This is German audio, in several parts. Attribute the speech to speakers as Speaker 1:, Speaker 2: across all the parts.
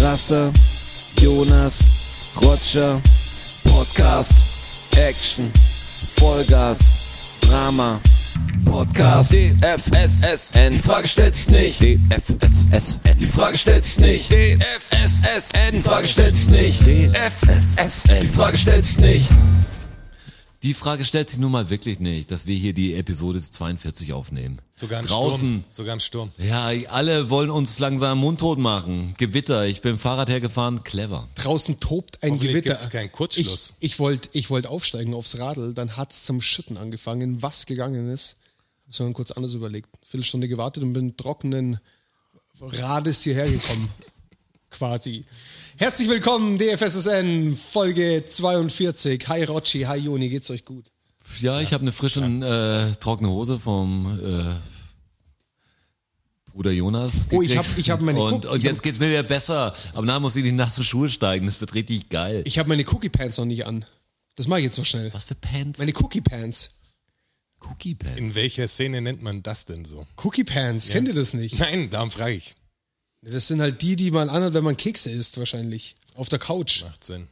Speaker 1: Rasse, Jonas, Roger, Podcast, Action, Vollgas, Drama, Podcast, DFSSN, die Frage stellt sich nicht, DFSSN, die Frage stellt sich nicht, DFSSN, die Frage stellt sich nicht, DFSSN, die Frage stellt sich nicht.
Speaker 2: Die Frage stellt sich nun mal wirklich nicht, dass wir hier die Episode 42 aufnehmen.
Speaker 3: Sogar im
Speaker 2: Draußen.
Speaker 3: Sturm. Sogar im Sturm.
Speaker 2: Ja, alle wollen uns langsam mundtot machen. Gewitter, ich bin Fahrrad hergefahren, clever.
Speaker 4: Draußen tobt ein
Speaker 3: Hoffentlich
Speaker 4: Gewitter.
Speaker 3: gibt's keinen Kurzschluss.
Speaker 4: Ich, ich wollte ich wollt aufsteigen aufs Radl, dann hat's zum Schütten angefangen. Was gegangen ist, hab sondern kurz anders überlegt. Viertelstunde gewartet und bin trockenen Rades hierher gekommen. Quasi. Herzlich willkommen, DFSSN, Folge 42. Hi Rocci, hi Joni, geht's euch gut?
Speaker 2: Ja, ich habe eine frische, äh, trockene Hose vom äh, Bruder Jonas
Speaker 4: Oh, ich
Speaker 2: gekriegt.
Speaker 4: hab- ich hab meine
Speaker 2: und,
Speaker 4: Kuck-
Speaker 2: und
Speaker 4: ich hab-
Speaker 2: jetzt geht's mir wieder besser. Aber nachher muss ich nicht nachts zur Schule steigen, das wird richtig geil.
Speaker 4: Ich habe meine Cookie Pants noch nicht an. Das mache ich jetzt noch schnell.
Speaker 2: Was für Pants?
Speaker 4: Meine Cookie Pants.
Speaker 2: Cookie Pants.
Speaker 3: In welcher Szene nennt man das denn so?
Speaker 4: Cookie Pants, kennt ihr das nicht?
Speaker 3: Nein, darum frage ich.
Speaker 4: Das sind halt die, die man anhat, wenn man Kekse isst, wahrscheinlich. Auf der Couch.
Speaker 3: Macht Sinn.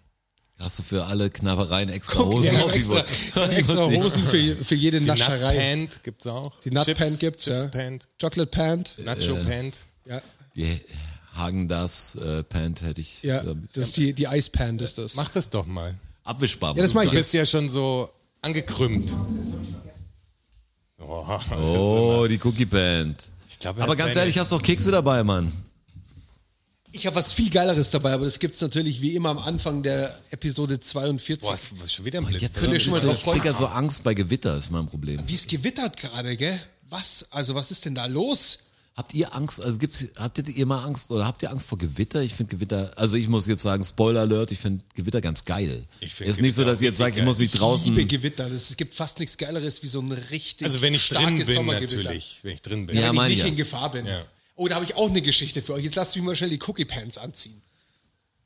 Speaker 2: Hast du für alle Knabbereien extra
Speaker 4: Guck,
Speaker 2: Hosen
Speaker 4: die haben
Speaker 2: auf
Speaker 4: extra, die haben extra Hosen für, für jede
Speaker 3: Die
Speaker 4: Nascherei.
Speaker 3: Nut-Pant gibt's auch.
Speaker 4: Die Nut
Speaker 3: Chips-
Speaker 4: Pant gibt's,
Speaker 3: Chips
Speaker 4: ja.
Speaker 3: Pant,
Speaker 4: Chocolate Pant.
Speaker 3: Nacho
Speaker 2: Äh.
Speaker 3: Pant.
Speaker 4: Ja,
Speaker 2: Die Hagen das äh, Pant hätte ich. äh,
Speaker 4: ja
Speaker 2: so-
Speaker 4: das ist die, die Ice Pant ist das.
Speaker 3: Mach das doch mal.
Speaker 2: Abwischbar.
Speaker 4: Ja, das mach
Speaker 3: Du
Speaker 4: ich
Speaker 3: bist ja schon so angekrümmt. Oh, das ist
Speaker 2: Oh, die Cookie Pant.
Speaker 3: Ich glaub, er
Speaker 2: Aber
Speaker 3: hat
Speaker 2: ganz
Speaker 3: seine-
Speaker 2: ehrlich, hast du auch Kekse dabei, Mann.
Speaker 4: Ich habe was viel Geileres dabei, aber das gibt's natürlich wie immer am Anfang der Episode 42.
Speaker 3: Boah, es war schon wieder ein Blitz.
Speaker 2: Oh, Jetzt
Speaker 4: könnt ihr schon mal
Speaker 2: so,
Speaker 4: drauf freuen.
Speaker 2: Ich krieg ja so Angst bei Gewitter, ist mein Problem.
Speaker 4: Wie es gewittert gerade, gell? Was? Also, was ist denn da los?
Speaker 2: Habt ihr Angst, also gibt's, habt ihr immer Angst oder habt ihr Angst vor Gewitter? Ich finde Gewitter, also ich muss jetzt sagen, Spoiler Alert, ich finde Gewitter ganz geil.
Speaker 3: Ich
Speaker 2: Es
Speaker 3: find
Speaker 2: ist nicht so,
Speaker 3: Gewitter
Speaker 2: dass ihr jetzt
Speaker 3: richtig
Speaker 2: sagt, ich muss mich
Speaker 4: Ich liebe
Speaker 2: draußen.
Speaker 4: Gewitter. Das, es gibt fast nichts Geileres wie so ein richtig
Speaker 3: also wenn ich drin
Speaker 4: starkes
Speaker 3: bin
Speaker 4: Sommergewitter.
Speaker 3: natürlich. Wenn ich drin bin.
Speaker 2: Ja,
Speaker 4: wenn
Speaker 2: mein
Speaker 4: ich nicht
Speaker 2: ja.
Speaker 4: in Gefahr bin.
Speaker 3: Ja.
Speaker 4: Oh, da habe ich auch eine Geschichte für euch. Jetzt lasst mich mal schnell die Cookie Pants anziehen.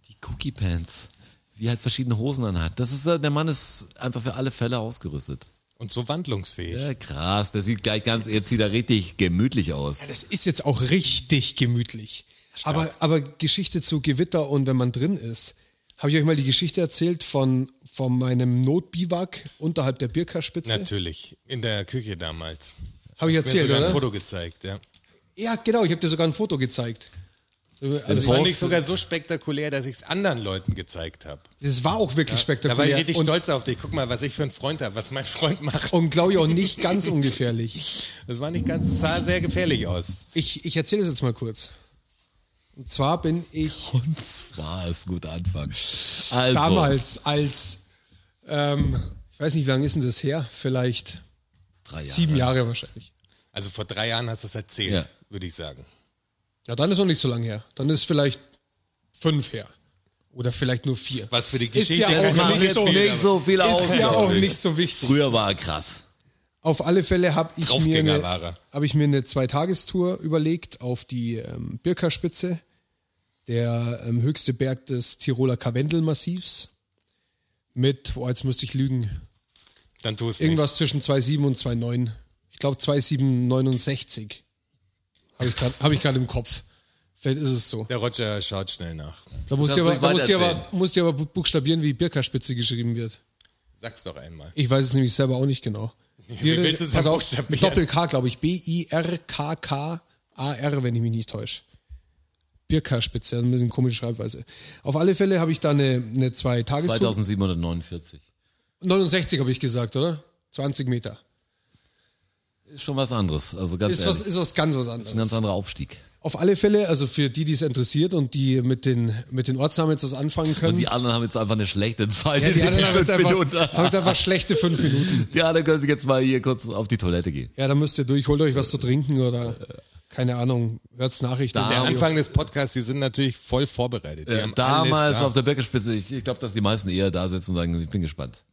Speaker 2: Die Cookie Pants, wie halt verschiedene Hosen anhat. Das ist, äh, der Mann ist einfach für alle Fälle ausgerüstet.
Speaker 3: Und so wandlungsfähig.
Speaker 2: Ja, krass, der sieht gleich ganz, jetzt sieht er richtig gemütlich aus.
Speaker 4: Ja, das ist jetzt auch richtig gemütlich. Aber, aber Geschichte zu Gewitter und wenn man drin ist, habe ich euch mal die Geschichte erzählt von, von meinem Notbiwak unterhalb der Birka-Spitze.
Speaker 3: Natürlich. In der Küche damals.
Speaker 4: Habe ich
Speaker 3: Hast mir
Speaker 4: erzählt,
Speaker 3: sogar
Speaker 4: oder?
Speaker 3: ein Foto gezeigt, ja.
Speaker 4: Ja, genau, ich habe dir sogar ein Foto gezeigt. Also,
Speaker 3: Das fand ich
Speaker 2: brauchst du-
Speaker 3: sogar so spektakulär, dass ich es anderen Leuten gezeigt habe.
Speaker 4: das war auch wirklich
Speaker 3: Da war ich
Speaker 4: spektakulär.
Speaker 3: richtig
Speaker 4: und,
Speaker 3: stolz auf dich. Guck mal, was ich für einen Freund habe, was mein Freund macht.
Speaker 4: und glaube ich auch nicht ganz ungefährlich.
Speaker 3: Das war nicht ganz, sah sehr gefährlich aus.
Speaker 4: Ich, ich erzähle es jetzt mal kurz. Und zwar bin ich
Speaker 2: Und zwar ist ein guter Anfang. Also,
Speaker 4: damals als, ähm, ich weiß nicht, wie lange ist denn das her? Vielleicht
Speaker 2: drei Jahre.
Speaker 4: sieben Jahre wahrscheinlich.
Speaker 3: Also vor drei Jahren hast du es erzählt,
Speaker 2: Ja.
Speaker 3: würde ich sagen.
Speaker 4: Ja, dann ist noch nicht so lange her. Dann ist vielleicht fünf her. Oder vielleicht nur vier.
Speaker 3: Was für die Geschichte
Speaker 4: ja auch
Speaker 2: Das
Speaker 3: kann man
Speaker 2: macht
Speaker 4: nicht
Speaker 2: jetzt
Speaker 4: so-
Speaker 2: nicht so viel aus.
Speaker 4: ist ja auch
Speaker 2: Leute.
Speaker 4: nicht so wichtig.
Speaker 2: Früher war er krass.
Speaker 4: Auf alle Fälle habe ich, mir
Speaker 3: Draufgänger
Speaker 4: eine-
Speaker 3: war er.
Speaker 4: hab ich mir eine Zweitagestour überlegt auf die ähm, Birkerspitze, der ähm, höchste Berg des Tiroler Karwendelmassivs. Mit, oh, jetzt müsste ich lügen,
Speaker 3: Dann tu es nicht.
Speaker 4: irgendwas zwischen 2,7 und 2,9. Ich glaube 2,769. Habe ich gerade hab ich grad im Kopf. Vielleicht ist es so.
Speaker 3: Der Roger schaut schnell nach.
Speaker 4: Da musst
Speaker 2: Das
Speaker 4: du aber,
Speaker 2: muss ich
Speaker 4: da musst du aber,
Speaker 2: weitererzählen.
Speaker 4: musst du aber bu- buchstabieren, wie Birkerspitze geschrieben wird.
Speaker 3: Sag's doch einmal.
Speaker 4: Ich weiß es nämlich selber auch nicht genau.
Speaker 3: Wie willst du es
Speaker 4: Pass
Speaker 3: denn
Speaker 4: auf,
Speaker 3: buchstabieren?
Speaker 4: Doppel-K, glaube ich. B-I-R-K-K-A-R, wenn ich mich nicht täusche. Birkerspitze, ein bisschen komische Schreibweise. Auf alle Fälle habe ich da eine, eine zwei tages
Speaker 2: 2749.
Speaker 4: 69 habe ich gesagt, oder? 20 Meter.
Speaker 2: Ist schon was anderes. Also ganz
Speaker 4: Ist was,
Speaker 2: ehrlich,
Speaker 4: ist was ganz was
Speaker 2: ein ganz
Speaker 4: anderes.
Speaker 2: anderer Aufstieg.
Speaker 4: Auf alle Fälle, also für die, die es interessiert und die mit den, mit den Ortsnamen jetzt was anfangen können.
Speaker 2: Und die anderen haben jetzt einfach eine schlechte Zeit.
Speaker 4: ja, die anderen haben jetzt,
Speaker 2: fünf
Speaker 4: einfach,
Speaker 2: Minuten.
Speaker 4: haben jetzt einfach schlechte fünf Minuten.
Speaker 2: Die anderen können sich jetzt mal hier kurz auf die Toilette gehen.
Speaker 4: Ja, da müsst ihr durch, holt euch was zu trinken oder keine Ahnung, hört's Nachrichten.
Speaker 2: Da-
Speaker 3: Der
Speaker 2: Mario.
Speaker 3: Anfang des Podcasts, die sind natürlich voll vorbereitet. Die
Speaker 2: Äh,
Speaker 3: haben alles
Speaker 2: damals
Speaker 3: da.
Speaker 2: auf der Birkenspitze, ich, ich glaube, dass die meisten eher da sitzen und sagen, ich bin gespannt.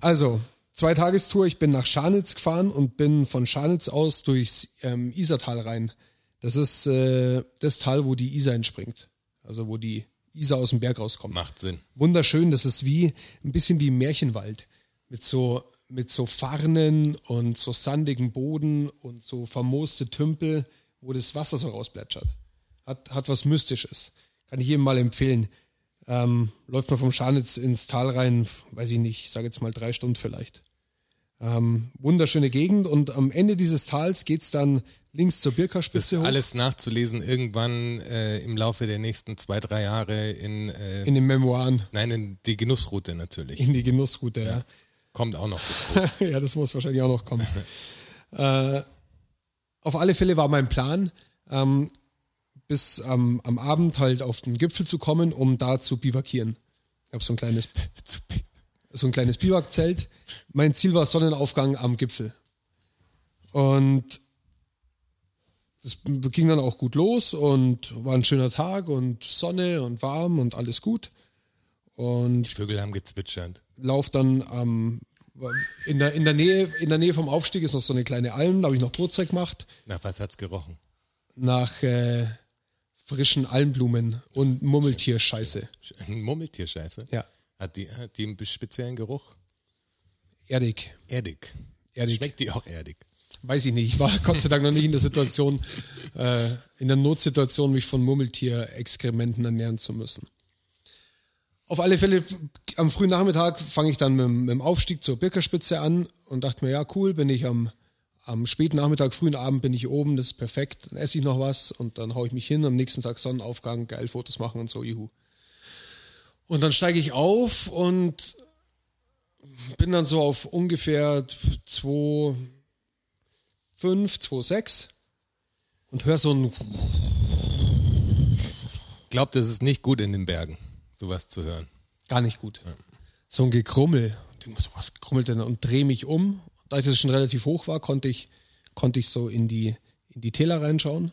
Speaker 4: Also, zwei Tagestour, ich bin nach Scharnitz gefahren und bin von Scharnitz aus durchs ähm, Isartal rein. Das ist äh, das Tal, wo die Isar entspringt. Also wo die Isar aus dem Berg rauskommt.
Speaker 3: Macht Sinn.
Speaker 4: Wunderschön, das ist wie ein bisschen wie Märchenwald. Mit so, mit so Farnen und so sandigem Boden und so vermooste Tümpel, wo das Wasser so rausplätschert. Hat, hat was Mystisches. Kann ich jedem mal empfehlen. Ähm, läuft man vom Scharnitz ins Tal rein, f- weiß ich nicht, ich sage jetzt mal drei Stunden vielleicht. Ähm, wunderschöne Gegend und am Ende dieses Tals geht es dann links zur
Speaker 3: Das
Speaker 4: Birkerspitze
Speaker 3: ist
Speaker 4: hoch.
Speaker 3: alles nachzulesen irgendwann äh, im Laufe der nächsten zwei, drei Jahre in, äh,
Speaker 4: in den Memoiren,
Speaker 3: nein, in die Genussroute natürlich.
Speaker 4: in die Genussroute, ja.
Speaker 3: Kommt auch noch das
Speaker 4: ja, das muss wahrscheinlich auch noch kommen. äh, auf alle Fälle war mein Plan, ähm, bis ähm, am Abend halt auf den Gipfel zu kommen, um da zu bivakieren. Ich habe so ein kleines, so ein kleines Biwakzelt. Mein Ziel war Sonnenaufgang am Gipfel. Und das ging dann auch gut los und war ein schöner Tag und Sonne und warm und alles gut. Und
Speaker 3: Die Vögel haben gezwitschert.
Speaker 4: lauf dann ähm, in, der, in, der Nähe, in der Nähe vom Aufstieg ist noch so eine kleine Alm, da habe ich noch Brotzeit gemacht,
Speaker 3: Na, was hat's gerochen?
Speaker 4: nach äh, frischen Almblumen und Murmeltierscheiße.
Speaker 3: Ein Murmeltierscheiße?
Speaker 4: Ja,
Speaker 3: Hat die, hat die einen speziellen Geruch?
Speaker 4: erdig.
Speaker 3: Erdig.
Speaker 4: Erdig.
Speaker 3: Schmeckt die auch erdig?
Speaker 4: Weiß ich nicht. Ich war Gott sei Dank noch nicht in der Situation, äh, in der Notsituation, mich von Murmeltier-Exkrementen ernähren zu müssen. Auf alle Fälle, am frühen Nachmittag fange ich dann mit, dem- mit dem Aufstieg zur Birkerspitze an und dachte mir, ja cool, bin ich am, am späten Nachmittag, frühen Abend bin ich oben, das ist perfekt, dann esse ich noch was und dann haue ich mich hin, am nächsten Tag Sonnenaufgang, geil Fotos machen und so, juhu. Und dann steige ich auf und bin dann so auf ungefähr 2, 5, 2, 6 und höre so ein,
Speaker 3: Glaubt, das ist nicht gut in den Bergen, sowas zu hören.
Speaker 4: gar nicht gut, so ein Gekrummel. Und ich mir so, was krummelt denn? da? Und drehe mich um. Da ich das schon relativ hoch war, konnte ich, konnte ich so in die, in die Täler reinschauen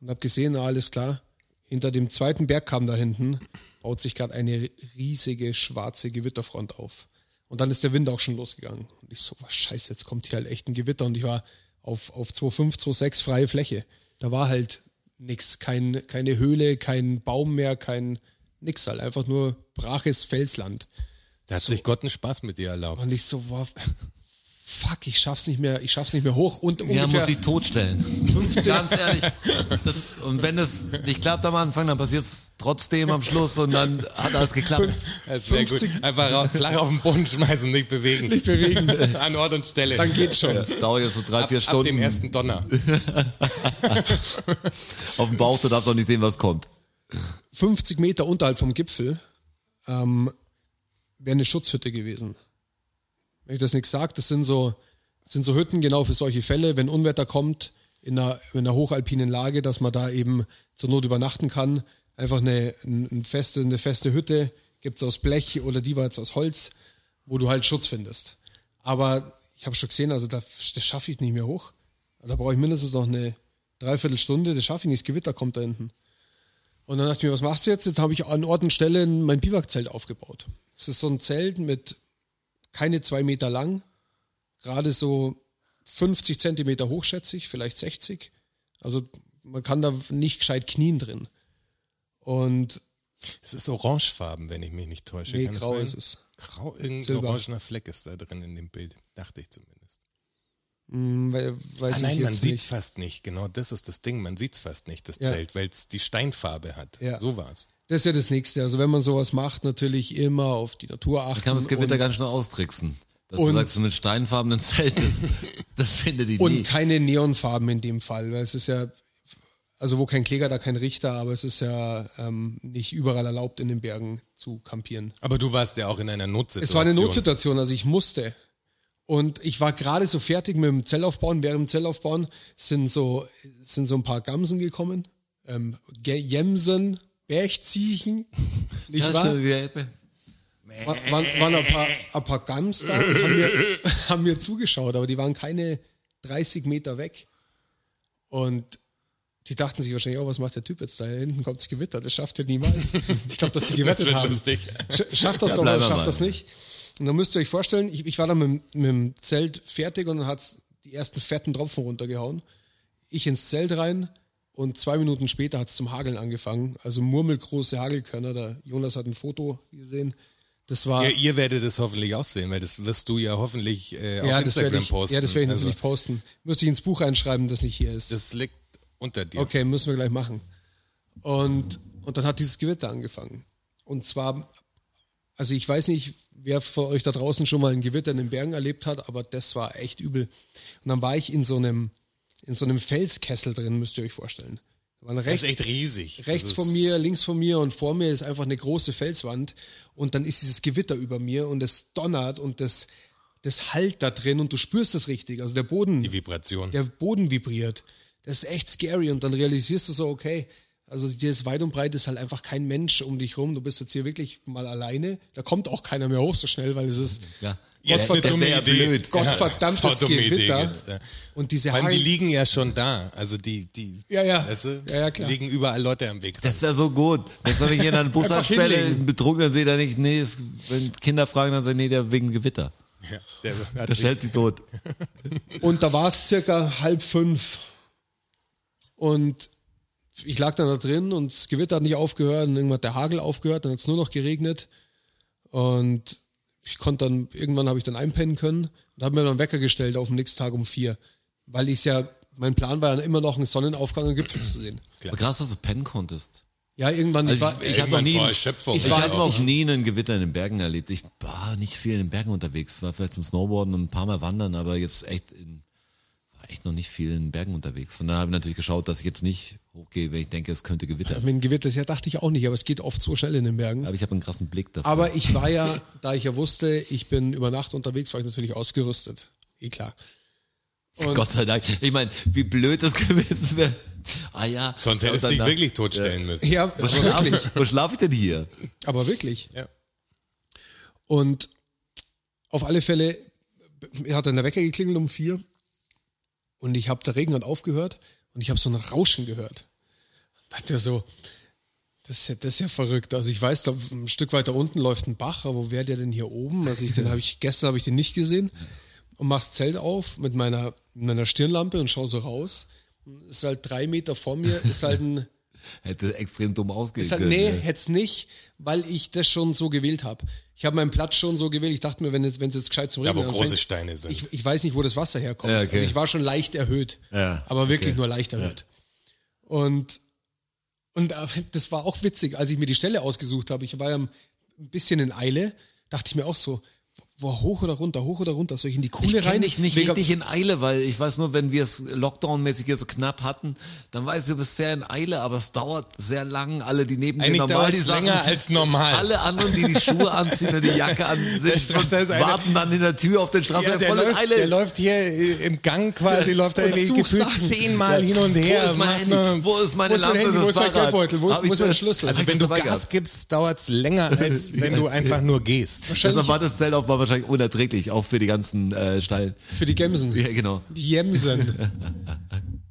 Speaker 4: und habe gesehen, na, alles klar, hinter dem zweiten Bergkamm da hinten baut sich gerade eine riesige schwarze Gewitterfront auf. Und dann ist der Wind auch schon losgegangen. Und ich so, was scheiße, jetzt kommt hier halt echt ein Gewitter. Und ich war auf, auf 2,5, 2,6 freie Fläche. Da war halt nix, kein, keine Höhle, kein Baum mehr, kein nix halt. Einfach nur braches Felsland.
Speaker 3: Da hat sich Gott einen Spaß mit dir erlaubt.
Speaker 4: Und ich so, wow, fuck, ich schaff's nicht mehr, ich schaff's nicht mehr hoch. Und
Speaker 2: Ja,
Speaker 4: ungefähr,
Speaker 2: muss ich totstellen.
Speaker 4: 15
Speaker 2: Ganz ehrlich. Das, und wenn es nicht klappt am Anfang, dann passiert es trotzdem am Schluss und dann hat alles geklappt.
Speaker 3: Das wäre gut.
Speaker 4: 50
Speaker 3: Einfach ra- flach auf den Boden schmeißen, nicht bewegen.
Speaker 4: nicht bewegend,
Speaker 3: An Ort und Stelle.
Speaker 4: dann geht's schon.
Speaker 2: Dauert jetzt so drei,
Speaker 3: ab,
Speaker 2: vier
Speaker 3: ab dem
Speaker 2: Stunden.
Speaker 3: ersten Donner.
Speaker 2: Auf dem Bauch, du darfst doch nicht sehen, was kommt.
Speaker 4: 50 Meter unterhalb vom Gipfel ähm, wäre eine Schutzhütte gewesen. Wenn ich das nichts sage, das sind so, das sind so Hütten genau für solche Fälle, wenn Unwetter kommt in einer, in einer hochalpinen Lage, dass man da eben zur Not übernachten kann. Einfach eine, ein, ein feste, eine feste Hütte gibt's aus Blech oder die war jetzt aus Holz, wo du halt Schutz findest. Aber ich habe schon gesehen, also da, das schaffe ich nicht mehr hoch. Also da brauche ich mindestens noch eine Dreiviertelstunde, das schaffe ich nicht, das Gewitter kommt da hinten. Und dann dachte ich mir, was machst du jetzt? Jetzt habe ich an Ort und Stelle mein Biwakzelt aufgebaut. Es ist so ein Zelt mit keine zwei Meter lang, gerade so 50 Zentimeter hoch, schätze ich, vielleicht 60. Also man kann da nicht gescheit knien drin. Und
Speaker 3: Es ist orangefarben, wenn ich mich nicht täusche.
Speaker 4: nee,
Speaker 3: Kann
Speaker 4: grau
Speaker 3: sein?
Speaker 4: ist es.
Speaker 3: Grau, irgendein
Speaker 4: Silber.
Speaker 3: orangener Fleck ist da drin in dem Bild. Dachte ich zumindest.
Speaker 4: Hm, we- Weiß
Speaker 3: Ah,
Speaker 4: ich
Speaker 3: nein,
Speaker 4: jetzt
Speaker 3: man sieht's
Speaker 4: nicht.
Speaker 3: fast nicht. Genau das ist das Ding. Man sieht's fast nicht, das
Speaker 4: Ja.
Speaker 3: Zelt, weil es die Steinfarbe hat.
Speaker 4: Ja.
Speaker 3: So war's.
Speaker 4: Das ist ja das Nächste. Also wenn man sowas macht, natürlich immer auf die Natur achten.
Speaker 2: Kann man das Gewitter
Speaker 4: und-
Speaker 2: ganz schnell austricksen. Dass
Speaker 4: und-
Speaker 2: du sagst, so mit steinfarbenen Zelt, das, das findet die nie.
Speaker 4: Und keine Neonfarben in dem Fall, weil es ist ja, also wo kein Kläger, da kein Richter, aber es ist ja ähm, nicht überall erlaubt, in den Bergen zu kampieren.
Speaker 3: Aber du warst ja auch in einer Notsituation.
Speaker 4: Es war eine Notsituation, also ich musste. Und ich war gerade so fertig mit dem Zellaufbauen. Während dem Zellaufbauen sind so, sind so ein paar Gamsen gekommen. Ähm, Ge- Jemsen, Bergziechen. Nicht
Speaker 2: Ja,
Speaker 4: wahr?
Speaker 2: ist ja die-
Speaker 4: Wa- waren, waren ein paar, ein paar Gams da und haben mir, haben mir zugeschaut, aber die waren keine 30 Meter weg. Und die dachten sich wahrscheinlich, oh, was macht der Typ jetzt da hinten? Kommt das Gewitter, das schafft er niemals. Ich glaube, dass die gewettet
Speaker 3: wird
Speaker 4: haben.
Speaker 3: lustig.
Speaker 4: Sch- Schafft das
Speaker 2: Ja,
Speaker 4: doch oder
Speaker 2: bleiben wir
Speaker 4: schafft
Speaker 2: mal.
Speaker 4: das nicht? Und dann müsst ihr euch vorstellen, ich, ich war dann mit, mit dem Zelt fertig und dann hat's die ersten fetten Tropfen runtergehauen. Ich ins Zelt rein und zwei Minuten später hat's zum Hageln angefangen. Also murmelgroße Hagelkörner. Der Jonas hat ein Foto gesehen. Das war.
Speaker 3: Ihr, ihr werdet es hoffentlich auch sehen, weil das wirst du ja hoffentlich äh, auf
Speaker 4: Ja, das werde
Speaker 3: Instagram
Speaker 4: ich,
Speaker 3: posten.
Speaker 4: ja, das werde ich
Speaker 3: also,
Speaker 4: natürlich posten. Müsste ich ins Buch einschreiben, das nicht hier ist.
Speaker 3: Das liegt unter dir.
Speaker 4: Okay, müssen wir gleich machen. Und Und dann hat dieses Gewitter angefangen. Und zwar, also ich weiß nicht, wer von euch da draußen schon mal ein Gewitter in den Bergen erlebt hat, aber das war echt übel. Und dann war ich in so einem, in so einem Felskessel drin, müsst ihr euch vorstellen. Da waren
Speaker 3: Das
Speaker 4: rechts,
Speaker 3: ist echt riesig. Das
Speaker 4: rechts
Speaker 3: ist-
Speaker 4: von mir, links von mir und vor mir ist einfach eine große Felswand und dann ist dieses Gewitter über mir und es donnert und das, das halt da drin und du spürst das richtig. Also der Boden,
Speaker 3: Die Vibration.
Speaker 4: der Boden vibriert. Das ist echt scary und dann realisierst du so, okay, also dir ist weit und breit ist halt einfach kein Mensch um dich rum. Du bist jetzt hier wirklich mal alleine. Da kommt auch keiner mehr hoch so schnell, weil es ist
Speaker 2: Ja.
Speaker 3: Jetzt eine
Speaker 4: Gottverdammt-
Speaker 3: dumme
Speaker 2: wär
Speaker 3: Idee.
Speaker 2: blöd.
Speaker 4: Gottverdammtes
Speaker 3: das war eine dumme Idee
Speaker 4: Gewitter.
Speaker 3: jetzt, ja.
Speaker 4: und diese
Speaker 3: Vor allem, die
Speaker 4: Hagel-
Speaker 3: liegen ja schon da. Also die, die
Speaker 4: Ja, ja.
Speaker 3: Weißt du,
Speaker 4: Ja, ja, klar.
Speaker 3: liegen überall Leute am Weg.
Speaker 2: Das wäre so gut. Jetzt habe ich hier dann Bushaltestelle,
Speaker 4: hinlegen.
Speaker 2: einen Betrunkenen sehe da nicht, nee, es, wenn Kinder fragen, dann sagen, nee, der wegen Gewitter.
Speaker 3: ja, der hat
Speaker 2: Das
Speaker 3: sich-
Speaker 2: stellt sich tot.
Speaker 4: Und da war es circa halb fünf. Und ich lag dann da drin und das Gewitter hat nicht aufgehört und irgendwann hat der Hagel aufgehört, dann hat es nur noch geregnet. Und ich konnte dann, irgendwann habe ich dann einpennen können und habe mir dann einen Wecker gestellt auf den nächsten Tag um vier. Weil ich ja, mein Plan war dann immer noch einen Sonnenaufgang und Gipfel zu sehen.
Speaker 2: Aber krass, dass du pennen konntest.
Speaker 4: Ja, irgendwann, ich
Speaker 2: Also
Speaker 4: war,
Speaker 2: ich habe noch
Speaker 3: Irgendwann
Speaker 2: nie,
Speaker 3: vor Erschöpfung.
Speaker 2: ich
Speaker 4: Ich war
Speaker 2: hab
Speaker 4: halt
Speaker 2: noch nie einen Gewitter in den Bergen erlebt. Ich war nicht viel in den Bergen unterwegs, war vielleicht zum Snowboarden und ein paar Mal wandern, aber jetzt echt in, war echt noch nicht viel in den Bergen unterwegs. Und da habe ich natürlich geschaut, dass ich jetzt nicht hochgehe, wenn ich denke, es könnte Gewitter.
Speaker 4: wenn ein Gewitter ist, ja, dachte ich auch nicht, aber es geht oft so schnell in den Bergen.
Speaker 2: Aber ich habe einen krassen Blick dafür.
Speaker 4: Aber ich war ja, da ich ja wusste, ich bin über Nacht unterwegs, war ich natürlich ausgerüstet. Eh klar. Und-
Speaker 2: Gott sei Dank. Ich meine, wie blöd das gewesen wäre. Ah ja.
Speaker 3: Sonst hättest du dich wirklich totstellen müssen.
Speaker 4: Ja,
Speaker 2: Wo
Speaker 4: aber wirklich.
Speaker 2: schlafe wo schlaf ich denn hier?
Speaker 4: Aber wirklich.
Speaker 3: Ja.
Speaker 4: Und auf alle Fälle mir hat dann der Wecker geklingelt um vier und ich habe der Regen hat aufgehört und ich habe so ein Rauschen gehört. Da dachte ich so, das ist, ja, das ist ja verrückt. Also ich weiß, da ein Stück weiter unten läuft ein Bach, aber wo wäre der denn hier oben? Also ich, den habe ich gestern habe ich den nicht gesehen und mach's Zelt auf mit meiner mit meiner Stirnlampe und schau so raus. Ist halt drei Meter vor mir ist halt ein
Speaker 2: Hätte extrem dumm ausgehen
Speaker 4: Ist halt,
Speaker 2: können.
Speaker 4: nee,
Speaker 2: ne?
Speaker 4: hätt's nicht, weil ich das schon so gewählt habe. Ich habe meinen Platz schon so gewählt. Ich dachte mir, wenn jetzt, wenn's jetzt gescheit zum
Speaker 3: Ja,
Speaker 4: Regen
Speaker 3: wo große
Speaker 4: anfängt,
Speaker 3: Steine sind.
Speaker 4: Also Ich, ich weiß nicht, wo das Wasser herkommt.
Speaker 2: Ja, okay.
Speaker 4: Also ich war schon leicht erhöht,
Speaker 2: Ja,
Speaker 4: aber wirklich
Speaker 2: okay.
Speaker 4: nur leicht erhöht. Und und äh, das war auch witzig, als ich mir die Stelle ausgesucht habe. Ich war ja ein bisschen in Eile, dachte ich mir auch so, boah, hoch oder runter, hoch oder runter, soll ich in die Kuhle
Speaker 2: ich
Speaker 4: rein?
Speaker 2: Ich nicht
Speaker 4: Mega-
Speaker 2: richtig in Eile, weil ich weiß nur, wenn wir es Lockdown-mäßig hier so knapp hatten, dann weiß ich, du bist sehr in Eile, aber es dauert sehr lang. Alle, die neben dir
Speaker 3: Eigentlich
Speaker 2: normal die
Speaker 3: dauert's
Speaker 2: Sachen,
Speaker 3: länger als normal.
Speaker 2: alle anderen, die die Schuhe anziehen und die Jacke anziehen,
Speaker 3: Der Strasser ist einer-
Speaker 2: warten dann in der Tür auf den Straße,
Speaker 3: Ja, der,
Speaker 2: voll in
Speaker 3: läuft,
Speaker 2: Eile
Speaker 3: der
Speaker 2: ist.
Speaker 3: läuft hier äh, im Gang quasi, läuft er
Speaker 4: Und
Speaker 3: irgendwie
Speaker 4: sucht
Speaker 3: gefühlt
Speaker 4: Sachen.
Speaker 3: zehnmal hin und
Speaker 2: Wo
Speaker 3: her.
Speaker 2: ist mein
Speaker 3: macht
Speaker 2: Handy?
Speaker 3: nur-
Speaker 2: wo ist meine
Speaker 4: Wo ist mein
Speaker 2: Lampe?
Speaker 4: Handy?
Speaker 2: fürs
Speaker 4: Wo ist mein
Speaker 2: Fahrrad?
Speaker 4: Geldbeutel? Wo ist-
Speaker 2: Hab ich
Speaker 4: wo ist mein
Speaker 2: das-
Speaker 4: Schlüssel?
Speaker 2: Hab
Speaker 3: also
Speaker 2: ich
Speaker 3: wenn
Speaker 2: das
Speaker 3: du
Speaker 2: dabei
Speaker 3: Gas
Speaker 2: gehabt?
Speaker 3: gibst, dauert es länger, als wenn du einfach nur gehst.
Speaker 2: Das war das Zelt auch war wahrscheinlich unerträglich, auch für die ganzen äh, Stall.
Speaker 4: Für die Gemsen.
Speaker 2: Ja, genau.
Speaker 4: Die Jemsen.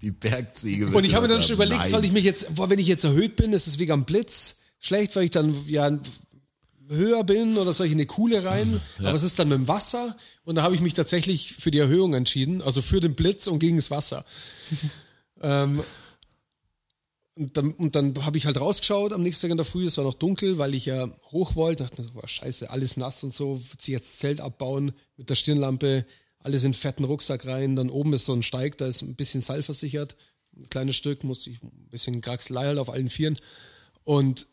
Speaker 2: Die Bergziege.
Speaker 4: Und ich habe mir dann schon überlegt,
Speaker 2: Nein.
Speaker 4: soll ich mich jetzt, boah, wenn ich jetzt erhöht bin, ist es wegen am Blitz schlecht, weil ich dann ja höher bin oder soll ich in eine Kuhle rein? Aber es ist dann mit dem Wasser und da habe ich mich tatsächlich für die Erhöhung entschieden, also für den Blitz und gegen das Wasser. ähm, und dann, und dann habe ich halt rausgeschaut am nächsten Tag in der Früh, es war noch dunkel, weil ich ja hoch wollte. Dachte mir so, boah, scheiße, alles nass und so, zieh jetzt das Zelt abbauen mit der Stirnlampe, alles in einen fetten Rucksack rein. Dann oben ist so ein Steig, da ist ein bisschen Seil versichert. Ein kleines Stück, musste ich ein bisschen Graxelei halt auf allen Vieren. Und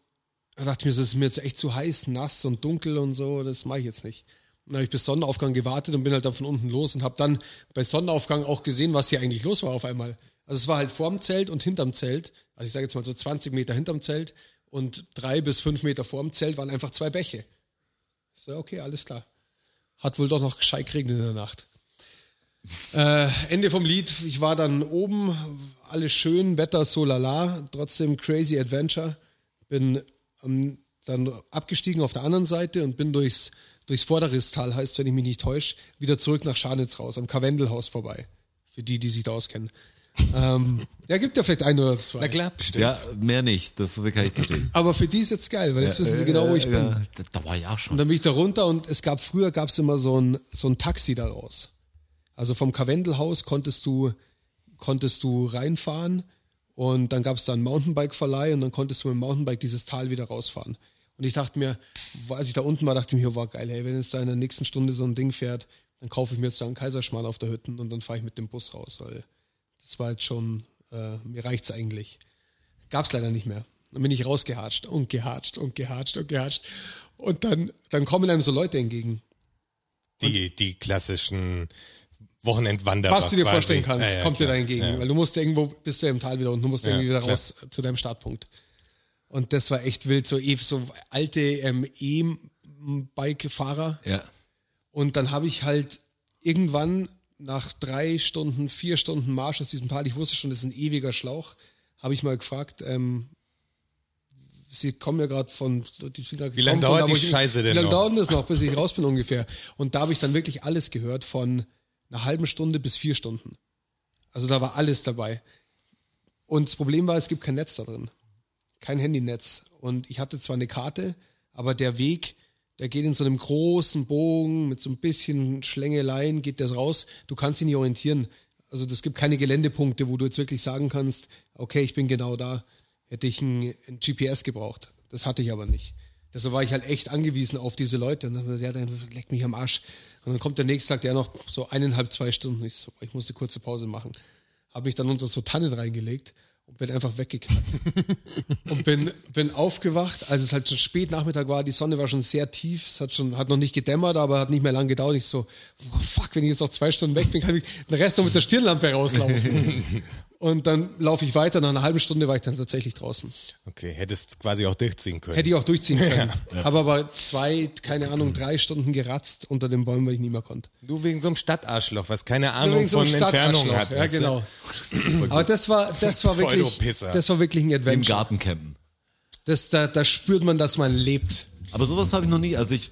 Speaker 4: da dachte ich mir, so, es ist mir jetzt echt zu heiß, nass und dunkel und so, das mache ich jetzt nicht. Und dann habe ich bis Sonnenaufgang gewartet und bin halt dann von unten los und habe dann bei Sonnenaufgang auch gesehen, was hier eigentlich los war auf einmal. Also es war halt vorm Zelt und hinterm Zelt, also ich sage jetzt mal so 20 Meter hinterm Zelt und drei bis fünf Meter vorm Zelt waren einfach zwei Bäche. Ich So, okay, alles klar. Hat wohl doch noch gescheit geregnet in der Nacht. Äh, Ende vom Lied, ich war dann oben, alles schön, Wetter so lala, trotzdem crazy adventure. Bin ähm, dann abgestiegen auf der anderen Seite und bin durchs, durchs Vorderrisstal, heißt, wenn ich mich nicht täusche, wieder zurück nach Scharnitz raus, am Karwendelhaus vorbei. Für die, die sich da auskennen. ähm, ja, gibt ja vielleicht ein oder
Speaker 3: Na
Speaker 4: zwei.
Speaker 3: klar, bestimmt.
Speaker 2: Ja, mehr nicht. Das kann ich verstehen. Äh,
Speaker 4: Aber für die ist jetzt geil, weil jetzt wissen sie genau, wo ich bin.
Speaker 2: Ja, da- da war ich auch
Speaker 4: Und
Speaker 2: schon.
Speaker 4: dann bin ich da runter und es gab früher gab es immer so ein, so ein Taxi daraus. Also vom Karwendelhaus konntest du, konntest du reinfahren und dann gab es da einen Mountainbike-Verleih und dann konntest du mit dem Mountainbike dieses Tal wieder rausfahren. Und ich dachte mir, wo- als ich da unten war, dachte ich mir, war geil, hey, wenn jetzt da in der nächsten Stunde so ein Ding fährt, dann kaufe ich mir jetzt da einen Kaiserschmarrn auf der Hütten und dann fahre ich mit dem Bus raus, weil das war jetzt schon, äh, mir reicht's eigentlich. Gab's leider nicht mehr. Dann bin ich rausgehatscht und gehatscht und gehatscht und gehatscht. Und dann, dann kommen einem so Leute entgegen.
Speaker 3: Die, die klassischen Wochenendwanderer.
Speaker 4: was du dir
Speaker 3: quasi.
Speaker 4: vorstellen kannst,
Speaker 3: Ja, ja,
Speaker 4: kommt dir da
Speaker 3: klar.
Speaker 4: entgegen.
Speaker 3: Ja.
Speaker 4: Weil du musst ja irgendwo, bist du ja im Tal wieder und du musst
Speaker 3: Ja,
Speaker 4: irgendwie wieder
Speaker 3: klar.
Speaker 4: raus zu deinem Startpunkt. Und das war echt wild, so, eh- so alte ähm, E-Bike-Fahrer.
Speaker 2: Ja.
Speaker 4: Und dann habe ich halt irgendwann nach drei Stunden, vier Stunden Marsch aus diesem Tal, ich wusste schon, das ist ein ewiger Schlauch, habe ich mal gefragt, ähm, Sie kommen ja gerade von. Die sind grad
Speaker 3: Wie lange
Speaker 4: gekommen von
Speaker 3: dauert
Speaker 4: da, wo
Speaker 3: die
Speaker 4: ich-
Speaker 3: Scheiße denn
Speaker 4: Wie lange
Speaker 3: noch?
Speaker 4: dauert denn das noch, bis ich raus bin ungefähr? Und da habe ich dann wirklich alles gehört, von einer halben Stunde bis vier Stunden. Also da war alles dabei. Und das Problem war, es gibt kein Netz da drin. Kein Handynetz. Und ich hatte zwar eine Karte, aber der Weg, der geht in so einem großen Bogen mit so ein bisschen Schlängeleien, geht das raus. Du kannst dich nicht orientieren. Also es gibt keine Geländepunkte, wo du jetzt wirklich sagen kannst, okay, ich bin genau da. Hätte ich ein, ein GPS gebraucht. Das hatte ich aber nicht. Deshalb war ich halt echt angewiesen auf diese Leute. Und dann, ja, dann leckt mich am Arsch. Und dann kommt der nächste Tag, der noch so eineinhalb, zwei Stunden. Ich, so, ich muss eine kurze Pause machen habe mich dann unter so Tannen reingelegt und bin einfach weggeknallt. und bin, bin aufgewacht, als es halt schon spät Nachmittag war, die Sonne war schon sehr tief, es hat schon, hat noch nicht gedämmert, aber hat nicht mehr lange gedauert. Ich so, oh fuck, wenn ich jetzt noch zwei Stunden weg bin, kann ich den Rest noch mit der Stirnlampe rauslaufen. und dann laufe ich weiter, nach einer halben Stunde war ich dann tatsächlich draußen.
Speaker 3: Okay, hättest quasi auch durchziehen können.
Speaker 4: Hätte ich auch durchziehen können. Habe aber zwei, keine Ahnung, drei Stunden geratzt unter den Bäumen, weil ich nicht mehr konnte.
Speaker 3: du wegen so einem Stadtarschloch, was keine Ahnung
Speaker 4: Übrigens so
Speaker 3: von
Speaker 4: ein
Speaker 3: Entfernung
Speaker 4: Stadtarschloch,
Speaker 3: hat.
Speaker 4: Ja,
Speaker 3: weißt du?
Speaker 4: genau. Aber das war, das war wirklich,
Speaker 3: Pseudopisser.
Speaker 4: das war wirklich ein
Speaker 2: Im
Speaker 4: Adventure.
Speaker 2: Garten campen.
Speaker 4: Das, da, da spürt man, dass man lebt.
Speaker 2: Aber sowas habe ich noch nie. Also ich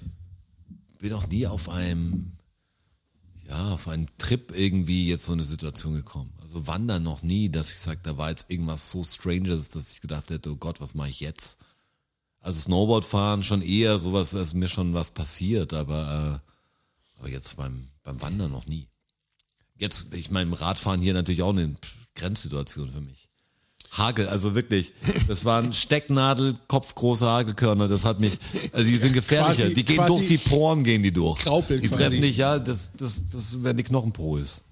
Speaker 2: bin auch nie auf einem, ja, auf einen Trip irgendwie jetzt so eine Situation gekommen. Also wandern noch nie, dass ich sage, da war jetzt irgendwas so Strangers, dass ich gedacht hätte, oh Gott, was mache ich jetzt? Also Snowboard fahren schon eher sowas, dass mir schon was passiert, aber, äh, aber jetzt beim, beim Wandern noch nie. Jetzt, ich meine, im Radfahren hier natürlich auch eine Grenzsituation für mich. Hagel, also wirklich. Das waren Stecknadel, kopfgroße Hagelkörner. Das hat mich, also die sind gefährlicher.
Speaker 4: Quasi-
Speaker 2: die gehen durch
Speaker 4: quasi-
Speaker 2: die Poren, gehen die durch.
Speaker 4: Graupel
Speaker 2: die
Speaker 4: quasi.
Speaker 2: treffen dich, ja, das, das, das werden die Knochenpoes.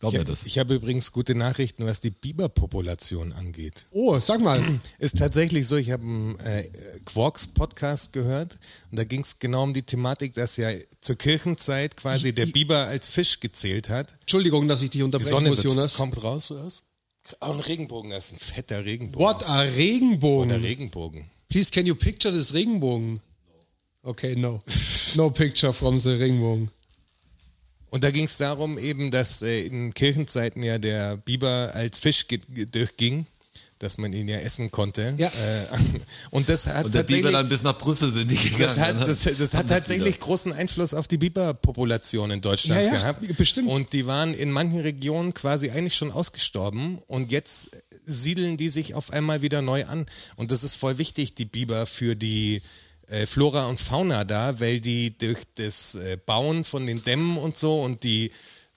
Speaker 2: Glaub
Speaker 3: Ich,
Speaker 2: mir
Speaker 3: hab-
Speaker 2: das.
Speaker 3: ich habe übrigens gute Nachrichten, was die Biberpopulation angeht.
Speaker 4: Oh, sag mal.
Speaker 3: Ist tatsächlich so, ich habe einen äh, Quarks-Podcast gehört und da ging es genau um die Thematik, dass ja zur Kirchenzeit quasi der Biber als Fisch gezählt hat.
Speaker 4: Entschuldigung, dass ich dich
Speaker 3: Die
Speaker 4: unterbrechen
Speaker 3: Sonne
Speaker 4: muss,
Speaker 3: wird,
Speaker 4: Jonas.
Speaker 3: kommt raus, raus. Oh, ein Regenbogen, das ist ein fetter Regenbogen.
Speaker 4: What a
Speaker 3: Der
Speaker 4: Regenbogen.
Speaker 3: Regenbogen.
Speaker 4: Please, can you picture this Regenbogen? Okay, no. No picture from the Regenbogen.
Speaker 3: Und da ging es darum eben, dass äh, in Kirchenzeiten ja der Biber als Fisch ge- ge- durchging, dass man ihn ja essen konnte.
Speaker 4: Ja.
Speaker 3: Äh, und das hat
Speaker 2: Und der
Speaker 3: tatsächlich...
Speaker 2: Also Diebe dann bis nach Brüssel sind die gegangen. ne?
Speaker 3: Das hat, das, das hat
Speaker 2: Haben
Speaker 3: tatsächlich
Speaker 2: wieder.
Speaker 3: großen Einfluss auf die Biberpopulation in Deutschland
Speaker 4: Ja, ja,
Speaker 3: gehabt.
Speaker 4: bestimmt.
Speaker 3: Und die waren in manchen Regionen quasi eigentlich schon ausgestorben und jetzt siedeln die sich auf einmal wieder neu an. Und das ist voll wichtig, die Biber für die äh, Flora und Fauna da, weil die durch das äh, Bauen von den Dämmen und so und die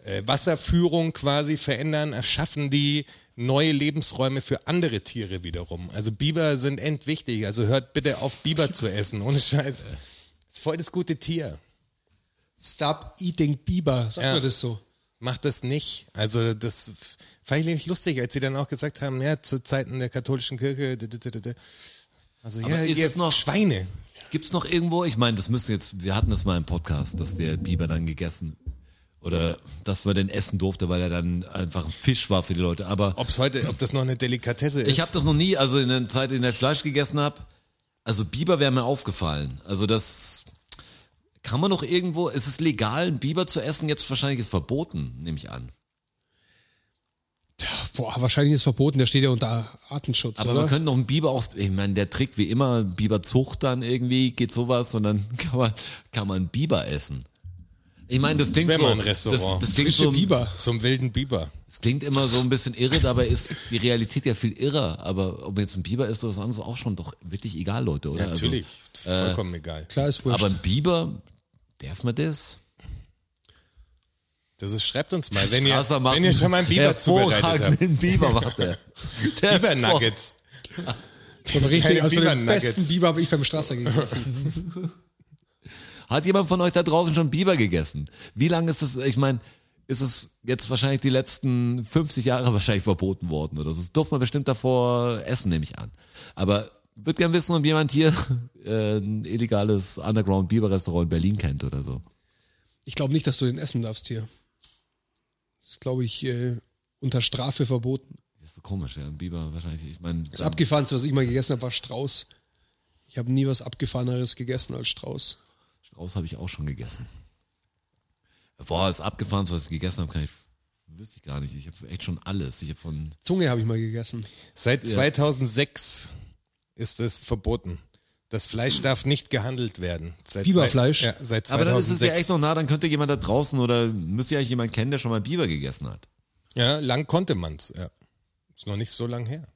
Speaker 3: äh, Wasserführung quasi verändern, erschaffen die neue Lebensräume für andere Tiere wiederum. Also Biber sind endwichtig. Also hört bitte auf, Biber zu essen. Ohne Scheiß. Ist voll das gute Tier.
Speaker 4: Stop eating Biber. Sagt
Speaker 3: Ja.
Speaker 4: man das so?
Speaker 3: Macht das nicht. Also das f- fand ich nämlich lustig, als sie dann auch gesagt haben, ja, zu Zeiten der katholischen Kirche. d- d- d- d- d. Also ja,
Speaker 2: ist
Speaker 3: ihr
Speaker 2: es noch-
Speaker 3: Schweine.
Speaker 2: Gibt's noch irgendwo? Ich meine, das müssen jetzt, wir hatten das mal im Podcast, dass der Biber dann gegessen oder dass man den essen durfte, weil er dann einfach ein Fisch war für die Leute. Aber
Speaker 3: Ob's heute, ob das noch eine Delikatesse ist.
Speaker 2: Ich habe das noch nie, also in der Zeit, in der ich Fleisch gegessen habe. Also Biber wäre mir aufgefallen. Also das kann man noch irgendwo. Ist es legal, einen Biber zu essen? Jetzt wahrscheinlich ist verboten, nehme ich an.
Speaker 4: Boah, wahrscheinlich ist verboten, der steht ja unter Artenschutz,
Speaker 2: Aber man
Speaker 4: oder?
Speaker 2: könnte noch einen Biber auch. Ich meine, der Trick wie immer, Biberzucht dann irgendwie geht sowas und dann kann man kann man einen Biber essen. Ich meine, das klingt
Speaker 3: wär
Speaker 2: so.
Speaker 3: mal ein Restaurant.
Speaker 2: Das, das klingt
Speaker 4: Frische
Speaker 2: so.
Speaker 4: Biber.
Speaker 3: Zum wilden Biber.
Speaker 2: Es klingt immer so ein bisschen irre, dabei ist die Realität ja viel irrer. Aber ob jetzt ein Biber ist oder was anderes, auch schon doch wirklich egal, Leute, oder? Also-
Speaker 3: Natürlich. Vollkommen egal.
Speaker 4: Klar ist wurscht.
Speaker 2: Aber ein Biber, darf man das?
Speaker 3: Das ist, schreibt uns mal, wenn ihr,
Speaker 2: Krasser macht
Speaker 3: wenn ihr schon mal einen Biber zubereitet habt.
Speaker 2: hervorragenden Biber macht er. Der
Speaker 3: Biber-Nuggets.
Speaker 4: so ein richtig,
Speaker 3: Keine
Speaker 4: also den
Speaker 3: Biber-Nuggets.
Speaker 4: besten Biber habe ich beim Strasser gegessen.
Speaker 2: Hat jemand von euch da draußen schon Biber gegessen? Wie lange ist es, ich meine, ist es jetzt wahrscheinlich die letzten 50 Jahre wahrscheinlich verboten worden oder so. Das durfte man bestimmt davor essen, nehme ich an. Aber Würde gern wissen, ob jemand hier äh, ein illegales Underground-Biber-Restaurant in Berlin kennt oder so.
Speaker 4: Ich glaube nicht, dass du den essen darfst hier. Das ist, glaube ich, äh, unter Strafe verboten.
Speaker 2: Das ist so komisch, ja. Ein Biber wahrscheinlich. Ich meine,
Speaker 4: Das Abgefahrenste, was ich mal gegessen habe, war Strauß. Ich habe nie was Abgefahreneres gegessen als Strauß.
Speaker 2: Strauß habe ich auch schon gegessen. Boah, ist abgefahren, was ich gegessen habe, kann ich, wüsste ich gar nicht. Ich habe echt schon alles. Ich habe von,
Speaker 4: Zunge habe ich mal gegessen.
Speaker 3: Seit 2006 ist es verboten. Das Fleisch darf nicht gehandelt werden. Seit zwei-
Speaker 4: Biberfleisch?
Speaker 3: Ja, seit 2006.
Speaker 2: aber dann ist es ja echt noch nah, dann könnte jemand da draußen oder müsste ja eigentlich jemand kennen, der schon mal Biber gegessen hat.
Speaker 3: Ja, lang konnte man's. Ja. Ist noch nicht so lang her.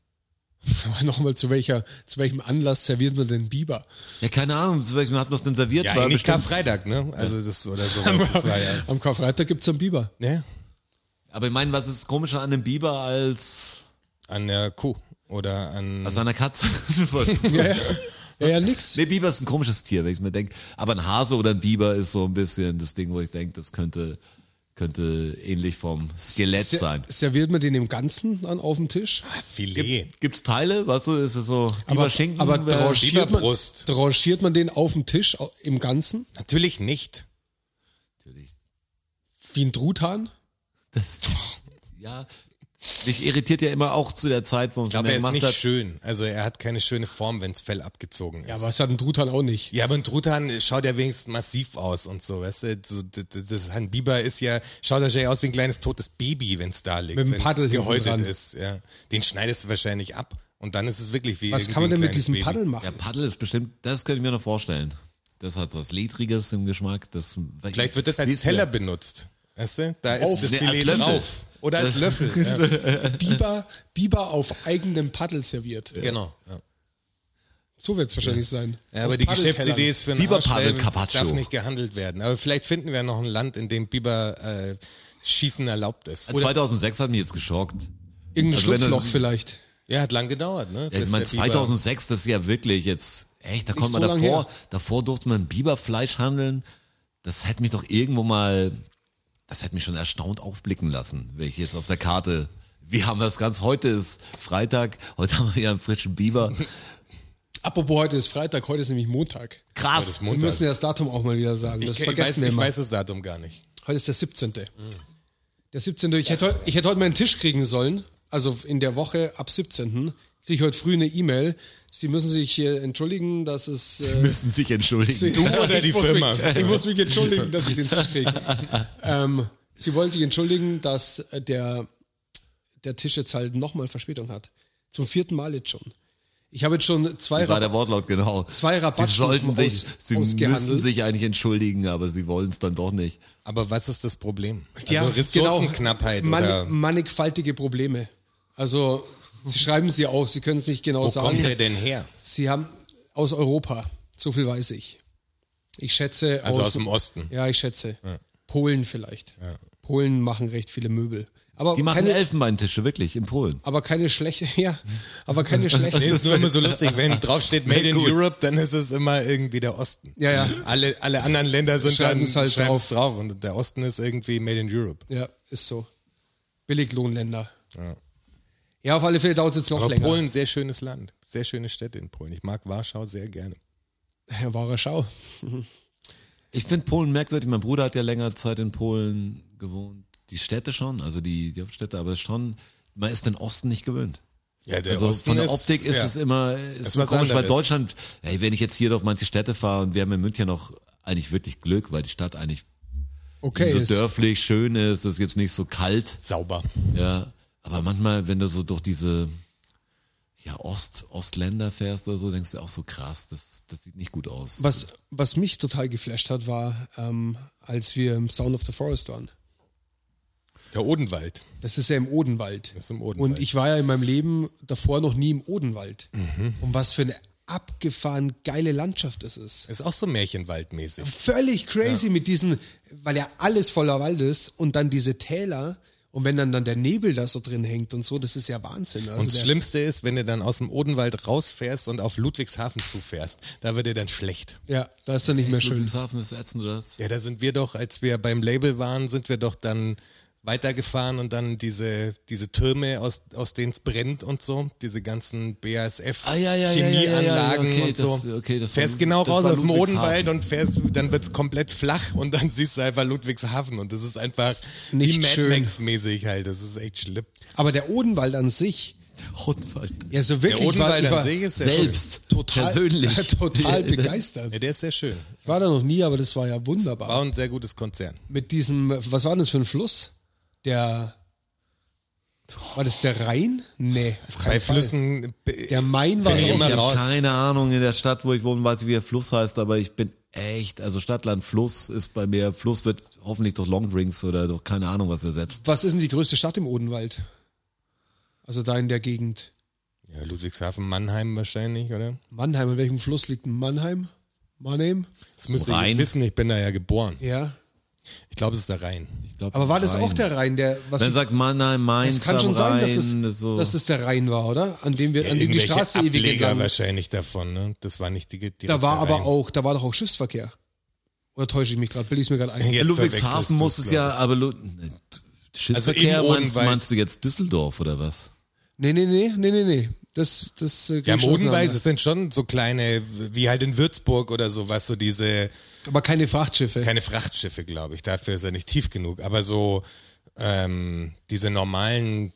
Speaker 4: Aber nochmal, zu, welcher, zu welchem Anlass serviert man denn Biber?
Speaker 2: Ja, keine Ahnung, zum Beispiel hat man es denn serviert?
Speaker 3: Ja,
Speaker 2: War
Speaker 3: eigentlich
Speaker 2: bestimmt-
Speaker 3: Karfreitag, ne? Also das oder sowas. Das war ja,
Speaker 4: Am Karfreitag gibt es einen Biber.
Speaker 3: ne?
Speaker 2: aber ich meine, was ist komischer an einem Biber als,
Speaker 3: An der Kuh oder an.
Speaker 2: als an einer Katze?
Speaker 4: Ja, ja. Ja, ja, nix.
Speaker 2: nee, Biber ist ein komisches Tier, wenn ich mir denke. Aber ein Hase oder ein Biber ist so ein bisschen das Ding, wo ich denke, das könnte, könnte ähnlich vom Skelett
Speaker 4: Se-
Speaker 2: sein.
Speaker 4: Serviert man den im Ganzen dann auf dem Tisch?
Speaker 3: Ah, Filet.
Speaker 2: Gibt's Teile, weißt du, ist es so Biber Schinken?
Speaker 4: aber
Speaker 2: wär-
Speaker 4: tranchiert man,
Speaker 3: Biberbrust.
Speaker 4: tranchiert man den auf dem Tisch au- im Ganzen?
Speaker 3: Natürlich nicht.
Speaker 2: Natürlich.
Speaker 4: Wie ein Truthahn?
Speaker 2: Das, ja, mich irritiert ja immer auch zu der Zeit, wo man es
Speaker 3: Aber
Speaker 2: mir
Speaker 3: er ist
Speaker 2: gemacht
Speaker 3: nicht
Speaker 2: hat.
Speaker 3: schön. Also er hat keine schöne Form, wenn's Fell abgezogen ist.
Speaker 4: Ja, aber es hat ein Truthahn auch nicht.
Speaker 3: Ja, aber ein Truthahn schaut ja wenigstens massiv aus und so, weißt du? So, d- d- das, ein Biber ist ja, schaut wahrscheinlich aus wie ein kleines totes Baby, wenn's da liegt,
Speaker 4: Mit dem
Speaker 3: wenn's
Speaker 4: Paddel hinten
Speaker 3: gehäutet
Speaker 4: dran.
Speaker 3: ist. Ja. Den schneidest du wahrscheinlich ab und dann ist es wirklich wie
Speaker 4: Was
Speaker 3: wie
Speaker 4: kann man
Speaker 3: ein
Speaker 4: denn mit
Speaker 3: kleines
Speaker 4: diesem
Speaker 3: Baby.
Speaker 4: Paddel machen?
Speaker 2: Ja, Paddel ist bestimmt, das könnte ich mir noch vorstellen. Das hat so was Ledriges im Geschmack. Das,
Speaker 3: Vielleicht wird das als
Speaker 2: Liest
Speaker 3: Teller
Speaker 2: mir.
Speaker 3: benutzt, weißt du? Da ist
Speaker 2: Auf,
Speaker 3: das
Speaker 2: nee, als
Speaker 3: Filet
Speaker 2: Löffel.
Speaker 3: drauf. Oder als Löffel. Ja.
Speaker 4: Biber, Biber auf eigenem Paddel serviert.
Speaker 3: Genau. Ja.
Speaker 4: So wird es wahrscheinlich sein.
Speaker 3: Ja,
Speaker 4: Auf
Speaker 3: aber die
Speaker 4: Paddeltellern.
Speaker 3: Geschäftsidee ist für einen
Speaker 2: Biber
Speaker 3: Arsch, weil
Speaker 2: Paddel Carpaccio.
Speaker 3: darf nicht gehandelt werden. Aber vielleicht finden wir noch ein Land, in dem Biber äh, Schießen erlaubt ist.
Speaker 2: 2006 hat mich jetzt geschockt.
Speaker 4: Irgendein
Speaker 2: Also wenn das-
Speaker 4: Schlupfloch vielleicht.
Speaker 3: ja, hat lang gedauert, ne?
Speaker 2: Ja, ich
Speaker 3: bis
Speaker 2: meine,
Speaker 3: der Biber-
Speaker 2: 2006, das ist ja wirklich jetzt, echt, da kommt
Speaker 4: so
Speaker 2: man
Speaker 4: lang
Speaker 2: davor,
Speaker 4: her.
Speaker 2: davor durfte man Biberfleisch handeln. Das hätte mich doch irgendwo mal, das hätte mich schon erstaunt aufblicken lassen, wenn ich jetzt auf der Karte, wie haben wir das ganz, heute ist Freitag, heute haben wir ja einen frischen Biber.
Speaker 4: Apropos, heute ist Freitag, heute ist nämlich Montag.
Speaker 2: Krass.
Speaker 3: das ist
Speaker 4: Wir
Speaker 3: Montag.
Speaker 4: müssen ja das Datum auch mal wieder sagen. Das
Speaker 3: Ich, ich, weiß,
Speaker 4: vergessen wir
Speaker 3: ich
Speaker 4: immer.
Speaker 3: weiß das Datum gar nicht.
Speaker 4: Heute ist der 17. Der 17. Ich hätte, heute- ich hätte heute meinen Tisch kriegen sollen. Also in der Woche ab 17. kriege ich heute früh eine E-Mail. Sie müssen sich hier entschuldigen, dass es. Äh,
Speaker 2: müssen sich entschuldigen.
Speaker 4: Sie-
Speaker 3: oder
Speaker 4: Ich
Speaker 3: die
Speaker 4: muss
Speaker 3: Firma?
Speaker 4: Mich, ich muss mich entschuldigen, dass ich den Tisch kriege. ähm, Sie wollen sich entschuldigen, dass äh, der, der Tisch jetzt halt nochmal Verspätung hat. Zum vierten Mal jetzt schon. Ich habe jetzt schon zwei
Speaker 2: war
Speaker 4: Rabatte.
Speaker 2: der Wortlaut genau.
Speaker 4: Zwei
Speaker 2: Sie
Speaker 4: Rabattstufen
Speaker 2: sollten sich,
Speaker 4: aus-
Speaker 2: sie
Speaker 4: ausgehandelt.
Speaker 2: müssen sich eigentlich entschuldigen, aber sie wollen es dann doch nicht.
Speaker 3: Aber was ist das Problem? Also
Speaker 4: Ja,
Speaker 3: Ressourcenknappheit
Speaker 4: genau. Man-
Speaker 3: oder
Speaker 4: Mannigfaltige Probleme. Also, sie schreiben sie auch, sie können es nicht genau
Speaker 3: wo
Speaker 4: sagen.
Speaker 3: kommt der denn her?
Speaker 4: Sie haben aus Europa, so viel weiß ich. Ich schätze.
Speaker 3: Also aus dem Osten.
Speaker 4: Ja, ich schätze. Polen vielleicht. Polen machen recht viele Möbel. Aber
Speaker 2: Die machen
Speaker 4: keine,
Speaker 2: Elfenbeintische, wirklich, in Polen.
Speaker 4: aber keine schlechte, ja, aber keine schlechte.
Speaker 3: Nee, ist nur immer so lustig, wenn draufsteht Made in
Speaker 2: Gut.
Speaker 3: Europe, dann ist es immer irgendwie der Osten.
Speaker 4: Ja, ja.
Speaker 3: Alle, alle anderen Länder sind
Speaker 4: Schreiben
Speaker 3: dann
Speaker 4: es halt
Speaker 3: schreiben es drauf und der Osten ist irgendwie Made in Europe.
Speaker 4: ja, ist so. Billiglohnländer.
Speaker 3: Ja.
Speaker 4: Ja, auf alle Fälle dauert es jetzt noch
Speaker 3: Aber
Speaker 4: länger.
Speaker 3: Polen, sehr schönes Land. Sehr schöne Städte in Polen. Ich mag Warschau sehr gerne.
Speaker 4: Ja, wahre Schau.
Speaker 2: Ich finde Polen merkwürdig. Mein Bruder hat ja länger Zeit in Polen gewohnt. Die Städte schon, also die, die Hauptstädte, aber schon, man ist den Osten nicht gewöhnt.
Speaker 3: Ja, der
Speaker 2: Also von der Optik ist
Speaker 3: ja.
Speaker 2: es immer ist so
Speaker 3: was
Speaker 2: komisch, weil
Speaker 3: anderes.
Speaker 2: Deutschland, ey, wenn ich jetzt hier durch manche Städte fahre und wir haben in München noch eigentlich wirklich Glück, weil die Stadt eigentlich
Speaker 4: Okay.
Speaker 2: so
Speaker 4: ist-
Speaker 2: dörflich schön ist, ist jetzt nicht so kalt.
Speaker 3: sauber.
Speaker 2: Ja, aber manchmal, wenn du so durch diese ja, Ost, Ostländer fährst oder so, denkst du auch so krass, das, das sieht nicht gut aus.
Speaker 4: Was, was mich total geflasht hat, war, ähm, als wir im Sound of the Forest waren.
Speaker 3: Der Odenwald.
Speaker 4: Das ist ja im Odenwald.
Speaker 3: Das ist im Odenwald.
Speaker 4: Und ich war ja in meinem Leben davor noch nie im Odenwald.
Speaker 3: Mhm.
Speaker 4: Und was für eine abgefahren geile Landschaft das ist.
Speaker 3: Ist auch so märchenwaldmäßig.
Speaker 4: Also Völlig crazy mit diesen, weil ja alles voller Wald ist und dann diese Täler und wenn dann, dann der Nebel da so drin hängt und so, das ist ja Wahnsinn. Also
Speaker 3: Und das
Speaker 4: der-
Speaker 3: Schlimmste ist, wenn du dann aus dem Odenwald rausfährst und auf Ludwigshafen zufährst. Da wird dir dann schlecht.
Speaker 4: Ja, da ist dann nicht mehr schön.
Speaker 2: Ludwigshafen ist ätzend, oder? was?
Speaker 3: Ja, da sind wir doch, als wir beim Label waren, sind wir doch dann weitergefahren und dann diese, diese Türme, aus, aus denen es brennt und so, diese ganzen
Speaker 2: Ah, ja, ja, ja, ja, ja, ja,
Speaker 3: BASF-Chemieanlagen
Speaker 2: okay,
Speaker 3: und so.
Speaker 2: das- okay, das war-
Speaker 3: fährst genau
Speaker 2: das
Speaker 3: raus
Speaker 2: war
Speaker 3: aus dem
Speaker 2: Ludwigshafen.
Speaker 3: Odenwald und fährst, dann wird es komplett flach und dann siehst du einfach Ludwigshafen und das ist einfach
Speaker 4: Nicht
Speaker 3: wie Mad
Speaker 4: schön.
Speaker 3: Max-mäßig halt, das ist echt schlimm.
Speaker 4: Aber der Odenwald an sich,
Speaker 2: Odenwald.
Speaker 4: ja, so wirklich.
Speaker 3: Der Odenwald
Speaker 4: war,
Speaker 3: an
Speaker 4: war
Speaker 3: sich ist sehr
Speaker 2: Selbst.
Speaker 4: total,
Speaker 2: Persönlich.
Speaker 4: total
Speaker 2: Ja,
Speaker 3: schön.
Speaker 4: begeistert.
Speaker 3: Ja, der ist sehr schön.
Speaker 4: Ich war da noch nie, aber das war ja wunderbar.
Speaker 3: War ein sehr gutes Konzern.
Speaker 4: mit diesem, was war denn das für ein Fluss? Der. War das der Rhein? Nee, auf keinen
Speaker 3: Bei
Speaker 4: Fall.
Speaker 3: Flüssen
Speaker 4: Der Main war
Speaker 3: Bin
Speaker 4: es
Speaker 3: ich
Speaker 4: auch.
Speaker 3: immer
Speaker 4: nicht.
Speaker 2: Ich habe
Speaker 3: raus.
Speaker 2: keine Ahnung in der Stadt, wo ich wohne, weiß ich, wie der Fluss heißt, aber ich bin echt, also Stadtland Fluss ist bei mir, Fluss wird hoffentlich durch Longdrinks oder durch keine Ahnung was ersetzt.
Speaker 4: Was ist denn die größte Stadt im Odenwald? Also da in der Gegend.
Speaker 3: ja, Ludwigshafen, Mannheim wahrscheinlich, oder?
Speaker 4: Mannheim, an welchem Fluss liegt Mannheim? Mannheim?
Speaker 3: Das müsste
Speaker 2: Rhein.
Speaker 3: ich wissen, ich bin da ja geboren.
Speaker 4: Ja.
Speaker 3: Ich glaube, es ist der Rhein.
Speaker 2: Ich glaub,
Speaker 4: Aber war das
Speaker 2: Rhein.
Speaker 4: auch der Rhein, der was
Speaker 2: Dann sagt Mannheim, Mainz,
Speaker 4: es kann schon
Speaker 2: am
Speaker 4: sein, dass
Speaker 2: Rhein,
Speaker 4: es,
Speaker 2: so.
Speaker 4: dass es der Rhein war, oder? An dem wir, an dem die
Speaker 3: Irgendwelche
Speaker 4: Straße ewig
Speaker 3: Ableger
Speaker 4: entlang ist.
Speaker 3: wahrscheinlich davon, ne? Das war nicht die direkte
Speaker 4: Da war aber
Speaker 3: Rhein.
Speaker 4: auch, da war doch auch Schiffsverkehr. Oder täusche ich mich gerade? Bilde ich mir gerade ein.
Speaker 3: Jetzt verwechselst
Speaker 2: Ludwigshafen muss
Speaker 3: du's,
Speaker 2: es
Speaker 3: glaub
Speaker 2: ja, aber Lu Schiffsverkehr
Speaker 3: Also im
Speaker 2: meinst,
Speaker 3: Odenwald.
Speaker 2: meinst du jetzt Düsseldorf oder was?
Speaker 4: Nee, nee, nee, nee, nee, nee. Das, das äh,
Speaker 3: Ja, im
Speaker 4: geht schon
Speaker 3: Odenwald,
Speaker 4: auseinander.
Speaker 3: das sind schon so kleine, wie halt in Würzburg oder sowas, so diese,
Speaker 4: Aber keine Frachtschiffe.
Speaker 3: keine Frachtschiffe, glaube ich. Dafür ist er nicht tief genug. Aber so ähm, diese normalen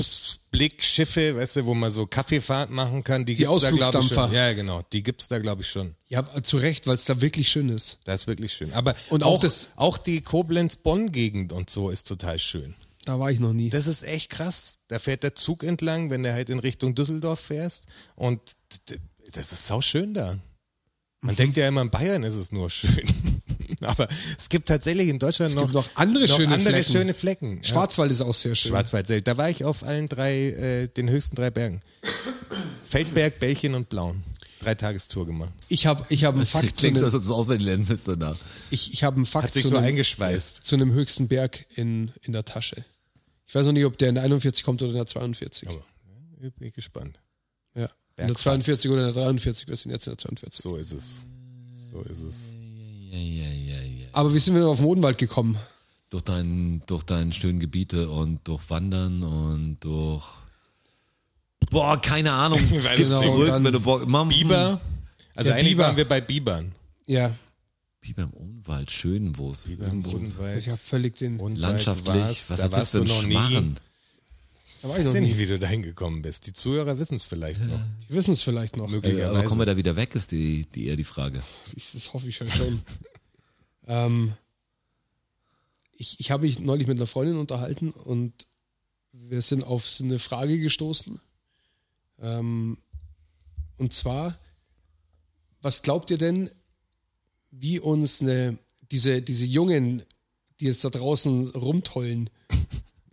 Speaker 3: Ausblickschiffe, weißt du, wo man so Kaffeefahrt machen kann, die,
Speaker 4: Die
Speaker 3: gibt's da, glaube ich, schon.
Speaker 4: Ausflugsdampfer.
Speaker 3: Ja, genau. Die gibt's da, glaube ich, schon.
Speaker 4: Ja, aber zu Recht, weil es da wirklich schön ist.
Speaker 3: Das ist wirklich schön. Aber
Speaker 4: Und auch
Speaker 3: auch,
Speaker 4: das-
Speaker 3: auch die Koblenz-Bonn-Gegend und so ist total schön.
Speaker 4: Da war ich noch nie.
Speaker 3: Das ist echt krass. Da fährt der Zug entlang, wenn du halt in Richtung Düsseldorf fährst. Und d- d- das ist sau schön da.
Speaker 4: Mhm.
Speaker 3: Man denkt ja immer, in Bayern ist es nur schön. Aber es gibt tatsächlich in Deutschland
Speaker 4: Es
Speaker 3: noch,
Speaker 4: gibt noch andere schöne
Speaker 3: andere
Speaker 4: Flecken.
Speaker 3: schöne Flecken. Ja.
Speaker 4: Schwarzwald ist auch sehr schön.
Speaker 3: Schwarzwald selbst. Da war ich auf allen drei, äh, den höchsten drei Bergen. Feldberg, Belgien und Blauen. Drei Tagestour gemacht.
Speaker 4: Ich habe ich hab einen Fakt zu
Speaker 2: Klingt so, als
Speaker 4: einem,
Speaker 2: ob du es auswendig lernen willst danach.
Speaker 4: ich, ich hab einen Fakt
Speaker 3: Hat sich
Speaker 4: zu
Speaker 3: so
Speaker 4: einem,
Speaker 3: eingeschweißt.
Speaker 4: zu einem höchsten Berg in, in der Tasche. Ich weiß noch nicht, ob der in der 41 kommt oder in der 42.
Speaker 3: Aber ja, bin ich gespannt.
Speaker 4: Ja. In der 42 oder in der 43. Wir sind jetzt in der 42.
Speaker 3: So ist es. So ist es.
Speaker 2: Ja, ja, ja, ja.
Speaker 4: Aber wie sind wir denn auf den Odenwald gekommen?
Speaker 2: Durch dein, durch deine schönen Gebiete und durch Wandern und durch Boah, keine Ahnung.
Speaker 3: Weil
Speaker 2: Skip
Speaker 3: es
Speaker 2: zurück,
Speaker 4: dann
Speaker 2: wenn du Bock. Mom,
Speaker 3: Biber. Also
Speaker 4: Ja,
Speaker 3: eigentlich
Speaker 4: Biber.
Speaker 3: waren wir bei Bibern.
Speaker 4: Ja,
Speaker 2: Biber im Unwald, schön, wo es irgendwo
Speaker 4: ich habe völlig den.
Speaker 2: landschaftlich. was ist das für ein Schmarren?
Speaker 4: Da war
Speaker 3: Ich
Speaker 4: ich noch
Speaker 3: weiß ja nicht,
Speaker 4: nie.
Speaker 3: wie du da hingekommen bist. Die Zuhörer wissen es vielleicht noch.
Speaker 4: Die wissen es vielleicht noch.
Speaker 2: Ey, aber kommen
Speaker 3: Möglicherweise.
Speaker 2: wir da wieder weg, ist die, die eher die Frage.
Speaker 4: Ich, das hoffe ich schon. schon. ähm, ich ich habe mich neulich mit einer Freundin unterhalten und wir sind auf so eine Frage gestoßen. Ähm, und zwar, was glaubt ihr denn, wie uns eine, diese, diese Jungen, die jetzt da draußen rumtollen,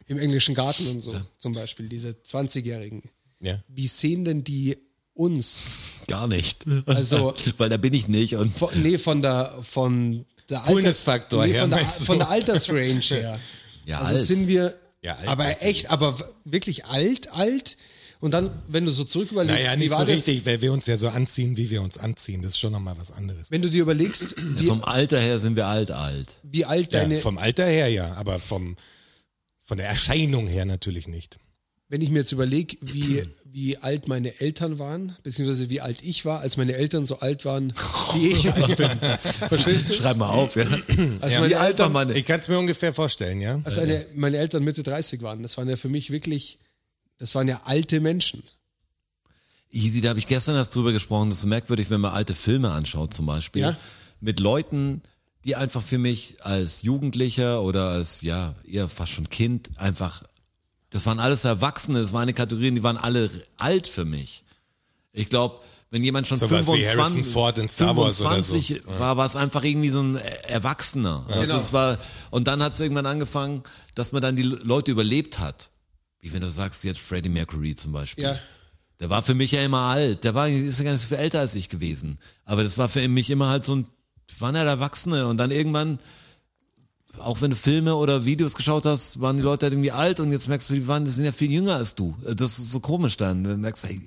Speaker 4: im englischen Garten und so, zum Beispiel, diese 20-Jährigen,
Speaker 3: Ja.
Speaker 4: wie sehen denn die uns?
Speaker 2: Gar nicht.
Speaker 4: Also-
Speaker 2: Weil da bin ich nicht und
Speaker 4: Von, nee, von der von der
Speaker 3: Coolness-Faktor her,
Speaker 4: von, der,
Speaker 3: meinst du?
Speaker 4: von der Altersrange her.
Speaker 2: Ja,
Speaker 4: also
Speaker 2: alt.
Speaker 4: sind wir
Speaker 3: Ja, alt
Speaker 4: aber
Speaker 3: meinst du.
Speaker 4: echt, aber w- wirklich alt, alt. Und dann, wenn du so zurück überlegst,
Speaker 3: Naja,
Speaker 4: wie
Speaker 3: nicht
Speaker 4: war
Speaker 3: so
Speaker 4: das,
Speaker 3: richtig, weil wir uns ja so anziehen, wie wir uns anziehen. Das ist schon nochmal was anderes.
Speaker 4: wenn du dir überlegst, wie,
Speaker 2: vom Alter her sind wir alt, alt.
Speaker 4: wie alt
Speaker 3: Ja,
Speaker 4: deine,
Speaker 3: vom Alter her ja, aber vom, von der Erscheinung her natürlich nicht.
Speaker 4: wenn ich mir jetzt überlege, wie, wie alt meine Eltern waren, beziehungsweise wie alt ich war, als meine Eltern so alt waren, wie ich alt bin. Verstehst du?
Speaker 2: Schreib mal auf, ja.
Speaker 4: Als
Speaker 2: ja.
Speaker 4: Also meine
Speaker 2: Wie alt war
Speaker 4: Eltern-
Speaker 2: meine?
Speaker 3: Ich kann es mir ungefähr vorstellen, ja?
Speaker 4: Als eine, meine Eltern Mitte 30 waren, das waren ja für mich wirklich, das waren ja alte Menschen.
Speaker 2: Easy, da habe ich gestern erst drüber gesprochen, das ist so merkwürdig, wenn man alte Filme anschaut zum Beispiel,
Speaker 4: Ja.
Speaker 2: mit Leuten, die einfach für mich als Jugendlicher oder als, ja, eher fast schon Kind einfach, das waren alles Erwachsene, das waren eine Kategorien, die waren alle alt für mich. Ich glaube, wenn jemand schon
Speaker 3: Sowas wie
Speaker 2: 25,
Speaker 3: Harrison Ford in Star Wars oder so.
Speaker 2: 25 war, war es einfach irgendwie so ein Erwachsener. Also
Speaker 4: Genau.
Speaker 2: es war, und dann hat es irgendwann angefangen, dass man dann die Leute überlebt hat. Wie wenn du sagst, jetzt Freddie Mercury zum Beispiel.
Speaker 4: Ja.
Speaker 2: Der war für mich ja immer alt. Der war ist ja gar nicht so viel älter als ich gewesen. Aber das war für mich immer halt so ein, waren halt Erwachsene. Und dann irgendwann, auch wenn du Filme oder Videos geschaut hast, waren die Leute halt irgendwie alt und jetzt merkst du, die waren, die sind ja viel jünger als du. Das ist so komisch dann. Dann merkst du, hey,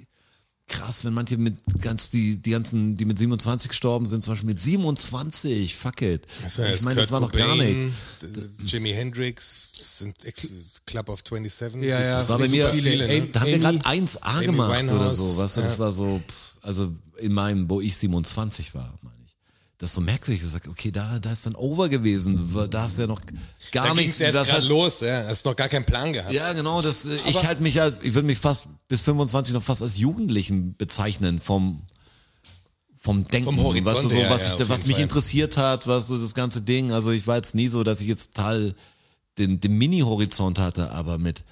Speaker 2: krass, wenn manche mit ganz, die, die ganzen, die mit 27 gestorben sind, zum Beispiel mit 27, fuck it. ich meine, das war noch gar nichts.
Speaker 3: Jimi Hendrix, das sind Ex Club of 27.
Speaker 4: Ja,
Speaker 3: die-
Speaker 4: ja.
Speaker 2: Das war bei
Speaker 4: Super
Speaker 2: mir,
Speaker 4: viele,
Speaker 2: ey,
Speaker 4: ne?
Speaker 2: da haben wir
Speaker 4: Amy-
Speaker 2: gerade 1A
Speaker 3: Amy
Speaker 2: gemacht oder
Speaker 3: Winehouse,
Speaker 2: so, weißt du, das
Speaker 3: ja.
Speaker 2: war so, pff, also in meinem, wo ich 27 war, meine ich. Das ist so merkwürdig, ich sag, okay, da, da ist dann over gewesen, weil da hast du ja noch gar
Speaker 3: Da ging
Speaker 2: nichts.
Speaker 3: es erst
Speaker 2: das
Speaker 3: gerade
Speaker 2: heißt-
Speaker 3: los, ja. Hast noch gar keinen Plan gehabt.
Speaker 2: Ja, genau, das, äh, ich halt mich halt, ich würde mich fast bis 25 noch fast als Jugendlichen bezeichnen vom, vom Denken,
Speaker 3: Vom Horizont
Speaker 2: weißt du, so,
Speaker 3: her,
Speaker 2: was,
Speaker 3: ja,
Speaker 2: ich,
Speaker 3: auf
Speaker 2: was
Speaker 3: jeden
Speaker 2: mich
Speaker 3: Fall.
Speaker 2: interessiert hat, was so das ganze Ding. Also ich war jetzt nie so, dass ich jetzt total den, den Mini-Horizont hatte, aber mit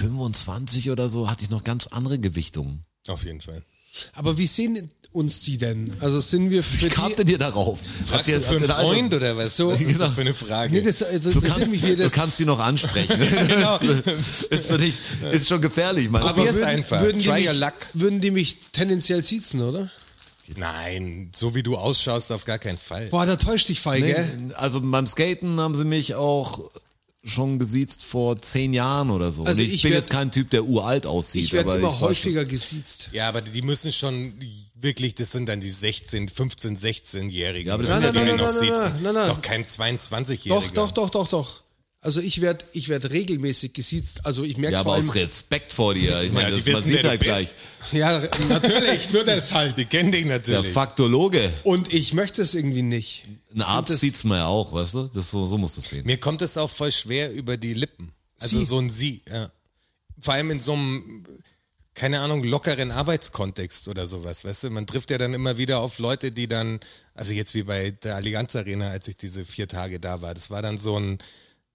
Speaker 2: 25 oder so hatte ich noch ganz andere Gewichtungen.
Speaker 3: Auf jeden Fall.
Speaker 4: Aber wie sehen uns die denn? Also sind wir für
Speaker 2: Wie
Speaker 4: die...
Speaker 2: kamt denn dir darauf?
Speaker 3: Fragst du für einen Freund oder was?
Speaker 2: So,
Speaker 3: was ist
Speaker 2: genau.
Speaker 3: das für eine Frage?
Speaker 4: Nee, das, äh, das
Speaker 2: Du
Speaker 4: interessiert
Speaker 2: kannst,
Speaker 4: mich, wie ihr
Speaker 2: du
Speaker 4: das...
Speaker 2: kannst sie noch ansprechen. genau. ist für dich, ist schon gefährlich. Man.
Speaker 3: Aber
Speaker 2: Probier's
Speaker 3: würden-
Speaker 2: einfach.
Speaker 3: einfach.
Speaker 4: Würden die,
Speaker 3: Try
Speaker 4: mich,
Speaker 3: your luck.
Speaker 4: würden die mich tendenziell siezen, oder?
Speaker 3: Nein, so wie du ausschaust, auf gar keinen Fall.
Speaker 4: Boah, da täuscht dich feige. gell?
Speaker 2: Nee, also beim Skaten haben sie mich auch schon gesiezt vor zehn Jahren oder so.
Speaker 4: Also
Speaker 2: Und ich,
Speaker 4: ich
Speaker 2: bin
Speaker 4: werd-
Speaker 2: jetzt kein Typ, der uralt aussieht.
Speaker 4: Ich werde
Speaker 2: aber
Speaker 4: immer
Speaker 2: ich war
Speaker 4: häufiger gesiezt.
Speaker 3: Ja, aber die müssen schon wirklich, das sind dann die 16, 15, 16-Jährigen. Ja,
Speaker 2: aber das sind
Speaker 3: die
Speaker 2: ja
Speaker 3: wir
Speaker 4: die-
Speaker 3: noch
Speaker 4: Nein, nein, nein,
Speaker 3: sitzen.
Speaker 4: nein, nein.
Speaker 3: Doch kein 22-Jähriger.
Speaker 4: Doch, doch, doch, doch, doch. Also ich werde ich werd regelmäßig gesiezt. Also ich merke
Speaker 2: Ja,
Speaker 4: vor
Speaker 2: aber
Speaker 4: allem...
Speaker 2: aus Respekt vor dir. Ich meine,
Speaker 3: die
Speaker 2: das, man
Speaker 3: wissen,
Speaker 2: sieht
Speaker 3: wer du
Speaker 2: halt
Speaker 3: bist.
Speaker 2: gleich.
Speaker 4: Ja, natürlich.
Speaker 3: Natürlich, nur deshalb. Die kennen dich
Speaker 2: Der
Speaker 3: natürlich.
Speaker 2: Faktologe.
Speaker 4: Und ich möchte es irgendwie nicht.
Speaker 2: Ein Arzt
Speaker 4: das-
Speaker 2: sieht's mir ja auch, weißt du? Das so, so muss das sehen.
Speaker 3: Mir kommt es auch voll schwer über die Lippen. Also
Speaker 4: Sie.
Speaker 3: so ein Sie. Ja. Vor allem in so einem, keine Ahnung, lockeren Arbeitskontext oder sowas, weißt du? Man trifft ja dann immer wieder auf Leute, die dann, also jetzt wie bei der Allianz Arena, als ich diese vier Tage da war, das war dann so ein,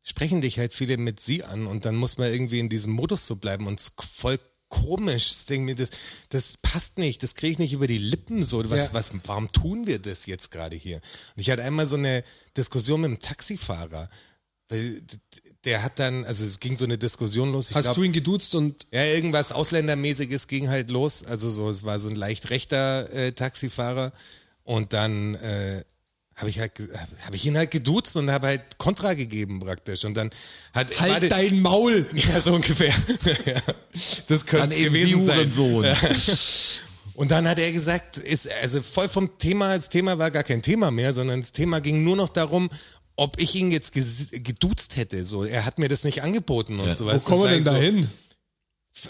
Speaker 3: sprechen dich halt viele mit Sie an und dann muss man irgendwie in diesem Modus so bleiben und es voll komisch. Das, Ding, mir, das, das passt nicht, das kriege ich nicht über die Lippen so. Was,
Speaker 4: Ja.
Speaker 3: was, warum tun wir das jetzt gerade hier? Und ich hatte einmal so eine Diskussion mit einem Taxifahrer. Weil d- d- der hat dann, also es ging so eine Diskussion los. Ich
Speaker 4: Hast
Speaker 3: glaub,
Speaker 4: du ihn geduzt und
Speaker 3: ja, irgendwas Ausländermäßiges ging halt los. Also so, es war so ein leicht rechter äh, Taxifahrer. Und dann äh, habe ich halt, ge- hab- hab ich ihn halt geduzt und habe halt Kontra gegeben praktisch. Und dann hat
Speaker 4: halt
Speaker 3: warte-
Speaker 4: dein Maul.
Speaker 3: ja, so ungefähr. ja.
Speaker 2: Dann
Speaker 3: Das könnte
Speaker 2: eben die
Speaker 3: gewesen sein.
Speaker 2: Hurensohn.
Speaker 3: Und dann hat er gesagt, ist also voll vom Thema, das Thema war gar kein Thema mehr, sondern das Thema ging nur noch darum, ob ich ihn jetzt ges- geduzt hätte. So, er hat mir das nicht angeboten und
Speaker 2: Ja.
Speaker 3: so
Speaker 2: Wo
Speaker 3: was.
Speaker 4: Wo kommen wir denn
Speaker 3: so,
Speaker 4: da hin?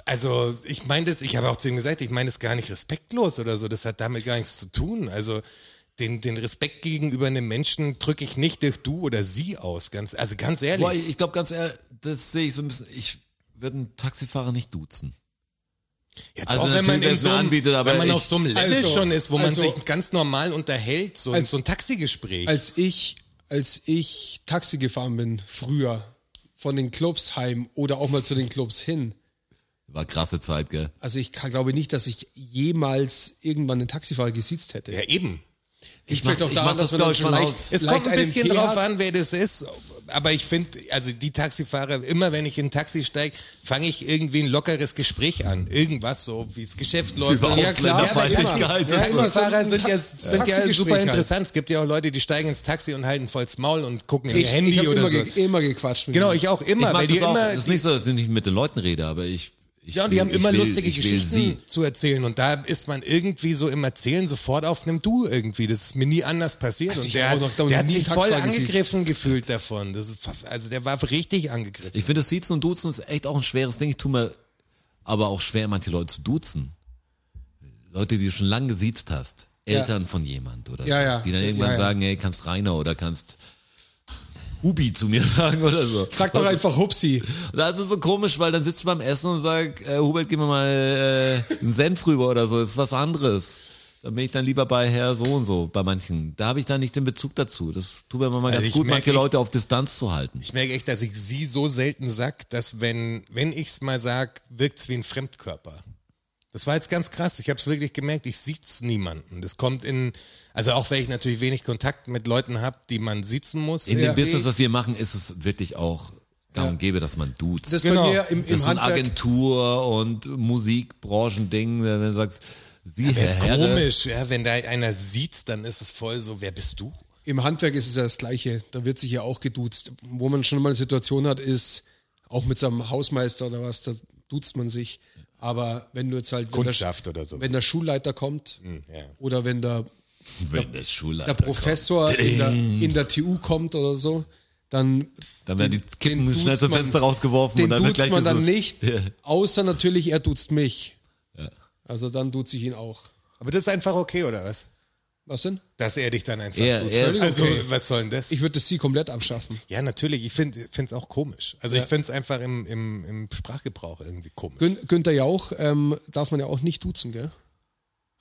Speaker 3: Also, ich meine das, ich habe auch zu ihm gesagt, ich meine das gar nicht respektlos oder so, das hat damit gar nichts zu tun. Also, den, den Respekt gegenüber einem Menschen drücke ich nicht durch du oder sie aus, ganz, also ganz ehrlich.
Speaker 2: Boah, ich ich glaube ganz ehrlich, das sehe ich so ein bisschen. Ich würde einen Taxifahrer nicht duzen.
Speaker 3: Ja,
Speaker 2: Also
Speaker 3: doch, wenn man,
Speaker 2: natürlich,
Speaker 3: in
Speaker 2: wenn's
Speaker 3: so
Speaker 2: einen
Speaker 3: einem,
Speaker 2: anbietet, aber
Speaker 3: wenn man
Speaker 2: ich-
Speaker 3: auf so einem Level
Speaker 4: Also,
Speaker 3: schon ist, wo
Speaker 4: also-
Speaker 3: man sich ganz normal unterhält, so,
Speaker 4: Als-
Speaker 3: so ein Taxigespräch.
Speaker 4: als ich, als ich Taxi gefahren bin, früher, von den Clubs heim oder auch mal zu den Clubs hin.
Speaker 2: War krasse Zeit, gell?
Speaker 4: Also ich kann, glaube nicht, dass ich jemals irgendwann einen Taxifahrer gesiezt hätte.
Speaker 3: ja, eben.
Speaker 4: ich
Speaker 2: mach- ich mach das, glaub ich, von aus.
Speaker 3: Es kommt ein
Speaker 4: einen
Speaker 3: bisschen
Speaker 4: Tee
Speaker 3: drauf
Speaker 4: hat.
Speaker 3: an, wer das ist. Aber ich finde, also die Taxifahrer, immer wenn ich in ein Taxi steige, fange ich irgendwie ein lockeres Gespräch an. Irgendwas so, wie das Geschäft läuft.
Speaker 2: Über
Speaker 3: Ja, klar.
Speaker 2: Ausländer,
Speaker 3: aber
Speaker 2: Feindlichkeit
Speaker 3: immer.
Speaker 2: und so.
Speaker 3: Taxifahrer sind ja,
Speaker 4: Ja.
Speaker 3: sind ja
Speaker 4: Taxigespräch
Speaker 3: super
Speaker 4: halt.
Speaker 3: interessant. Es gibt ja auch Leute, die steigen ins Taxi und halten volls Maul und gucken in ihr
Speaker 4: Ich, ich
Speaker 3: Handy
Speaker 4: habe
Speaker 3: oder
Speaker 4: immer,
Speaker 3: so.
Speaker 4: ge immer gequatscht. Mit
Speaker 3: Genau,
Speaker 4: ihm.
Speaker 3: ich auch immer,
Speaker 2: ich mag
Speaker 3: weil die
Speaker 2: das auch.
Speaker 3: immer,
Speaker 2: Es ist nicht so, dass ich nicht mit den Leuten rede, aber ich. ich
Speaker 3: Ja, und die
Speaker 4: Hm,
Speaker 2: will-
Speaker 3: haben
Speaker 2: ich
Speaker 3: immer
Speaker 2: will-
Speaker 3: lustige
Speaker 2: ich will sie.
Speaker 3: Geschichten zu erzählen. Und da ist man irgendwie so im Erzählen sofort auf einem Du irgendwie. Das ist mir nie anders passiert.
Speaker 4: Also
Speaker 3: und
Speaker 4: ich
Speaker 3: der,
Speaker 4: hab auch noch- glaub,
Speaker 3: der
Speaker 4: noch
Speaker 3: hat
Speaker 4: nie
Speaker 3: sich
Speaker 4: einen
Speaker 3: voll
Speaker 4: Taxifahrer gesiezt.
Speaker 3: angegriffen gefühlt davon. Das ist, also der war richtig angegriffen.
Speaker 2: Ich finde, das Siezen und Duzen ist echt auch ein schweres Ding. Ich tue mir aber auch schwer, manche Leute zu duzen. Leute, die du schon lange gesiezt hast. Eltern von jemand oder
Speaker 4: Ja,
Speaker 2: so,
Speaker 4: ja.
Speaker 2: die dann irgendwann
Speaker 4: Ja, ja.
Speaker 2: sagen, hey, kannst Rainer oder kannst Hubi zu mir sagen oder so.
Speaker 4: Sag doch einfach Hupsi.
Speaker 2: Das ist so komisch, weil dann sitzt du beim Essen und sagst, äh, Hubert, gib mir mal äh, einen Senf rüber oder so, das ist was anderes. Da bin ich dann lieber bei Herr so und so, bei manchen. Da habe ich dann nicht den Bezug dazu. Das tut mir immer mal
Speaker 3: Also
Speaker 2: ganz
Speaker 3: ich
Speaker 2: gut,
Speaker 3: merk
Speaker 2: manche
Speaker 3: echt-
Speaker 2: Leute auf Distanz zu halten.
Speaker 3: Ich merke echt, dass ich sie so selten sag, dass wenn, wenn ich's mal sag, wirkt's wie ein Fremdkörper. Das war jetzt ganz krass. Ich habe es wirklich gemerkt. Ich sieht's niemanden. Das kommt in, also auch wenn ich natürlich wenig Kontakt mit Leuten habe, die man siezen muss.
Speaker 2: In
Speaker 4: Ja.
Speaker 2: dem Business, was wir machen, ist es wirklich auch gang und gäbe, dass man duzt.
Speaker 4: Das ist
Speaker 3: Genau.
Speaker 4: bei mir im,
Speaker 2: Das
Speaker 4: im
Speaker 2: ist so ein
Speaker 4: Handwerk.
Speaker 2: Agentur- und Musikbranchending, wenn du sagst, sie
Speaker 3: Wäre es
Speaker 2: Herr, Herr,
Speaker 3: komisch, ja, wenn da einer sieht's, dann ist es voll so, wer bist du?
Speaker 4: Im Handwerk ist es ja das Gleiche. Da wird sich ja auch geduzt. Wo man schon mal eine Situation hat, ist auch mit seinem Hausmeister oder was, da duzt man sich. Aber wenn du jetzt halt, wenn, der,
Speaker 3: Kundschaft oder so.
Speaker 4: wenn der Schulleiter kommt
Speaker 2: Hm,
Speaker 3: ja.
Speaker 4: oder wenn der,
Speaker 2: Wenn der Schulleiter
Speaker 4: der Professor in der, in der TU kommt oder so, dann
Speaker 2: kommt, dann werden die Kippen
Speaker 4: duzt
Speaker 2: schnell zum
Speaker 4: man-
Speaker 2: Fenster rausgeworfen
Speaker 4: den
Speaker 2: und dann wird
Speaker 4: duzt
Speaker 2: gleich
Speaker 4: man dann
Speaker 2: gesucht.
Speaker 4: nicht, außer natürlich er duzt mich.
Speaker 2: Ja.
Speaker 4: Also dann duze ich ihn auch.
Speaker 3: Aber das ist einfach okay, oder was?
Speaker 4: Was denn?
Speaker 3: Dass er dich dann einfach
Speaker 2: Ja,
Speaker 3: duzt.
Speaker 2: er ist
Speaker 3: Also,
Speaker 4: okay.
Speaker 3: was soll denn das?
Speaker 4: Ich würde das Sie komplett abschaffen.
Speaker 3: ja, natürlich. Ich finde es auch komisch. Also, ich finde es einfach im, im, im Sprachgebrauch irgendwie komisch.
Speaker 4: Gün Günther Jauch ähm, darf man ja auch nicht duzen, gell?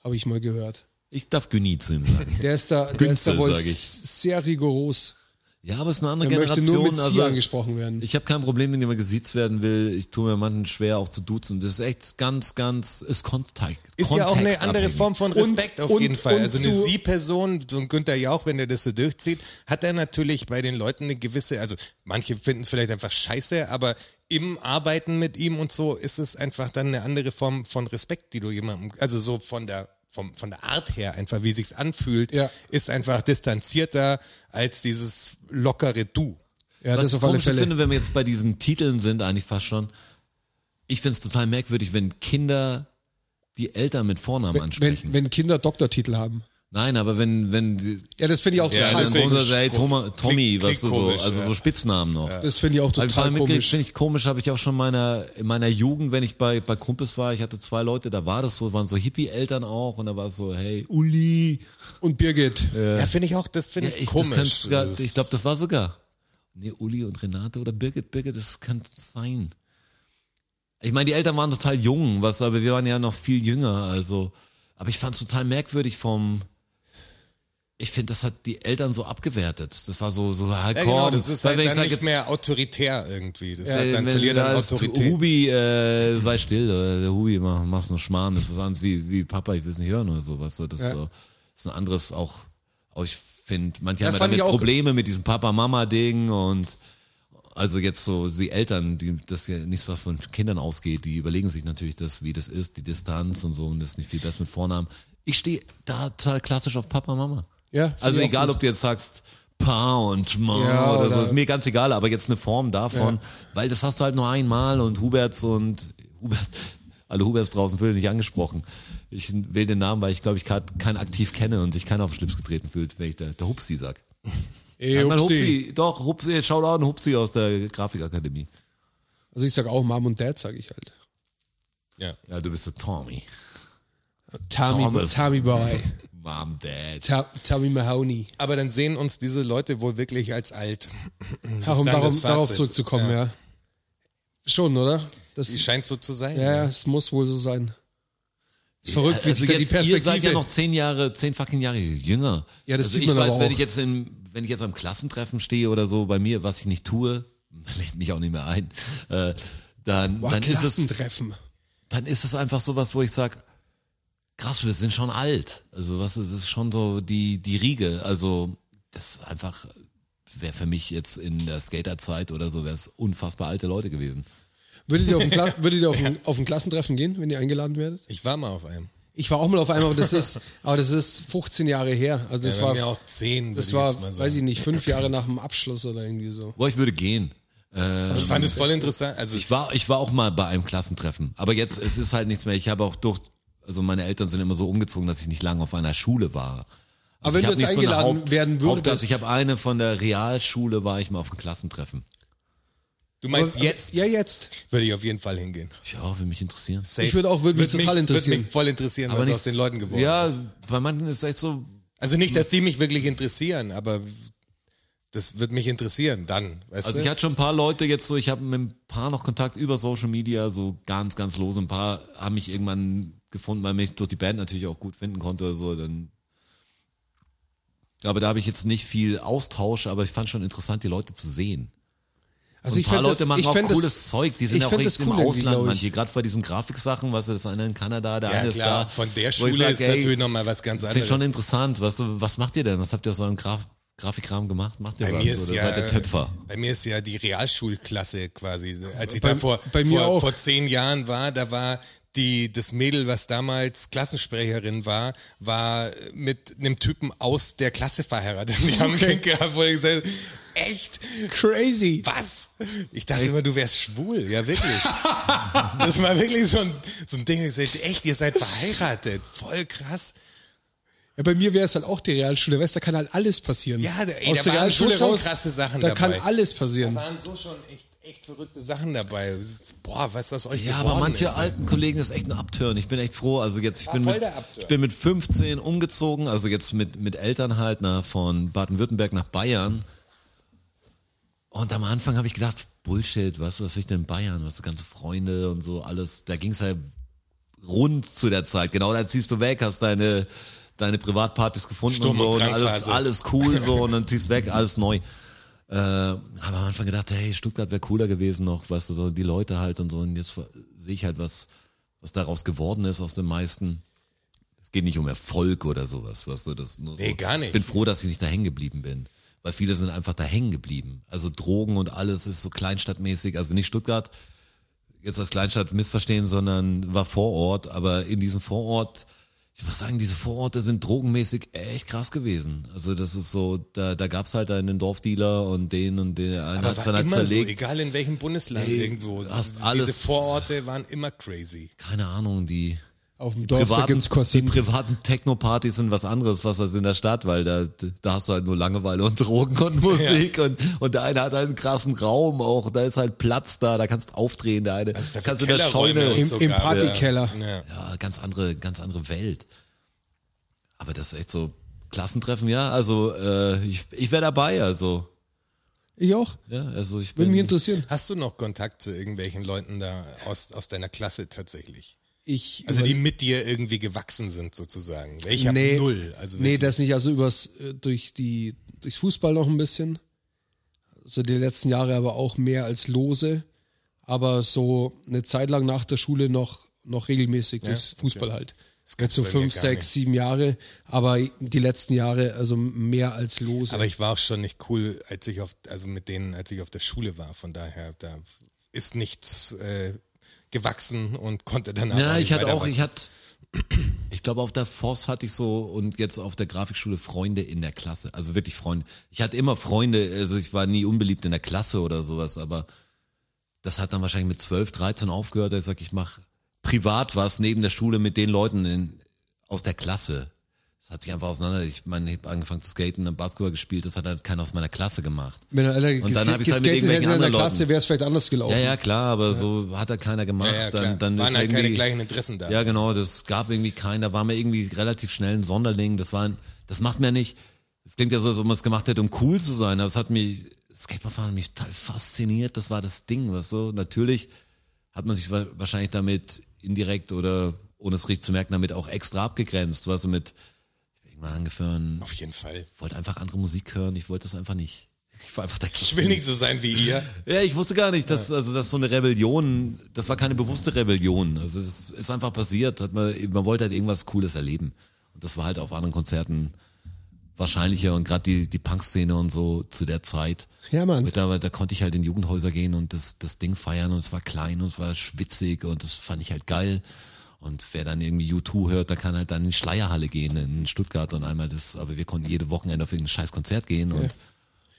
Speaker 4: Habe ich mal gehört.
Speaker 2: Ich darf Günni zu ihm sagen.
Speaker 4: Der ist da, der ist da
Speaker 2: Günzel,
Speaker 4: wohl
Speaker 2: sag ich.
Speaker 4: s- sehr rigoros.
Speaker 2: Ja, aber es ist eine andere
Speaker 4: Er möchte nur
Speaker 2: Generation.
Speaker 4: mit Sie
Speaker 2: also
Speaker 4: angesprochen werden.
Speaker 2: ich habe kein Problem, wenn jemand gesiezt werden will. Ich tue mir manchen schwer, auch zu duzen. Das ist echt ganz, ganz, ist Kontakt.
Speaker 3: Ist ja auch eine andere
Speaker 2: kontextabhängig.
Speaker 3: Form von Respekt auf
Speaker 4: und-
Speaker 3: jeden Fall.
Speaker 4: und
Speaker 3: Also eine
Speaker 4: zu-
Speaker 3: Sie-Person, so ein Günther Jauch, wenn er das so durchzieht, hat er natürlich bei den Leuten eine gewisse, also manche finden es vielleicht einfach scheiße, aber im Arbeiten mit ihm und so ist es einfach dann eine andere Form von Respekt, die du jemandem, also so von der vom, von der Art her einfach, wie sich's anfühlt,
Speaker 4: Ja.
Speaker 3: ist einfach distanzierter als dieses lockere Du.
Speaker 4: Ja,
Speaker 2: Was
Speaker 4: das
Speaker 2: ich
Speaker 4: auf alle
Speaker 2: komisch
Speaker 4: Fälle.
Speaker 2: finde, wenn wir jetzt bei diesen Titeln sind, eigentlich fast schon. Ich find's total merkwürdig, wenn Kinder die Eltern mit Vornamen ansprechen.
Speaker 4: Wenn, wenn Kinder Doktortitel haben.
Speaker 2: Nein, aber wenn, wenn die
Speaker 4: Ja, das finde ich auch
Speaker 3: Ja,
Speaker 4: total
Speaker 2: dann
Speaker 3: deswegen-
Speaker 2: wollen
Speaker 4: komisch.
Speaker 2: sie sagen, hey, Toma, Tommy,
Speaker 3: klingt
Speaker 2: was du so,
Speaker 3: komisch,
Speaker 2: also
Speaker 3: ja.
Speaker 2: so Spitznamen noch.
Speaker 4: Das finde ich auch
Speaker 2: Hab ich mal
Speaker 4: total
Speaker 2: mitgekriegt,
Speaker 4: komisch.
Speaker 2: finde ich komisch, habe ich auch schon in meiner, in meiner Jugend, wenn ich bei, bei Kumpels war, ich hatte zwei Leute, da war das so, waren so Hippie-Eltern auch und da war es so, hey, Uli.
Speaker 4: Und Birgit.
Speaker 3: Ja, finde ich auch, das finde ich,
Speaker 2: ich das
Speaker 3: komisch.
Speaker 2: kann's sogar,
Speaker 3: Das-
Speaker 2: ich glaube, das war sogar. Nee, Uli und Renate oder Birgit, Birgit, das kann sein. Ich meine, die Eltern waren total jung, was, aber wir waren ja noch viel jünger, also. Aber ich fand's total merkwürdig vom. Ich finde, das hat die Eltern so abgewertet. Das war so, so, ah, komm,
Speaker 3: ja, genau, das ist
Speaker 2: weil
Speaker 3: halt
Speaker 2: wenn ich
Speaker 3: dann
Speaker 2: sag
Speaker 3: nicht
Speaker 2: jetzt,
Speaker 3: mehr autoritär irgendwie. Das
Speaker 2: äh,
Speaker 3: hat dann
Speaker 2: wenn
Speaker 3: verliert
Speaker 2: da
Speaker 3: dann
Speaker 2: ist,
Speaker 3: Autorität.
Speaker 2: Hubi, äh, sei still, oder der Hubi, mach, mach's nur Schmarrn, das ist was anderes wie, wie Papa, ich will's nicht hören oder sowas. So, das ist so, das ist ein anderes auch, auch ich finde, manche
Speaker 4: Ja,
Speaker 2: haben ja
Speaker 4: fand ich
Speaker 2: damit
Speaker 4: auch-
Speaker 2: Probleme mit diesem Papa-Mama-Ding und also jetzt so die Eltern, die das ja nichts was von Kindern ausgeht, die überlegen sich natürlich das, wie das ist, die Distanz und so und das ist nicht viel besser mit Vornamen. Ich stehe da total klassisch auf Papa, Mama.
Speaker 4: Ja, find
Speaker 2: Also
Speaker 4: ich auch
Speaker 2: egal, ob du jetzt sagst Pa und Ma
Speaker 4: Ja,
Speaker 2: oder, so,
Speaker 4: oder-
Speaker 2: ist mir ganz egal, aber jetzt eine Form davon, weil das hast du halt nur einmal und Huberts und Hubert, alle Huberts draußen fühlen nicht angesprochen. Ich wähle den Namen, weil ich glaube, ich gerade keinen aktiv kenne und sich keiner auf den Schlips getreten fühlt, wenn ich der, der Hupsi sag.
Speaker 4: Ey,
Speaker 2: Sag mal
Speaker 4: Upsi.
Speaker 2: Hupsi, doch, Hupsi, jetzt schaut auch ein Hupsi aus der Grafikakademie.
Speaker 4: Also ich sage auch Mom und Dad, sage ich halt.
Speaker 3: Ja.
Speaker 2: Ja, du bist der Tommy.
Speaker 4: Tommy,
Speaker 2: Thomas.
Speaker 4: Tommy Boy.
Speaker 2: Mom, Dad.
Speaker 4: Ta Tommy Mahoney.
Speaker 3: Aber dann sehen uns diese Leute wohl wirklich als alt. dann das
Speaker 4: Darum, darum,
Speaker 3: Fazit.
Speaker 4: darauf zurückzukommen, ja. Schon, oder?
Speaker 3: Die
Speaker 4: Das,
Speaker 3: scheint so zu sein.
Speaker 4: ja, ja, es muss wohl so sein. Ist verrückt, wie
Speaker 2: also
Speaker 4: sich da die
Speaker 2: jetzt, ihr seid
Speaker 4: Perspektive...
Speaker 2: ja noch zehn Jahre, zehn fucking Jahre jünger.
Speaker 4: Ja, das
Speaker 2: also
Speaker 4: sieht
Speaker 2: ich
Speaker 4: man
Speaker 2: weiß,
Speaker 4: aber
Speaker 2: wenn
Speaker 4: auch.
Speaker 2: ich jetzt in, wenn ich jetzt am Klassentreffen stehe oder so bei mir, was ich nicht tue, man lädt mich auch nicht mehr ein, äh, dann,
Speaker 4: Boah,
Speaker 2: dann ist es,
Speaker 4: Klassentreffen.
Speaker 2: dann ist es einfach sowas, wo ich sage, krass, wir sind schon alt. Also was, es ist schon so die, die Riege. Also das ist einfach, wäre für mich jetzt in der Skaterzeit oder so, wäre es unfassbar alte Leute gewesen.
Speaker 4: Würdet ihr, auf ein, Kla würdet ihr auf, ein, auf ein Klassentreffen gehen, wenn ihr eingeladen werdet?
Speaker 3: Ich war mal auf einem.
Speaker 4: Ich war auch mal auf einem, aber das ist, aber das ist 15 Jahre her. Also das
Speaker 3: Das ja,
Speaker 4: war,
Speaker 3: war mir auch zehn.
Speaker 4: das
Speaker 3: würd
Speaker 4: war,
Speaker 3: ich Also jetzt mal sagen.
Speaker 4: weiß ich nicht, fünf Jahre nach dem Abschluss oder irgendwie so.
Speaker 2: Boah, ich würde gehen. Äh,
Speaker 3: Also Ich fand es voll interessant. Also
Speaker 2: Ich war, ich war auch mal bei einem Klassentreffen. Aber jetzt, es ist halt nichts mehr. Ich habe auch durch, also meine Eltern sind immer so umgezogen, dass ich nicht lange auf einer Schule war. Also
Speaker 4: Aber wenn
Speaker 2: ich
Speaker 4: du
Speaker 2: habe
Speaker 4: jetzt
Speaker 2: nicht so eine
Speaker 4: eingeladen werden würdest-
Speaker 2: Hauptklasse. ich habe eine von der Realschule, war ich mal auf einem Klassentreffen.
Speaker 3: du meinst
Speaker 4: Aber-
Speaker 3: jetzt?
Speaker 4: Also, Ja, jetzt.
Speaker 3: Würde ich auf jeden Fall hingehen.
Speaker 2: Ja, würde mich interessieren.
Speaker 3: Safe.
Speaker 4: Ich würd auch- würd mich total interessieren.
Speaker 3: Würde mich voll interessieren, was aus
Speaker 2: nichts-
Speaker 3: den Leuten geworden
Speaker 2: Ja,
Speaker 3: ist.
Speaker 2: bei manchen ist es echt so,
Speaker 3: Also nicht, dass die mich wirklich interessieren, aber das wird mich interessieren dann. Weißt
Speaker 2: Also
Speaker 3: du?
Speaker 2: ich hatte schon ein paar Leute jetzt so, ich habe mit ein paar noch Kontakt über Social Media, so ganz, ganz lose. Ein paar haben mich irgendwann gefunden, weil mich durch die Band natürlich auch gut finden konnte oder so. Dann aber da habe ich jetzt nicht viel Austausch, aber ich fand schon interessant, die Leute zu sehen.
Speaker 4: Also
Speaker 2: Und
Speaker 4: ich
Speaker 2: ein paar
Speaker 4: fänd
Speaker 2: Leute
Speaker 4: das,
Speaker 2: machen
Speaker 4: ich
Speaker 2: auch
Speaker 4: fänd
Speaker 2: cooles
Speaker 4: das,
Speaker 2: Zeug, die sind
Speaker 4: ich
Speaker 2: auch
Speaker 4: fänd das
Speaker 2: richtig
Speaker 4: cool
Speaker 2: im
Speaker 4: irgendwie,
Speaker 2: Ausland,
Speaker 4: glaub ich.
Speaker 2: manche, gerade bei diesen Grafiksachen, weißt du, das eine in Kanada, der
Speaker 3: ja
Speaker 2: eine ist
Speaker 3: klar,
Speaker 2: da.
Speaker 3: von der
Speaker 2: Wo ich
Speaker 3: Schule
Speaker 2: sag,
Speaker 3: ist
Speaker 2: ey,
Speaker 3: natürlich nochmal was ganz
Speaker 2: Finde
Speaker 3: anderes.
Speaker 2: schon interessant, weißt du, was macht ihr denn? Was habt ihr aus eurem Graf Grafikrahmen gemacht? Macht ihr
Speaker 3: Bei
Speaker 2: was?
Speaker 3: mir ist
Speaker 2: Oder
Speaker 3: ja,
Speaker 2: seid ihr Töpfer?
Speaker 3: Bei mir ist ja die Realschulklasse quasi. Als ich
Speaker 4: Bei-
Speaker 3: da vor,
Speaker 4: bei mir
Speaker 3: vor,
Speaker 4: auch.
Speaker 3: vor zehn Jahren war, da war die, das Mädel, was damals Klassensprecherin war, war mit einem Typen aus der Klasse verheiratet. Und Die haben Kind gehabt, wo ich gesagt habe, Echt?
Speaker 4: Crazy.
Speaker 3: Was? Ich dachte immer, du wärst schwul. Ja, wirklich. das war wirklich so ein, so ein Ding. Ich sagte, echt, ihr seid verheiratet. Voll krass.
Speaker 4: Ja, bei mir wäre es halt auch die Realschule. Weißt, da kann halt alles passieren.
Speaker 3: Ja, da- ey, da waren so schon krasse Sachen
Speaker 4: Da
Speaker 3: dabei.
Speaker 4: kann alles passieren.
Speaker 3: Da waren so schon echt, echt verrückte Sachen dabei. Es ist- Boah, was aus euch
Speaker 2: Ja,
Speaker 3: geworden
Speaker 2: aber manche
Speaker 3: ist.
Speaker 2: alten Kollegen ist echt ein Upturn. Ich bin echt froh. Also jetzt, ich
Speaker 3: War
Speaker 2: bin,
Speaker 3: voll
Speaker 2: mit,
Speaker 3: der Upturn.
Speaker 2: ich bin mit 15 umgezogen, also jetzt mit, mit Eltern halt nach, von Baden-Württemberg nach Bayern. Und am Anfang habe ich gedacht, Bullshit, was, was will ich denn in Bayern? Was, ganze Freunde und so alles. Da ging es halt rund zu der Zeit. Genau, da ziehst du weg, hast deine, deine Privatpartys gefunden
Speaker 3: Sturm-
Speaker 2: und so.
Speaker 3: und
Speaker 2: Und alles,
Speaker 3: Drangphase.
Speaker 2: alles cool so und dann ziehst weg, alles neu. Äh, habe am Anfang gedacht, hey, Stuttgart wäre cooler gewesen noch, weißt du, so die Leute halt und so. Und jetzt sehe ich halt, was, was daraus geworden ist aus den meisten. Es geht nicht um Erfolg oder sowas, weißt du, das nur so.
Speaker 3: Nee, gar nicht.
Speaker 2: Bin froh, dass ich nicht da hängen geblieben bin. Weil viele sind einfach da hängen geblieben. Also Drogen und alles ist so kleinstadtmäßig. Also nicht Stuttgart, jetzt als Kleinstadt missverstehen, sondern war Vorort. Aber in diesem Vorort, ich muss sagen, diese Vororte sind drogenmäßig echt krass gewesen. Also das ist so, da, da gab's halt einen Dorfdealer und den und den einen
Speaker 3: Aber
Speaker 2: hat's
Speaker 3: war
Speaker 2: dann halt
Speaker 3: immer so, e-
Speaker 2: zerlegt.
Speaker 3: egal in welchem Bundesland
Speaker 2: Ey,
Speaker 3: irgendwo.
Speaker 2: hast
Speaker 3: Diese
Speaker 2: alles-
Speaker 3: Vororte waren immer crazy.
Speaker 2: Keine Ahnung, die
Speaker 4: Auf dem Dorf, da gibt's
Speaker 2: die
Speaker 4: Kosten.
Speaker 2: privaten Techno-Partys sind was anderes, was als in der Stadt, weil da, da hast du halt nur Langeweile und Drogen und Musik und, und der eine hat halt einen krassen Raum auch, da ist halt Platz da, da kannst du aufdrehen, der eine,
Speaker 3: ist da für
Speaker 2: kannst du in der
Speaker 3: Kellerräume
Speaker 2: Scheune,
Speaker 3: und
Speaker 4: Im,
Speaker 3: so
Speaker 4: im
Speaker 3: gab,
Speaker 4: Partykeller.
Speaker 3: Ja.
Speaker 2: ja, ganz andere, ganz andere Welt. Aber das ist echt so, Klassentreffen, ja, also äh, ich, ich wäre dabei, also,
Speaker 4: Ich auch.
Speaker 2: ja, also ich bin,
Speaker 4: Würde mich interessieren.
Speaker 3: Hast du noch Kontakt zu irgendwelchen Leuten da aus, aus deiner Klasse tatsächlich?
Speaker 4: Ich
Speaker 3: Also
Speaker 4: über-
Speaker 3: die mit dir irgendwie gewachsen sind sozusagen. Ich habe
Speaker 4: nee,
Speaker 3: null. Also
Speaker 4: nee,
Speaker 3: wirklich.
Speaker 4: das nicht. Also übers, äh, durch die, durchs Fußball noch ein bisschen. Also die letzten Jahre aber auch mehr als lose. Aber so eine Zeit lang nach der Schule noch, noch regelmäßig durchs Fußball halt.
Speaker 3: Das gab's
Speaker 4: Jetzt so
Speaker 3: bei mir
Speaker 4: fünf,
Speaker 3: gar
Speaker 4: sechs,
Speaker 3: nicht.
Speaker 4: sieben Jahre. Aber die letzten Jahre also mehr als lose.
Speaker 3: Aber ich war auch schon nicht cool, als ich auf, also mit denen, als ich auf der Schule war. Von daher, da ist nichts äh, gewachsen und konnte danach.
Speaker 2: Ja,
Speaker 3: auch nicht
Speaker 2: ich hatte
Speaker 3: weiter
Speaker 2: auch, ich
Speaker 3: wachsen.
Speaker 2: hatte, ich glaube, auf der Force hatte ich so und jetzt auf der Grafikschule Freunde in der Klasse. Also wirklich Freunde. Ich hatte immer Freunde, also ich war nie unbeliebt in der Klasse oder sowas, aber das hat dann wahrscheinlich mit 12, 13 aufgehört. dass Ich sag, ich mache privat was neben der Schule mit den Leuten in, aus der Klasse. Das hat sich einfach auseinander. Ich meine, ich habe angefangen zu skaten, dann Basketball gespielt, das hat halt keiner aus meiner Klasse gemacht.
Speaker 4: Wenn er alle
Speaker 2: Und dann hab ich's halt mit
Speaker 4: geskatet
Speaker 2: irgendwelchen
Speaker 4: hätte in der
Speaker 2: anderen
Speaker 4: Klasse,
Speaker 2: Leuten.
Speaker 4: wäre es vielleicht anders gelaufen.
Speaker 2: Ja, ja, klar, aber so hat da keiner gemacht.
Speaker 3: Ja, ja, klar.
Speaker 2: dann, dann
Speaker 3: waren
Speaker 2: ist
Speaker 3: halt keine
Speaker 2: irgendwie-
Speaker 3: gleichen Interessen da.
Speaker 2: Ja, genau, das gab irgendwie keinen. Da war mir irgendwie relativ schnell ein Sonderling. Das war ein, das macht mir nicht, das klingt ja so, als ob man es gemacht hätte, um cool zu sein, aber es hat mich, Skateboardfahren hat mich total fasziniert. Das war das Ding, was so. Natürlich hat man sich wa- wahrscheinlich damit indirekt oder ohne es richtig zu merken, damit auch extra abgegrenzt, was so mit, ich bin irgendwann angefangen,
Speaker 3: Auf jeden Fall.
Speaker 2: wollte einfach andere Musik hören, ich wollte das einfach nicht. Ich war einfach dagegen.
Speaker 3: Ich will nicht so sein wie ihr.
Speaker 2: Ja, ich wusste gar nicht, dass, also, dass so eine Rebellion, das war keine bewusste Rebellion. Also, das ist einfach passiert. Hat man, man wollte halt irgendwas Cooles erleben. Und das war halt auf anderen Konzerten wahrscheinlicher und gerade die, die Punk-Szene und so zu der Zeit.
Speaker 4: Ja, Mann.
Speaker 2: Und Da, da konnte ich halt in Jugendhäuser gehen und das, das Ding feiern und es war klein und es war schwitzig und das fand ich halt geil. Und wer dann irgendwie U2 hört, der kann halt dann in die Schleierhalle gehen in Stuttgart und einmal das, aber wir konnten jede Wochenende auf irgendein scheiß Konzert gehen und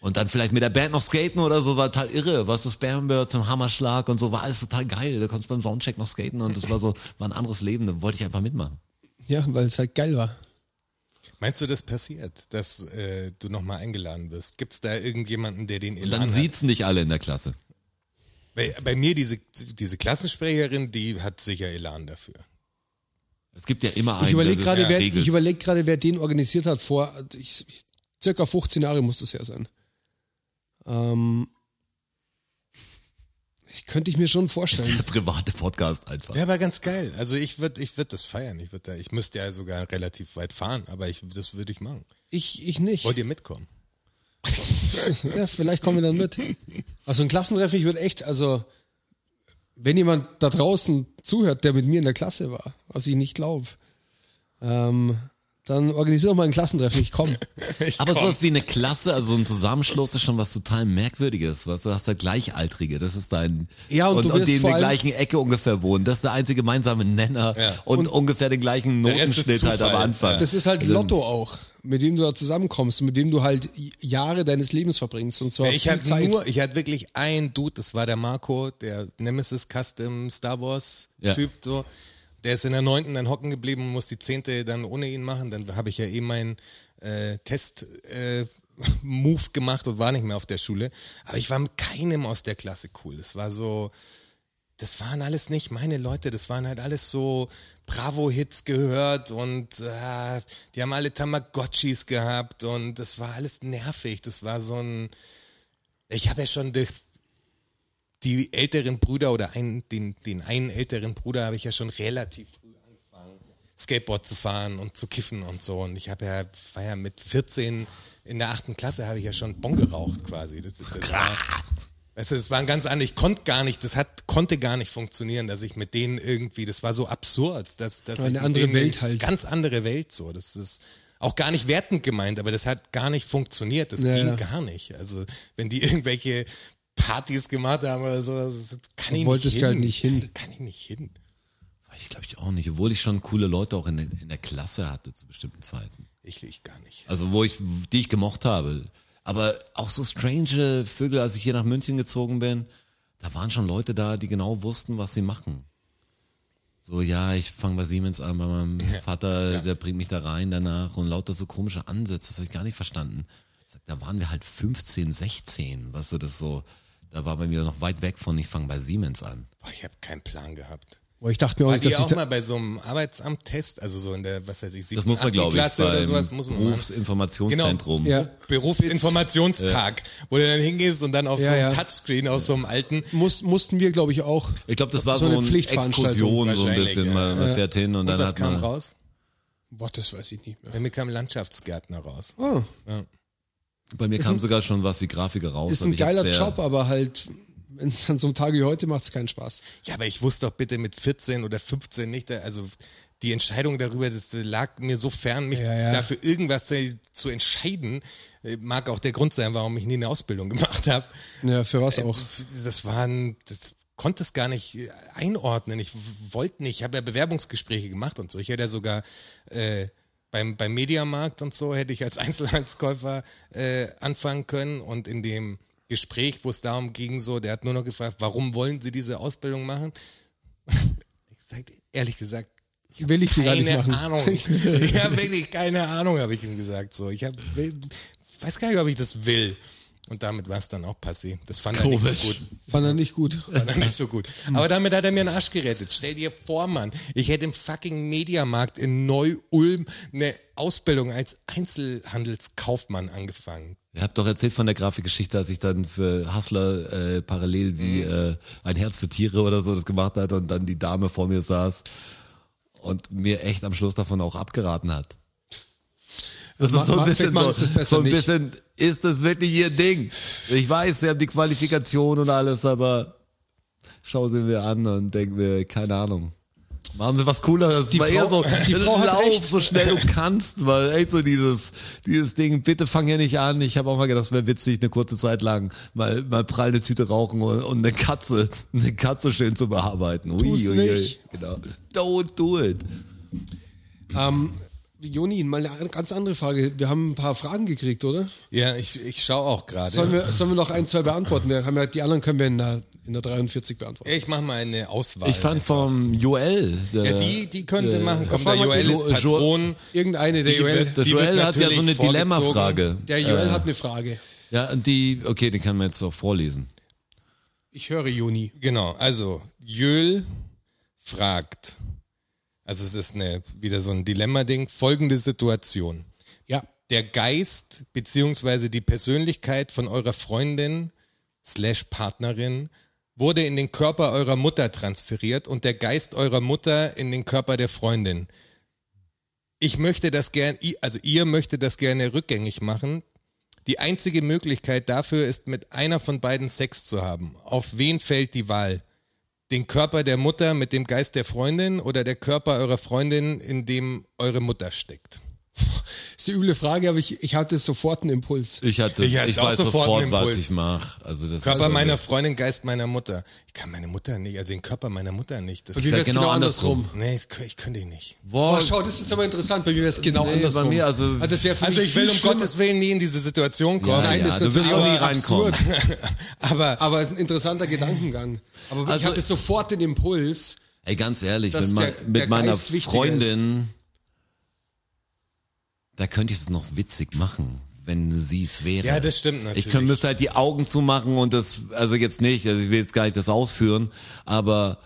Speaker 2: und dann vielleicht mit der Band noch skaten oder so, war total irre. Was das Bambirds zum Hammerschlag und so, war alles total geil. Da konntest du beim Soundcheck noch skaten und das war so, war ein anderes Leben, da wollte ich einfach mitmachen.
Speaker 4: ja weil es halt geil war.
Speaker 3: Meinst du, das passiert, dass äh, du nochmal eingeladen wirst? Gibt es da irgendjemanden, der den Elan
Speaker 2: Und dann
Speaker 3: hat?
Speaker 2: sieht's nicht alle in der Klasse.
Speaker 3: Bei, bei mir, diese, diese Klassensprecherin, die hat sicher Elan dafür.
Speaker 2: Es gibt ja immer einen.
Speaker 4: Ich überlege
Speaker 2: der das
Speaker 4: gerade, wer,
Speaker 2: regelt.
Speaker 4: ich überleg gerade, wer den organisiert hat vor ich, ich, circa 15 Jahre muss das her sein. Ähm, ich könnte ich mir schon vorstellen.
Speaker 2: der private Podcast einfach.
Speaker 3: Ja, aber ganz geil. Also ich würde ich würd das feiern. Ich, würd da, ich müsste ja sogar relativ weit fahren, aber ich, das würde ich machen.
Speaker 4: Ich, ich nicht.
Speaker 3: Wollt ihr mitkommen?
Speaker 4: Ja, vielleicht kommen wir dann mit. Also ein Klassentreffen, ich würde echt, also wenn jemand da draußen zuhört, der mit mir in der Klasse war, was ich nicht glaube, ähm, Dann organisier doch mal ein Klassentreffen, ich komme.
Speaker 2: Aber sowas wie eine Klasse, also so ein Zusammenschluss ist schon was total Merkwürdiges. Weißt? du? Du hast halt Gleichaltrige, das ist dein...
Speaker 4: Ja, und
Speaker 2: und,
Speaker 4: du
Speaker 2: und
Speaker 4: wirst
Speaker 2: die in
Speaker 4: vor
Speaker 2: der
Speaker 4: allem-
Speaker 2: gleichen Ecke ungefähr wohnen. Das ist der einzige gemeinsame Nenner und, ungefähr den gleichen
Speaker 3: Der Rest ist
Speaker 2: Notenschnitt halt am
Speaker 3: Zufall.
Speaker 2: Anfang.
Speaker 4: Das ist halt Lotto auch, mit dem du da zusammenkommst und mit dem du halt Jahre deines Lebens verbringst. Und zwar
Speaker 3: Ich
Speaker 4: viel
Speaker 3: hatte
Speaker 4: Zeit.
Speaker 3: nur, ich hatte wirklich einen Dude, das war der Marco, der Nemesis Custom Star Wars
Speaker 2: Ja.
Speaker 3: Typ, so. Der ist in der neunten dann hocken geblieben und muss die zehnte dann ohne ihn machen. Dann habe ich ja eh meinen äh, Test-Move äh, Move gemacht und war nicht mehr auf der Schule. Aber ich war mit keinem aus der Klasse cool. Es war so, das waren alles nicht meine Leute, das waren halt alles so Bravo-Hits gehört und äh, die haben alle Tamagotchis gehabt und das war alles nervig. Das war so ein. Ich habe ja schon durch die älteren Brüder oder einen, den, den einen älteren Bruder habe ich ja schon relativ früh angefangen, Skateboard zu fahren und zu kiffen und so. Und ich habe ja, war ja mit 14 in der achten Klasse habe ich ja schon Bon geraucht quasi. Das, ist- das war, Weißt du, es war ein ganz anderes, ich konnte gar nicht, das hat, konnte gar nicht funktionieren, dass ich mit denen irgendwie, das war so absurd, dass, dass
Speaker 4: Eine
Speaker 3: ich mit
Speaker 4: andere
Speaker 3: denen-
Speaker 4: Welt halt.
Speaker 3: Ganz andere Welt so, das ist auch gar nicht wertend gemeint, aber das hat gar nicht funktioniert, das
Speaker 4: Ja,
Speaker 3: ging
Speaker 4: ja.
Speaker 3: gar nicht. Also, wenn die irgendwelche Partys gemacht haben oder sowas, das kann ich
Speaker 4: Wolltest
Speaker 3: nicht hin. Äh,
Speaker 4: du halt nicht hin.
Speaker 3: Kann, kann ich nicht hin.
Speaker 2: Ich glaube ich auch nicht, obwohl ich schon coole Leute auch in, der- in der Klasse hatte zu bestimmten Zeiten.
Speaker 3: Ich, ich gar nicht.
Speaker 2: Also wo ich, die ich gemocht habe. Aber auch so strange Vögel, als ich hier nach München gezogen bin, da waren schon Leute da, die genau wussten, was sie machen. So, ja, ich fange bei Siemens an, bei meinem Vater, der bringt mich da rein danach und lauter so komische Ansätze, das habe ich gar nicht verstanden. Ich Sag, da waren wir halt 15, 16, weißt du, das so, da war bei mir noch weit weg von, ich fange bei Siemens an.
Speaker 3: Boah, ich habe keinen Plan gehabt.
Speaker 4: Boah, ich dachte mir auch
Speaker 3: War
Speaker 4: nicht,
Speaker 3: die
Speaker 4: dass ich
Speaker 3: auch
Speaker 4: da,
Speaker 3: mal bei so einem Arbeitsamt-Test, also so in der, was weiß ich,
Speaker 2: Das
Speaker 3: siebten,
Speaker 2: muss man,
Speaker 3: achten
Speaker 2: glaube ich,
Speaker 3: Klasse oder
Speaker 2: beim
Speaker 3: sowas, muss man machen. Genau.
Speaker 2: Berufsinformationszentrum.
Speaker 4: Ja.
Speaker 3: Berufsinformationstag, wo du dann hingehst und dann auf
Speaker 4: Ja,
Speaker 3: so einem
Speaker 4: ja.
Speaker 3: Touchscreen aus so einem alten,
Speaker 4: muss, mussten wir, glaube ich, auch.
Speaker 2: Ich glaube, das war
Speaker 4: So
Speaker 2: so,
Speaker 4: eine
Speaker 2: eine
Speaker 4: Pflichtveranstaltung
Speaker 2: Exkursion, so ein
Speaker 3: wahrscheinlich,
Speaker 2: bisschen.
Speaker 3: ja.
Speaker 2: Man, man fährt hin und,
Speaker 3: und
Speaker 2: dann
Speaker 3: was
Speaker 2: hat
Speaker 3: kam
Speaker 2: man.
Speaker 3: raus?
Speaker 4: Boah, das weiß ich nicht mehr.
Speaker 3: Bei mir kam Landschaftsgärtner raus.
Speaker 4: Ah,
Speaker 2: Bei mir kam sogar schon was wie Grafiker raus.
Speaker 4: ist
Speaker 2: aber
Speaker 4: ein
Speaker 2: ich hab's
Speaker 4: geiler
Speaker 2: sehr-
Speaker 4: Job, aber halt, wenn es an so einem Tag wie heute macht es keinen Spaß.
Speaker 3: Ja, aber ich wusste doch bitte mit 14 oder 15 nicht, also die Entscheidung darüber, das äh, lag mir so fern, mich
Speaker 4: Ja, ja.
Speaker 3: dafür irgendwas zu, zu entscheiden. Äh, Mag auch der Grund sein, warum ich nie eine Ausbildung gemacht habe.
Speaker 4: Ja, für
Speaker 2: Äh,
Speaker 4: was auch.
Speaker 3: Also, Das waren, das konnte es gar nicht äh, einordnen. Ich w- wollte nicht, ich habe ja Bewerbungsgespräche gemacht und so. Ich hätte ja sogar äh, beim, beim Mediamarkt und so hätte ich als Einzelhandelskäufer äh, anfangen können und in dem Gespräch, wo es darum ging, so, der hat nur noch gefragt, warum wollen Sie diese Ausbildung machen? Ich sagte, ehrlich gesagt,
Speaker 4: Will ich die gar nicht
Speaker 3: keine
Speaker 4: machen.
Speaker 3: Ahnung. ich habe wirklich keine Ahnung, habe ich ihm gesagt. So, ich hab, will, weiß gar nicht, ob ich das will. Und damit war es dann auch passé. Das fand er nicht so gut.
Speaker 4: Fand er nicht gut.
Speaker 3: Fand er nicht so gut. Aber damit hat er mir einen Arsch gerettet. Stell dir vor, Mann, ich hätte im fucking Mediamarkt in Neu-Ulm eine Ausbildung als Einzelhandelskaufmann angefangen.
Speaker 2: Ihr habt doch erzählt von der Grafikgeschichte, als ich dann für Hustler äh, parallel
Speaker 4: Mhm.
Speaker 2: wie äh, ein Herz für Tiere oder so das gemacht hat und dann die Dame vor mir saß und mir echt am Schluss davon auch abgeraten hat. Das
Speaker 4: Ma-
Speaker 2: ist so ein
Speaker 4: ma-
Speaker 2: bisschen,
Speaker 4: Mann,
Speaker 2: so,
Speaker 4: es ist besser
Speaker 2: so ein
Speaker 4: nicht.
Speaker 2: bisschen ist das wirklich ihr Ding? Ich weiß, sie haben die Qualifikation und alles, aber schau sie mir an und denken mir, keine Ahnung. Machen sie was Cooleres. Die
Speaker 4: Frau- die Frau hat
Speaker 2: lauf
Speaker 4: recht.
Speaker 2: so schnell du kannst, weil echt so dieses, dieses Ding, bitte fang ja nicht an. Ich habe auch mal gedacht, das wäre witzig, eine kurze Zeit lang mal, mal prall eine Tüte rauchen und, und eine Katze, eine Katze schön zu bearbeiten. Ui,
Speaker 4: Tu's
Speaker 2: ui, ui.
Speaker 4: nicht.
Speaker 2: Genau. Don't do it.
Speaker 4: Ähm, Joni, mal eine ganz andere Frage. Wir haben ein paar Fragen gekriegt, oder?
Speaker 3: Ja, ich, ich schaue auch
Speaker 4: Sollen
Speaker 3: gerade.
Speaker 4: wir, sollen wir noch ein, zwei beantworten? Wir haben ja, die anderen können wir in der, in der 43 beantworten.
Speaker 3: Ich mache mal eine Auswahl.
Speaker 2: Ich fand vom Joel, der,
Speaker 3: ja, die, die können wir machen. Komm, der
Speaker 4: Frau
Speaker 3: Joel
Speaker 2: Jo-
Speaker 3: ist
Speaker 2: Jo-
Speaker 3: Patron.
Speaker 4: Irgendeine, der
Speaker 3: Die
Speaker 4: Joel,
Speaker 3: wird-
Speaker 2: der
Speaker 3: die wird
Speaker 2: Joel hat ja so eine
Speaker 3: natürlich vorgezogen.
Speaker 2: Dilemmafrage.
Speaker 4: der Joel hat eine Frage.
Speaker 2: Ja, und die, okay, die kann man jetzt auch vorlesen.
Speaker 4: Ich höre Joni.
Speaker 3: Genau, also Jöl fragt, also es ist eine, wieder so ein Dilemma-Ding, folgende Situation.
Speaker 4: Ja.
Speaker 3: Der Geist beziehungsweise die Persönlichkeit von eurer Freundin slash Partnerin wurde in den Körper eurer Mutter transferiert und der Geist eurer Mutter in den Körper der Freundin. Ich möchte das gern, i- also ihr möchtet das gerne rückgängig machen. Die einzige Möglichkeit dafür ist, mit einer von beiden Sex zu haben. Auf wen fällt die Wahl? Den Körper der Mutter mit dem Geist der Freundin oder der Körper eurer Freundin, in dem eure Mutter steckt?
Speaker 4: ist eine üble Frage, aber ich, ich hatte sofort einen Impuls.
Speaker 2: Ich hatte, ich,
Speaker 3: Ich hatte auch
Speaker 2: weiß
Speaker 3: sofort
Speaker 2: sofort,
Speaker 3: einen
Speaker 2: was
Speaker 3: Impuls.
Speaker 2: ich mache. Also das
Speaker 3: Körper
Speaker 2: ist
Speaker 3: meiner Freundin, Geist meiner Mutter. Ich kann meine Mutter nicht, also den Körper meiner Mutter nicht. Das halt
Speaker 4: Bei mir wäre es
Speaker 2: genau
Speaker 4: genau,
Speaker 2: andersrum.
Speaker 4: andersrum.
Speaker 3: nee, ich, ich könnte ihn nicht.
Speaker 2: Boah,
Speaker 4: Oh, schau, das ist jetzt aber interessant. Bei mir wäre es genau
Speaker 2: Nee,
Speaker 4: andersrum.
Speaker 2: bei mir, also-
Speaker 4: das wäre für
Speaker 3: Also
Speaker 4: mich
Speaker 3: ich will
Speaker 4: viel
Speaker 3: um
Speaker 4: schlimmer.
Speaker 3: Gottes Willen nie in diese Situation kommen.
Speaker 2: Nein,
Speaker 4: Nein, das
Speaker 2: ja,
Speaker 4: ist
Speaker 2: du willst auch nie
Speaker 4: natürlich
Speaker 2: reinkommen.
Speaker 4: absurd.
Speaker 3: aber
Speaker 4: Aber ein interessanter Gedankengang. Aber ich
Speaker 2: Also-
Speaker 4: hatte sofort den Impuls.
Speaker 2: Ey, ganz ehrlich,
Speaker 4: dass
Speaker 2: wenn man,
Speaker 4: der-
Speaker 2: mit
Speaker 4: der
Speaker 2: meiner
Speaker 4: Geist wichtiger
Speaker 2: Freundin, da könnte ich es noch witzig machen, wenn sie es wäre.
Speaker 3: ja, das stimmt natürlich.
Speaker 2: ich könnte, müsste halt die Augen zumachen und das, also jetzt nicht, also ich will jetzt gar nicht das ausführen, aber,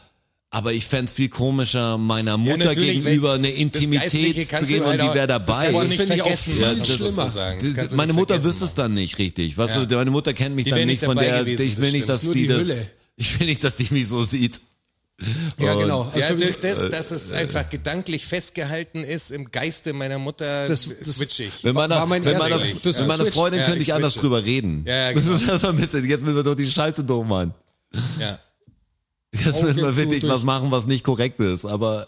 Speaker 2: aber ich fänd's viel komischer, meiner
Speaker 3: Ja,
Speaker 2: Mutter
Speaker 3: natürlich,
Speaker 2: gegenüber
Speaker 3: wenn-
Speaker 2: eine
Speaker 3: das
Speaker 2: Intimität
Speaker 3: Geistliche
Speaker 2: zu
Speaker 3: kannst du
Speaker 2: geben und
Speaker 3: halt
Speaker 2: die
Speaker 3: auch-
Speaker 2: wäre
Speaker 3: das
Speaker 2: dabei.
Speaker 3: kannst du
Speaker 4: Das
Speaker 3: nicht
Speaker 4: finde ich auch
Speaker 3: vergessen,
Speaker 4: viel
Speaker 3: Mann, das
Speaker 4: schlimmer.
Speaker 3: zu sagen. Das
Speaker 2: Die-
Speaker 3: kannst du
Speaker 2: meine
Speaker 3: nicht
Speaker 2: Mutter
Speaker 3: vergessen,
Speaker 2: wüsste es dann nicht richtig. Weißt
Speaker 3: Ja.
Speaker 2: du, meine Mutter kennt mich
Speaker 3: Die
Speaker 2: dann
Speaker 3: wär
Speaker 2: nicht
Speaker 3: nicht
Speaker 2: von
Speaker 3: dabei
Speaker 2: der,
Speaker 3: gewesen,
Speaker 2: ich
Speaker 3: das
Speaker 2: will nicht,
Speaker 3: stimmt.
Speaker 2: dass
Speaker 4: Nur
Speaker 2: die,
Speaker 4: die
Speaker 2: das,
Speaker 4: Hülle.
Speaker 2: ich will nicht, dass die mich so sieht.
Speaker 4: Ja, genau.
Speaker 3: Mann. Ja,
Speaker 4: Also,
Speaker 3: durch
Speaker 2: Äh,
Speaker 3: das, dass es einfach gedanklich festgehalten ist im Geiste meiner Mutter,
Speaker 4: Das-
Speaker 3: das,
Speaker 4: das-
Speaker 3: switch ich.
Speaker 2: Wenn meiner,
Speaker 4: mein
Speaker 2: wenn
Speaker 4: erster
Speaker 2: meiner,
Speaker 3: Blick.
Speaker 2: mit
Speaker 4: Das ist
Speaker 2: meiner
Speaker 4: switch.
Speaker 2: Freundin
Speaker 3: Ja,
Speaker 2: könnte ich
Speaker 3: ich
Speaker 2: anders
Speaker 3: switche.
Speaker 2: drüber reden.
Speaker 3: Ja, ja, genau.
Speaker 2: Das war ein bisschen, jetzt müssen wir doch die Scheiße doof machen.
Speaker 3: Ja. Oh,
Speaker 2: Jetzt müssen wir
Speaker 4: jetzt so
Speaker 2: wirklich
Speaker 4: durch-
Speaker 2: was machen, was nicht korrekt ist. Aber,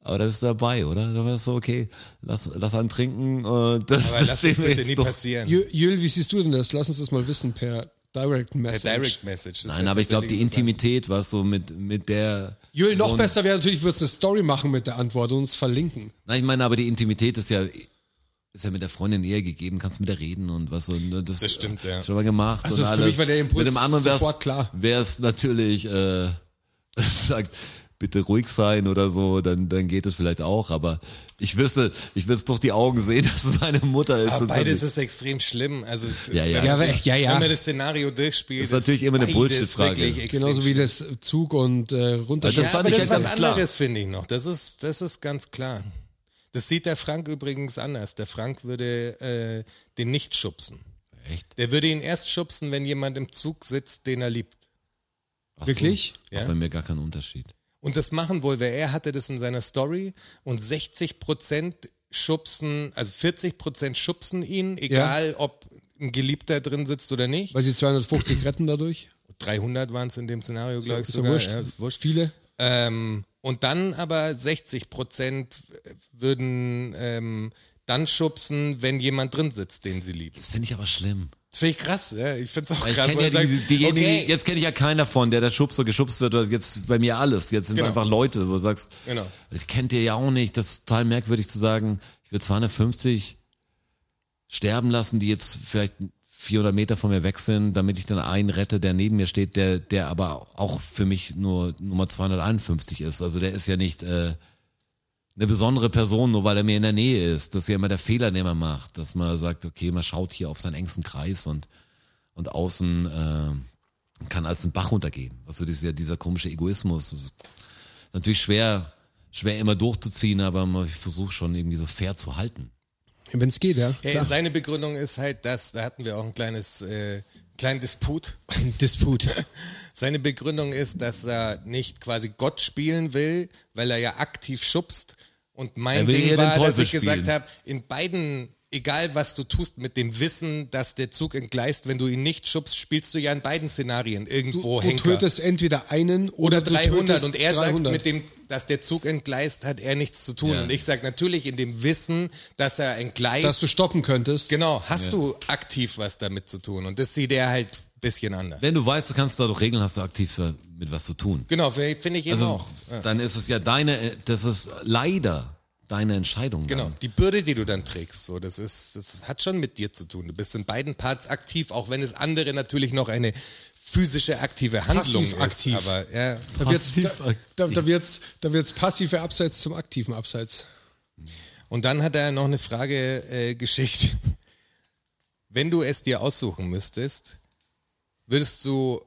Speaker 2: aber da bist du dabei, oder? Da wärst du, okay, lass, lass einen trinken. äh, Das,
Speaker 3: Aber
Speaker 2: das
Speaker 3: lass
Speaker 2: sehen
Speaker 3: das
Speaker 2: wir
Speaker 3: bitte
Speaker 2: jetzt
Speaker 3: nie
Speaker 2: doch.
Speaker 3: passieren.
Speaker 4: Jö- Jül, wie siehst du denn das? Lass uns das mal wissen per Direct Message.
Speaker 3: Direct Message. das
Speaker 2: Nein,
Speaker 3: wär
Speaker 2: aber ich glaube, die
Speaker 3: tatsächlich
Speaker 2: Intimität, was so mit, mit der.
Speaker 4: Jül, noch
Speaker 2: so ein-
Speaker 4: besser wäre natürlich, würdest du eine Story machen mit der Antwort und uns verlinken.
Speaker 2: Nein, ich meine, aber die Intimität ist ja, ist ja mit der Freundin eher gegeben, kannst mit der reden und was so. ne, Das,
Speaker 3: Das stimmt, ja.
Speaker 2: äh, Schon mal gemacht.
Speaker 4: Also
Speaker 2: und
Speaker 4: für
Speaker 2: alles.
Speaker 4: mich war der Impuls
Speaker 2: mit dem anderen wär's,
Speaker 4: sofort klar.
Speaker 2: Wär's natürlich, äh, sagt, bitte ruhig sein oder so, dann, dann geht es vielleicht auch, aber ich wüsste, ich würde es durch die Augen sehen, dass meine Mutter ist.
Speaker 3: Aber
Speaker 2: und
Speaker 3: beides
Speaker 2: dann-
Speaker 3: ist extrem schlimm. Also,
Speaker 2: Ja, ja.
Speaker 3: wenn man
Speaker 2: Ja, aber
Speaker 3: das-
Speaker 4: echt, ja, ja.
Speaker 3: Wenn man das Szenario durchspielt,
Speaker 2: Das ist natürlich immer eine
Speaker 3: beides
Speaker 2: Bullshit-Frage.
Speaker 3: wirklich extrem
Speaker 4: Genauso wie das Zug und äh, runter.
Speaker 2: Das
Speaker 3: ja,
Speaker 2: fand
Speaker 3: aber
Speaker 2: ich
Speaker 3: das
Speaker 2: halt
Speaker 3: ist was
Speaker 2: ganz klar.
Speaker 3: anderes, finde ich noch. Das ist, das ist ganz klar. Das sieht der Frank übrigens anders. Der Frank würde äh, den nicht schubsen.
Speaker 2: Echt?
Speaker 3: Der würde ihn erst schubsen, wenn jemand im Zug sitzt, den er liebt.
Speaker 2: Ach so.
Speaker 4: Wirklich?
Speaker 2: Auch
Speaker 3: Ja.
Speaker 2: bei mir gar keinen Unterschied.
Speaker 3: Und das machen wohl, weil er hatte das in seiner Story und 60 Prozent schubsen, also 40 Prozent schubsen ihn, egal ob ein Geliebter drin sitzt oder nicht.
Speaker 4: Weil sie 250 retten dadurch.
Speaker 3: 300 waren es in dem Szenario, glaube ich,
Speaker 4: Ist ja
Speaker 3: sogar.
Speaker 4: wurscht.
Speaker 3: Ja, ist wurscht.
Speaker 4: Viele.
Speaker 3: Ähm, und dann aber 60 Prozent würden ähm, dann schubsen, wenn jemand drin sitzt, den sie liebt.
Speaker 2: Das finde ich aber schlimm.
Speaker 3: Das finde ich krass, ja. Ich finde es auch
Speaker 2: Ich
Speaker 3: krass.
Speaker 2: kenne
Speaker 3: weil
Speaker 2: ja die,
Speaker 3: man sagt,
Speaker 2: diejenigen,
Speaker 3: okay,
Speaker 2: jetzt kenne ich ja keinen davon, der da schubst oder geschubst wird, oder jetzt bei mir alles. Jetzt sind es
Speaker 3: Genau.
Speaker 2: einfach Leute, wo du sagst,
Speaker 3: Genau.
Speaker 2: das kennt ihr ja auch nicht, das ist total merkwürdig zu sagen, ich würde 250 sterben lassen, die jetzt vielleicht 400 Meter von mir weg sind, damit ich dann einen rette, der neben mir steht, der, der aber auch für mich nur Nummer 251 ist. Also der ist ja nicht, äh, eine besondere Person, nur weil er mir in der Nähe ist. Das ist ja immer der Fehler, den man macht, dass man sagt, okay, man schaut hier auf seinen engsten Kreis und, und außen äh, kann als ein Bach runtergehen. Also das ist ja dieser komische Egoismus. Das ist natürlich schwer, schwer immer durchzuziehen, aber man- ich versuche schon irgendwie so fair zu halten.
Speaker 4: Wenn es geht, ja.
Speaker 3: ja, Äh, seine Begründung ist halt, dass, da hatten wir auch ein kleines, äh, kleinen Disput.
Speaker 4: Ein Disput.
Speaker 3: Seine Begründung ist, dass er nicht quasi Gott spielen will, weil er ja aktiv schubst. Und
Speaker 2: Er
Speaker 3: mein
Speaker 2: will eher
Speaker 3: Ding
Speaker 2: den
Speaker 3: war, dass
Speaker 2: Teufel
Speaker 3: ich
Speaker 2: spielen.
Speaker 3: gesagt habe, in beiden, egal was du tust, mit dem Wissen, dass der Zug entgleist, wenn du ihn nicht schubst, spielst du ja in beiden Szenarien irgendwo
Speaker 4: Du, du
Speaker 3: Henker.
Speaker 4: tötest entweder einen oder,
Speaker 3: oder
Speaker 4: du
Speaker 3: 300
Speaker 4: tötest
Speaker 3: und er sagt
Speaker 4: 300.
Speaker 3: mit dem, dass der Zug entgleist, hat er nichts zu tun.
Speaker 2: Ja.
Speaker 3: Und ich sage natürlich in dem Wissen, dass er entgleist,
Speaker 4: dass du stoppen könntest.
Speaker 3: genau, hast du aktiv was damit zu tun. Und das sieht er halt ein bisschen anders.
Speaker 2: Wenn du weißt, du kannst dadurch regeln, hast du aktiv für, mit was zu tun.
Speaker 3: Genau, finde ich eben
Speaker 2: Also
Speaker 3: auch. Ja.
Speaker 2: dann ist es ja deine, äh, das ist leider deine Entscheidung.
Speaker 3: Genau,
Speaker 2: Dann.
Speaker 3: die Bürde, die du dann trägst, so, das ist, das hat schon mit dir zu tun. Du bist in beiden Parts aktiv, auch wenn es andere natürlich noch eine physische aktive Handlung
Speaker 4: Passiv-aktiv.
Speaker 3: ist. Aber ja,
Speaker 4: Da wird's, da,
Speaker 2: Passiv-aktiv.
Speaker 4: da, da, wird's, da wird's passive Abseits zum aktiven Abseits.
Speaker 3: Und dann hat er noch eine Frage äh, geschickt. Wenn du es dir aussuchen müsstest, würdest du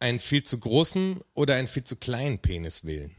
Speaker 3: einen viel zu großen oder einen viel zu kleinen Penis wählen?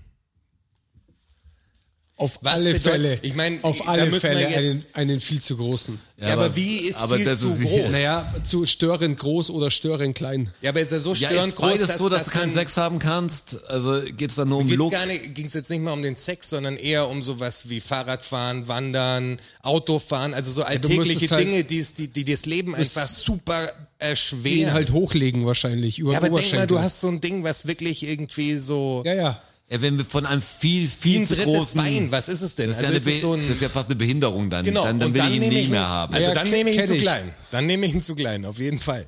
Speaker 4: Auf
Speaker 3: Was
Speaker 4: alle
Speaker 3: bedeutet-
Speaker 4: Fälle.
Speaker 3: ich mein, da
Speaker 4: auf alle
Speaker 3: müssen wir
Speaker 4: Fälle
Speaker 3: jetzt-
Speaker 4: einen, einen viel zu großen.
Speaker 3: Ja, aber, wie ist
Speaker 2: aber
Speaker 3: viel
Speaker 2: das
Speaker 3: zu
Speaker 2: ist-
Speaker 3: groß?
Speaker 4: Naja, zu störend groß oder störend klein.
Speaker 3: Ja, aber ist er so
Speaker 2: Ja,
Speaker 3: störend
Speaker 2: ist
Speaker 3: groß,
Speaker 2: beides
Speaker 3: dass,
Speaker 2: so, dass, du keinen
Speaker 3: man-
Speaker 2: Sex haben kannst? Also geht's dann nur um
Speaker 3: Geht's
Speaker 2: Look?
Speaker 3: gar nicht, ging's jetzt nicht mal um den Sex, sondern eher um sowas wie Fahrradfahren, Wandern, Autofahren, also so
Speaker 4: du
Speaker 3: alltägliche
Speaker 4: müsstest halt-
Speaker 3: Dinge, die, es- die, die das Leben einfach super
Speaker 4: Den
Speaker 3: erschweren.
Speaker 2: halt
Speaker 4: halt hochlegen wahrscheinlich über
Speaker 3: ja, aber
Speaker 4: den
Speaker 3: denk mal,
Speaker 4: Oberschenkel.
Speaker 3: du hast so ein Ding, was wirklich irgendwie so
Speaker 4: ja, ja.
Speaker 2: Ja, wenn wir von einem viel,
Speaker 3: Wie
Speaker 2: viel
Speaker 3: ein
Speaker 2: zu
Speaker 3: drittes
Speaker 2: großen...
Speaker 3: Bein, was ist es denn?
Speaker 2: Das ist,
Speaker 3: also
Speaker 2: ja
Speaker 3: es
Speaker 2: eine
Speaker 3: ist so
Speaker 2: Be-
Speaker 3: ein,
Speaker 2: das ist ja fast eine Behinderung dann.
Speaker 3: genau.
Speaker 2: dann, dann
Speaker 3: und
Speaker 2: will ich ihn
Speaker 3: nehme
Speaker 2: nicht mehr haben.
Speaker 3: Also
Speaker 4: Ja,
Speaker 3: dann
Speaker 4: kenn-
Speaker 3: nehme ich ihn
Speaker 4: kenn
Speaker 3: zu
Speaker 4: ich.
Speaker 3: klein. Dann nehme ich ihn zu klein, auf jeden Fall.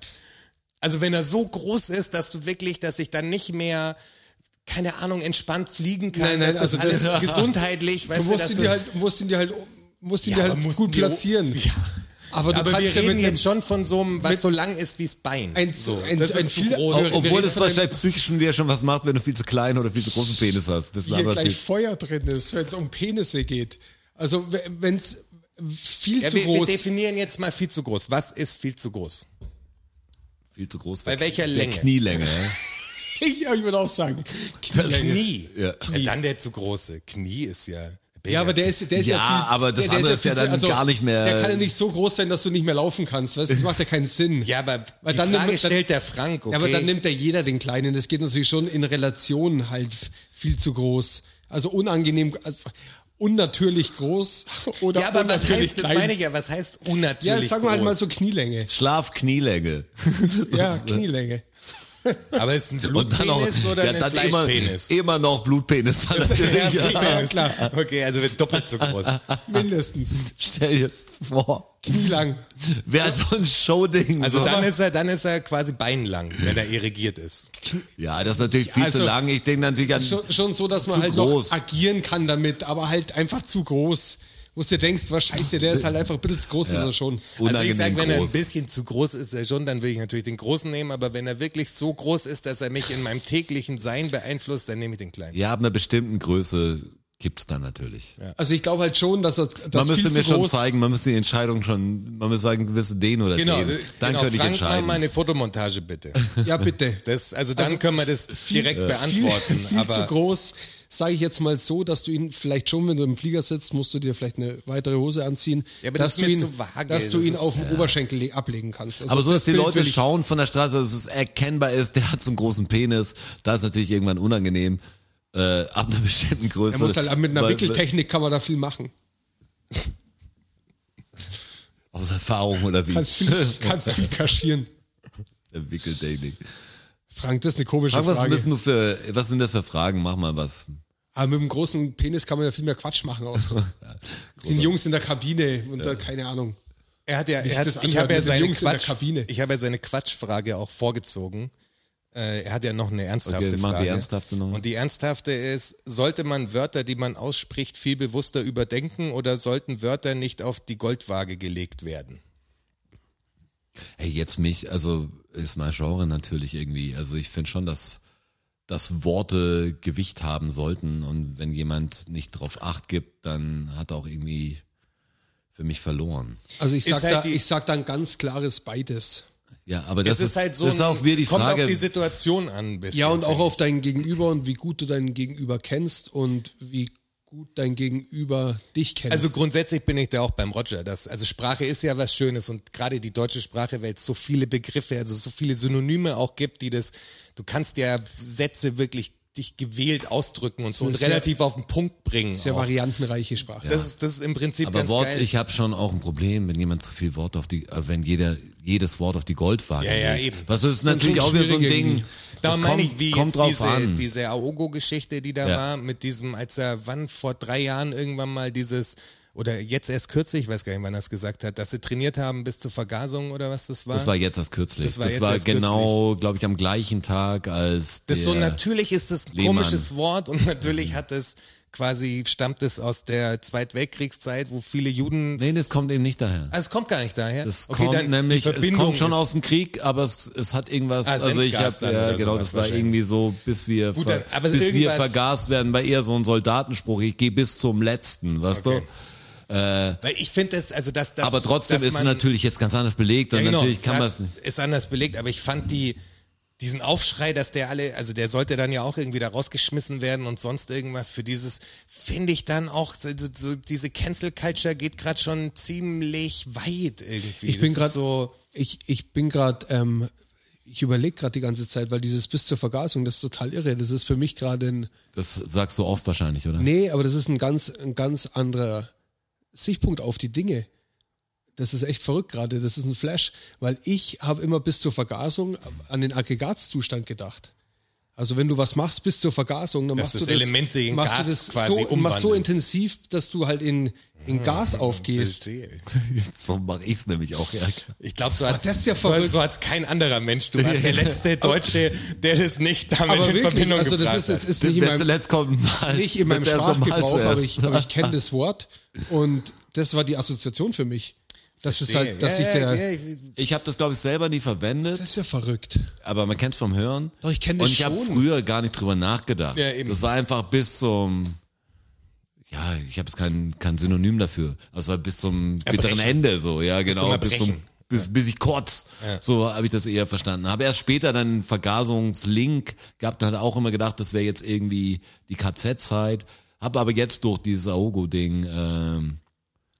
Speaker 3: Also wenn er so groß ist, dass du wirklich, dass ich dann nicht mehr, keine Ahnung, entspannt fliegen kann,
Speaker 4: Nein, nein,
Speaker 3: dass das
Speaker 4: also das-
Speaker 3: alles gesundheitlich, weißt
Speaker 4: Du
Speaker 3: du,
Speaker 4: musst
Speaker 3: dass
Speaker 4: ihn
Speaker 3: das-
Speaker 4: dir halt, musst ihn dir halt, musst ihn
Speaker 3: Ja,
Speaker 4: dir
Speaker 3: aber
Speaker 4: halt
Speaker 3: mussten
Speaker 4: gut
Speaker 3: die-
Speaker 4: platzieren.
Speaker 3: Ja.
Speaker 4: Aber du
Speaker 3: aber wir
Speaker 4: kannst ja
Speaker 3: reden
Speaker 4: mit einem
Speaker 3: jetzt schon von so einem, was so lang ist wie das Bein.
Speaker 4: Ein-
Speaker 3: so,
Speaker 4: ein-
Speaker 3: das
Speaker 4: ein
Speaker 3: ist zu
Speaker 4: viel-
Speaker 3: groß.
Speaker 4: Wir- wir
Speaker 2: Obwohl
Speaker 4: reden
Speaker 2: das
Speaker 4: von einem-
Speaker 2: wahrscheinlich psychisch schon wieder schon was macht, wenn du viel zu kleinen oder viel zu großen Penis hast. Bist ein
Speaker 4: hier
Speaker 2: anderer
Speaker 4: gleich
Speaker 2: Typ.
Speaker 4: Feuer drin ist, wenn es um Penisse geht. Also wenn es viel
Speaker 3: ja,
Speaker 4: zu
Speaker 3: wir, wir
Speaker 4: groß
Speaker 3: definieren jetzt mal viel zu groß. Was ist viel zu groß?
Speaker 2: Viel zu groß.
Speaker 3: Bei welcher
Speaker 2: Der
Speaker 3: Länge?
Speaker 2: Knielänge. ja.
Speaker 4: ja, ich würde auch sagen.
Speaker 3: Knie.
Speaker 2: Ja.
Speaker 3: Ja, dann der zu große. Knie ist ja.
Speaker 4: Ja, aber der ist, der ist ja,
Speaker 2: Ja,
Speaker 4: viel,
Speaker 2: aber das
Speaker 4: der, der
Speaker 2: andere ist ja
Speaker 4: viel also,
Speaker 2: dann gar nicht mehr-
Speaker 4: Der kann ja nicht so groß sein, dass du nicht mehr laufen kannst. Weißt? du? Das macht ja keinen Sinn.
Speaker 3: Ja, aber die
Speaker 4: Weil dann
Speaker 3: Frage
Speaker 4: nimmt- dann-
Speaker 3: stellt der Frank, okay?
Speaker 4: Ja, aber dann nimmt ja jeder den Kleinen. Das geht natürlich schon in Relation halt f- viel zu groß. Also unangenehm, also unnatürlich groß oder
Speaker 3: ja, aber was
Speaker 4: unnatürlich
Speaker 3: heißt, das
Speaker 4: klein.
Speaker 3: meine ich ja, was heißt unnatürlich
Speaker 4: ja, sagen wir halt
Speaker 3: groß?
Speaker 4: mal so Knielänge.
Speaker 2: Schlafknielänge.
Speaker 4: Ja, Knielänge.
Speaker 3: Aber ist ein
Speaker 2: Und dann auch,
Speaker 3: Blutpenis oder
Speaker 2: ja,
Speaker 3: ein
Speaker 2: dann immer,
Speaker 3: Fleischpenis?
Speaker 2: immer noch Blutpenis. Dann
Speaker 3: Ja,
Speaker 2: natürlich, ja.
Speaker 3: Fleischpenis, klar. Also Okay, also wird doppelt so groß.
Speaker 4: Mindestens.
Speaker 2: Stell dir jetzt vor,
Speaker 4: Knielang.
Speaker 2: wäre so ein Showding.
Speaker 3: Also
Speaker 2: so.
Speaker 3: dann ist er, dann ist er quasi beinlang, wenn er irrigiert ist.
Speaker 2: ja, das ist natürlich viel zu
Speaker 4: Also-
Speaker 2: lang. Ich denke natürlich an
Speaker 4: Schon, schon so, dass man
Speaker 2: Zu
Speaker 4: halt
Speaker 2: groß.
Speaker 4: noch agieren kann damit, aber halt einfach zu groß. Wo du dir denkst, was scheiße, der ist halt einfach ein bisschen zu groß, ist er schon.
Speaker 3: Also ich
Speaker 2: unangenehm
Speaker 3: sag, wenn er ein
Speaker 2: groß.
Speaker 3: bisschen zu groß ist, er schon, dann will ich natürlich den großen nehmen, aber wenn er wirklich so groß ist, dass er mich in meinem täglichen Sein beeinflusst, dann nehme ich den kleinen.
Speaker 2: Ja, ab einer bestimmten Größe gibt's dann natürlich.
Speaker 4: Also ich glaube halt schon, dass er das
Speaker 2: Man
Speaker 4: viel
Speaker 2: müsste
Speaker 4: zu
Speaker 2: mir schon
Speaker 4: groß
Speaker 2: zeigen, man müsste die Entscheidung schon, man müsste sagen, gewisse den oder
Speaker 3: Genau,
Speaker 2: den.
Speaker 3: äh,
Speaker 2: Dann
Speaker 3: genau,
Speaker 2: könnte ich
Speaker 3: Frank, mach
Speaker 2: entscheiden.
Speaker 3: mal eine Fotomontage bitte.
Speaker 4: Ja, bitte.
Speaker 3: Das, also dann
Speaker 4: Also äh,
Speaker 3: können wir das direkt beantworten.
Speaker 4: Viel, viel
Speaker 3: aber
Speaker 4: zu groß, sage ich jetzt mal so, dass du ihn vielleicht schon, wenn du im Flieger sitzt, musst du dir vielleicht eine weitere Hose anziehen,
Speaker 3: Ja, aber
Speaker 4: dass,
Speaker 3: das ist
Speaker 4: du
Speaker 3: mir
Speaker 4: ihn,
Speaker 3: zu vage.
Speaker 4: dass du
Speaker 3: Das
Speaker 4: ihn
Speaker 3: ist-
Speaker 4: auf dem Oberschenkel le- ablegen kannst. Also
Speaker 2: Aber so,
Speaker 4: das
Speaker 2: dass die
Speaker 4: Bild will
Speaker 2: Leute
Speaker 4: ich-
Speaker 2: schauen von der Straße, dass es erkennbar ist, der hat so einen großen Penis, da ist natürlich irgendwann unangenehm. Äh, ab einer bestimmten Größe.
Speaker 4: Er muss halt mit einer
Speaker 2: Weil-
Speaker 4: Wickeltechnik kann man da viel machen.
Speaker 2: Aus Erfahrung oder wie?
Speaker 4: Kannst viel, kannst viel kaschieren.
Speaker 2: Der Wickeltechnik.
Speaker 4: Frank, das ist eine komische
Speaker 2: Frank, was,
Speaker 4: Frage.
Speaker 2: bist du für, was sind das für Fragen? Mach mal was.
Speaker 4: Aber mit dem großen Penis kann man ja viel mehr Quatsch machen auch so. Den Jungs in der Kabine und da, keine Ahnung.
Speaker 3: er hat ja,
Speaker 4: sich
Speaker 3: er hat,
Speaker 4: das
Speaker 3: ich
Speaker 4: anhört
Speaker 3: habe ja
Speaker 4: mit den
Speaker 3: seine
Speaker 4: Jungs in der
Speaker 3: Quatsch,
Speaker 4: Kabine.
Speaker 3: ich habe ja seine Quatschfrage auch vorgezogen. Äh, er hat ja noch eine ernsthafte
Speaker 2: Okay, mach die
Speaker 3: Frage.
Speaker 2: ernsthafte noch.
Speaker 3: Und die ernsthafte ist: Sollte man Wörter, die man ausspricht, viel bewusster überdenken oder sollten Wörter nicht auf die Goldwaage gelegt werden?
Speaker 2: Hey, jetzt mich, also ist mein Genre natürlich irgendwie. Also ich finde schon, dass, dass Worte Gewicht haben sollten und wenn jemand nicht drauf Acht gibt, dann hat er auch irgendwie für mich verloren.
Speaker 4: Also ich
Speaker 3: Ist
Speaker 4: sag,
Speaker 3: halt
Speaker 4: da,
Speaker 3: die-
Speaker 4: ich sag da ein ganz klares beides.
Speaker 2: Ja, aber das
Speaker 3: es ist halt so,
Speaker 2: das ist auch
Speaker 3: ein-
Speaker 2: wieder die
Speaker 3: kommt
Speaker 2: Frage.
Speaker 3: auf die Situation an. Ein bisschen,
Speaker 4: Ja, und auch
Speaker 3: finde
Speaker 4: auf dein Gegenüber und wie gut du dein Gegenüber kennst und wie gut dein Gegenüber dich kennt.
Speaker 3: Also grundsätzlich bin ich da auch beim Roger. Das, also Sprache ist ja was Schönes und gerade die deutsche Sprache, weil es so viele Begriffe, also so viele Synonyme auch gibt, die das, du kannst ja Sätze wirklich dich gewählt ausdrücken und so
Speaker 4: Das
Speaker 3: und
Speaker 4: ist ja-
Speaker 3: relativ auf den Punkt bringen.
Speaker 4: sehr
Speaker 3: auch.
Speaker 4: variantenreiche Sprache.
Speaker 3: Das, ist, das ist im Prinzip
Speaker 2: aber
Speaker 3: ganz
Speaker 2: Wort,
Speaker 3: geil.
Speaker 2: ich habe schon auch ein Problem, wenn jemand zu viel Wort auf die, äh, wenn jeder jedes Wort auf die Goldwaage
Speaker 3: Ja, ja,
Speaker 2: legt.
Speaker 3: eben.
Speaker 2: Was ist
Speaker 4: dann
Speaker 2: natürlich
Speaker 4: schon
Speaker 2: auch wieder so ein
Speaker 4: schwierig
Speaker 2: Ding.
Speaker 4: irgendwie.
Speaker 3: da
Speaker 2: das
Speaker 3: meine
Speaker 2: kommt,
Speaker 3: ich, wie
Speaker 2: kommt
Speaker 3: jetzt
Speaker 2: drauf
Speaker 3: diese,
Speaker 2: an.
Speaker 3: diese Aogo-Geschichte, die da
Speaker 2: Ja.
Speaker 3: war, mit diesem, als er wann vor drei Jahren irgendwann mal dieses, oder jetzt erst kürzlich, ich weiß gar nicht, wann er es gesagt hat, dass sie trainiert haben bis zur Vergasung oder was das war.
Speaker 2: das war jetzt erst kürzlich.
Speaker 3: Das
Speaker 2: Das
Speaker 3: war
Speaker 2: war,
Speaker 3: jetzt erst
Speaker 2: genau, glaube ich, am gleichen Tag als
Speaker 3: Das
Speaker 2: der,
Speaker 3: so natürlich ist das ein
Speaker 2: Lehmann.
Speaker 3: komisches Wort und natürlich hat es quasi stammt es aus der Zweitweltkriegszeit, wo viele Juden.
Speaker 2: Nee, das kommt eben nicht daher.
Speaker 3: Also es kommt gar nicht daher.
Speaker 2: Das
Speaker 3: Okay,
Speaker 2: kommt
Speaker 3: dann die
Speaker 2: nämlich, es
Speaker 3: Verbindung
Speaker 2: kommt schon
Speaker 3: ist-
Speaker 2: aus dem Krieg, aber es, es hat irgendwas,
Speaker 3: Ah,
Speaker 2: also ich
Speaker 3: Senfgas
Speaker 2: hab,
Speaker 3: dann
Speaker 2: ja,
Speaker 3: oder
Speaker 2: genau,
Speaker 3: sowas
Speaker 2: das war
Speaker 3: wahrscheinlich.
Speaker 2: irgendwie so, bis wir,
Speaker 3: Gut,
Speaker 2: ver-
Speaker 3: dann- aber
Speaker 2: bis wir
Speaker 3: irgendwas-
Speaker 2: vergast werden, war eher so ein Soldatenspruch, ich gehe bis zum Letzten, weißt
Speaker 3: Okay.
Speaker 2: du?
Speaker 3: Weil ich finde das, also das, das
Speaker 2: äh, Aber trotzdem
Speaker 3: dass
Speaker 2: ist es
Speaker 3: man-
Speaker 2: natürlich jetzt ganz anders belegt und
Speaker 3: Ja, genau,
Speaker 2: natürlich
Speaker 3: es
Speaker 2: kann
Speaker 3: hat-
Speaker 2: man es nicht.
Speaker 3: Ist anders belegt, aber ich fand die diesen Aufschrei, dass der alle, also der sollte dann ja auch irgendwie da rausgeschmissen werden und sonst irgendwas für dieses, finde ich dann auch, so, so- so, diese Cancel Culture geht gerade schon ziemlich weit irgendwie.
Speaker 4: ich bin
Speaker 3: Das
Speaker 4: gerade
Speaker 3: ist so.
Speaker 4: ich, ich bin gerade, ähm, ich überlege gerade die ganze Zeit, weil dieses bis zur Vergasung, das ist total irre. Das ist für mich gerade ein,
Speaker 2: Das sagst du oft wahrscheinlich, oder?
Speaker 4: nee, aber das ist ein ganz, ein ganz anderer Sichtpunkt auf die Dinge. Das ist echt verrückt gerade, das ist ein Flash, weil ich habe immer bis zur Vergasung an den Aggregatzustand gedacht. Also wenn du was machst bis zur Vergasung, dann
Speaker 3: Dass
Speaker 4: machst du
Speaker 3: das
Speaker 4: das
Speaker 3: Element sich in
Speaker 4: machst
Speaker 3: Gas
Speaker 4: du das
Speaker 3: quasi
Speaker 4: so, machst so
Speaker 3: umwandelt.
Speaker 4: intensiv, dass du halt in, in Gas aufgehst.
Speaker 3: Verstehe.
Speaker 2: So mache ich es nämlich auch. Ja.
Speaker 3: Ich glaube, so hat
Speaker 4: das ist ja
Speaker 3: so,
Speaker 4: verrückt.
Speaker 3: so hat's kein anderer Mensch. Du warst der letzte Deutsche, der das nicht damit
Speaker 4: Aber
Speaker 3: in
Speaker 4: wirklich,
Speaker 3: Verbindung
Speaker 4: also das
Speaker 3: gebracht
Speaker 4: ist,
Speaker 3: hat.
Speaker 4: es ist nicht in
Speaker 2: Wer
Speaker 4: meinem,
Speaker 2: zuletzt kommt, mal.
Speaker 4: nicht in meinem
Speaker 2: Wer zuerst kommt, mal
Speaker 4: Sprachgebrauch, aber
Speaker 2: zuerst.
Speaker 4: ich, aber ich kenne das Wort und das war die Assoziation für mich. Das ist halt, dass
Speaker 3: ja,
Speaker 4: ich
Speaker 3: ja,
Speaker 4: der,
Speaker 3: ja, ich,
Speaker 2: Ich habe das, glaube ich, selber nie verwendet,
Speaker 4: das ist ja verrückt.
Speaker 2: aber man kennt es vom Hören.
Speaker 4: Doch, ich kenn das
Speaker 2: Und ich habe
Speaker 4: schon.
Speaker 2: früher gar nicht drüber nachgedacht.
Speaker 3: Ja, eben.
Speaker 2: Das war einfach bis zum, ja, ich habe jetzt kein, kein Synonym dafür. Das war bis zum bitteren Ende so, ja, genau.
Speaker 3: zum
Speaker 2: Bis, zum,
Speaker 3: Erbrechen.
Speaker 2: bis, bis ich kotz. So habe ich das eher verstanden. Habe erst später dann einen Vergasungslink gehabt und hatte auch immer gedacht, das wäre jetzt irgendwie die KZ-Zeit. Habe aber jetzt durch dieses Aogo-Ding... Ähm,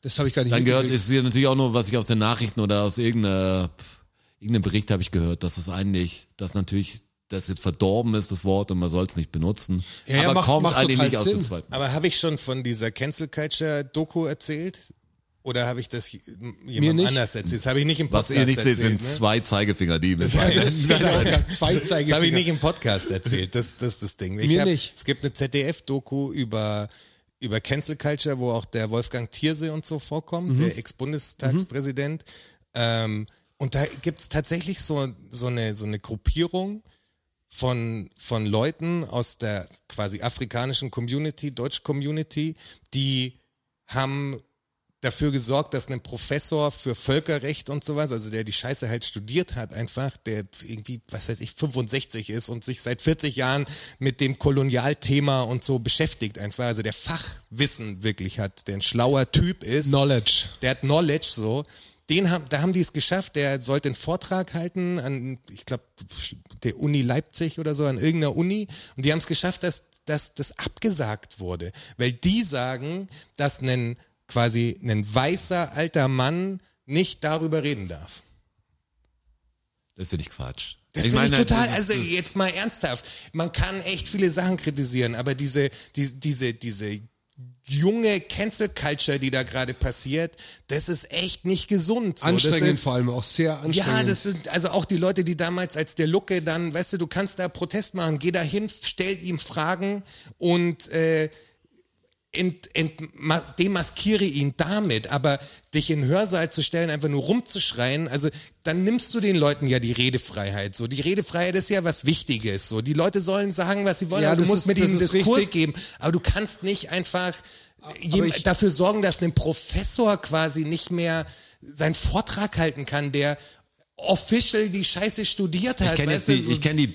Speaker 4: Das habe ich gar nicht
Speaker 2: Dann gehört,
Speaker 4: mitgekriegt.
Speaker 2: ist hier natürlich auch nur, was ich aus den Nachrichten oder aus irgendeiner, pf, irgendeinem Bericht habe ich gehört, dass es eigentlich, dass natürlich das jetzt verdorben ist, das Wort, und man soll es nicht benutzen.
Speaker 4: Ja, ja,
Speaker 2: aber
Speaker 4: macht-
Speaker 2: kommt
Speaker 4: macht
Speaker 2: eigentlich
Speaker 4: total
Speaker 2: nicht aus dem
Speaker 4: Sinn.
Speaker 2: zweiten.
Speaker 3: aber habe ich schon von dieser Cancel Culture Doku erzählt? Oder habe ich das j- jemand
Speaker 4: nicht.
Speaker 3: anders erzählt? Das habe ich nicht im
Speaker 2: Was
Speaker 3: Podcast
Speaker 2: ihr nicht seht,
Speaker 3: erzählt.
Speaker 2: sind
Speaker 3: ne?
Speaker 2: zwei Zeigefinger, die mit
Speaker 3: Das-
Speaker 4: Zwei
Speaker 3: genau. Das habe ich
Speaker 4: Zeigefinger.
Speaker 3: nicht im Podcast erzählt, das das, das Ding. Ich
Speaker 4: Mir
Speaker 3: hab,
Speaker 4: nicht.
Speaker 3: Es gibt eine ZDF-Doku über, über Cancel Culture, wo auch der Wolfgang Thierse und so vorkommt,
Speaker 4: Mhm.
Speaker 3: der Ex-Bundestagspräsident. Ähm, und da gibt es tatsächlich so, so, eine, so eine Gruppierung von, von Leuten aus der quasi afrikanischen Community, deutsch Community, die haben dafür gesorgt, dass ein Professor für Völkerrecht und sowas, also der die Scheiße halt studiert hat einfach, der irgendwie, was weiß ich, 65 ist und sich seit 40 Jahren mit dem Kolonialthema und so beschäftigt einfach, also der Fachwissen wirklich hat, der ein schlauer Typ ist
Speaker 4: Knowledge.
Speaker 3: der hat Knowledge so. Den haben, da haben die es geschafft, der sollte einen Vortrag halten an, ich glaube, der Uni Leipzig oder so, an irgendeiner Uni. Und die haben es geschafft, dass, dass das abgesagt wurde. Weil die sagen, dass ein quasi ein weißer alter Mann nicht darüber reden darf.
Speaker 2: Das finde ich Quatsch.
Speaker 3: Das
Speaker 2: ich
Speaker 3: finde ich
Speaker 2: meine,
Speaker 3: total,
Speaker 2: das-
Speaker 3: also jetzt mal ernsthaft, man kann echt viele Sachen kritisieren, aber diese, die, diese, diese junge Cancel Culture, die da gerade passiert, das ist echt nicht gesund. So.
Speaker 4: Anstrengend
Speaker 3: das ist,
Speaker 4: vor allem, auch sehr anstrengend.
Speaker 3: ja, das sind also auch die Leute, die damals als der Lucke dann, weißt du, du kannst da Protest machen, geh da hin, stell ihm Fragen und äh, ent, ent, ma, demaskiere ihn damit, aber dich in den Hörsaal zu stellen, einfach nur rumzuschreien, also dann nimmst du den Leuten ja die Redefreiheit. So, die Redefreiheit ist ja was Wichtiges. So, die Leute sollen sagen, was sie wollen,
Speaker 4: Ja,
Speaker 3: aber du
Speaker 4: das
Speaker 3: musst
Speaker 4: ist-
Speaker 3: mit
Speaker 4: das
Speaker 3: ihnen
Speaker 4: ist
Speaker 3: Diskurs
Speaker 4: richtig.
Speaker 3: geben, aber du kannst nicht einfach jem-
Speaker 4: Ah, ich-
Speaker 3: dafür sorgen, dass ein Professor quasi nicht mehr seinen Vortrag halten kann, der official die Scheiße studiert hat.
Speaker 2: Ich kenne jetzt
Speaker 3: weißt du,
Speaker 2: die,
Speaker 3: so-
Speaker 2: ich kenne die,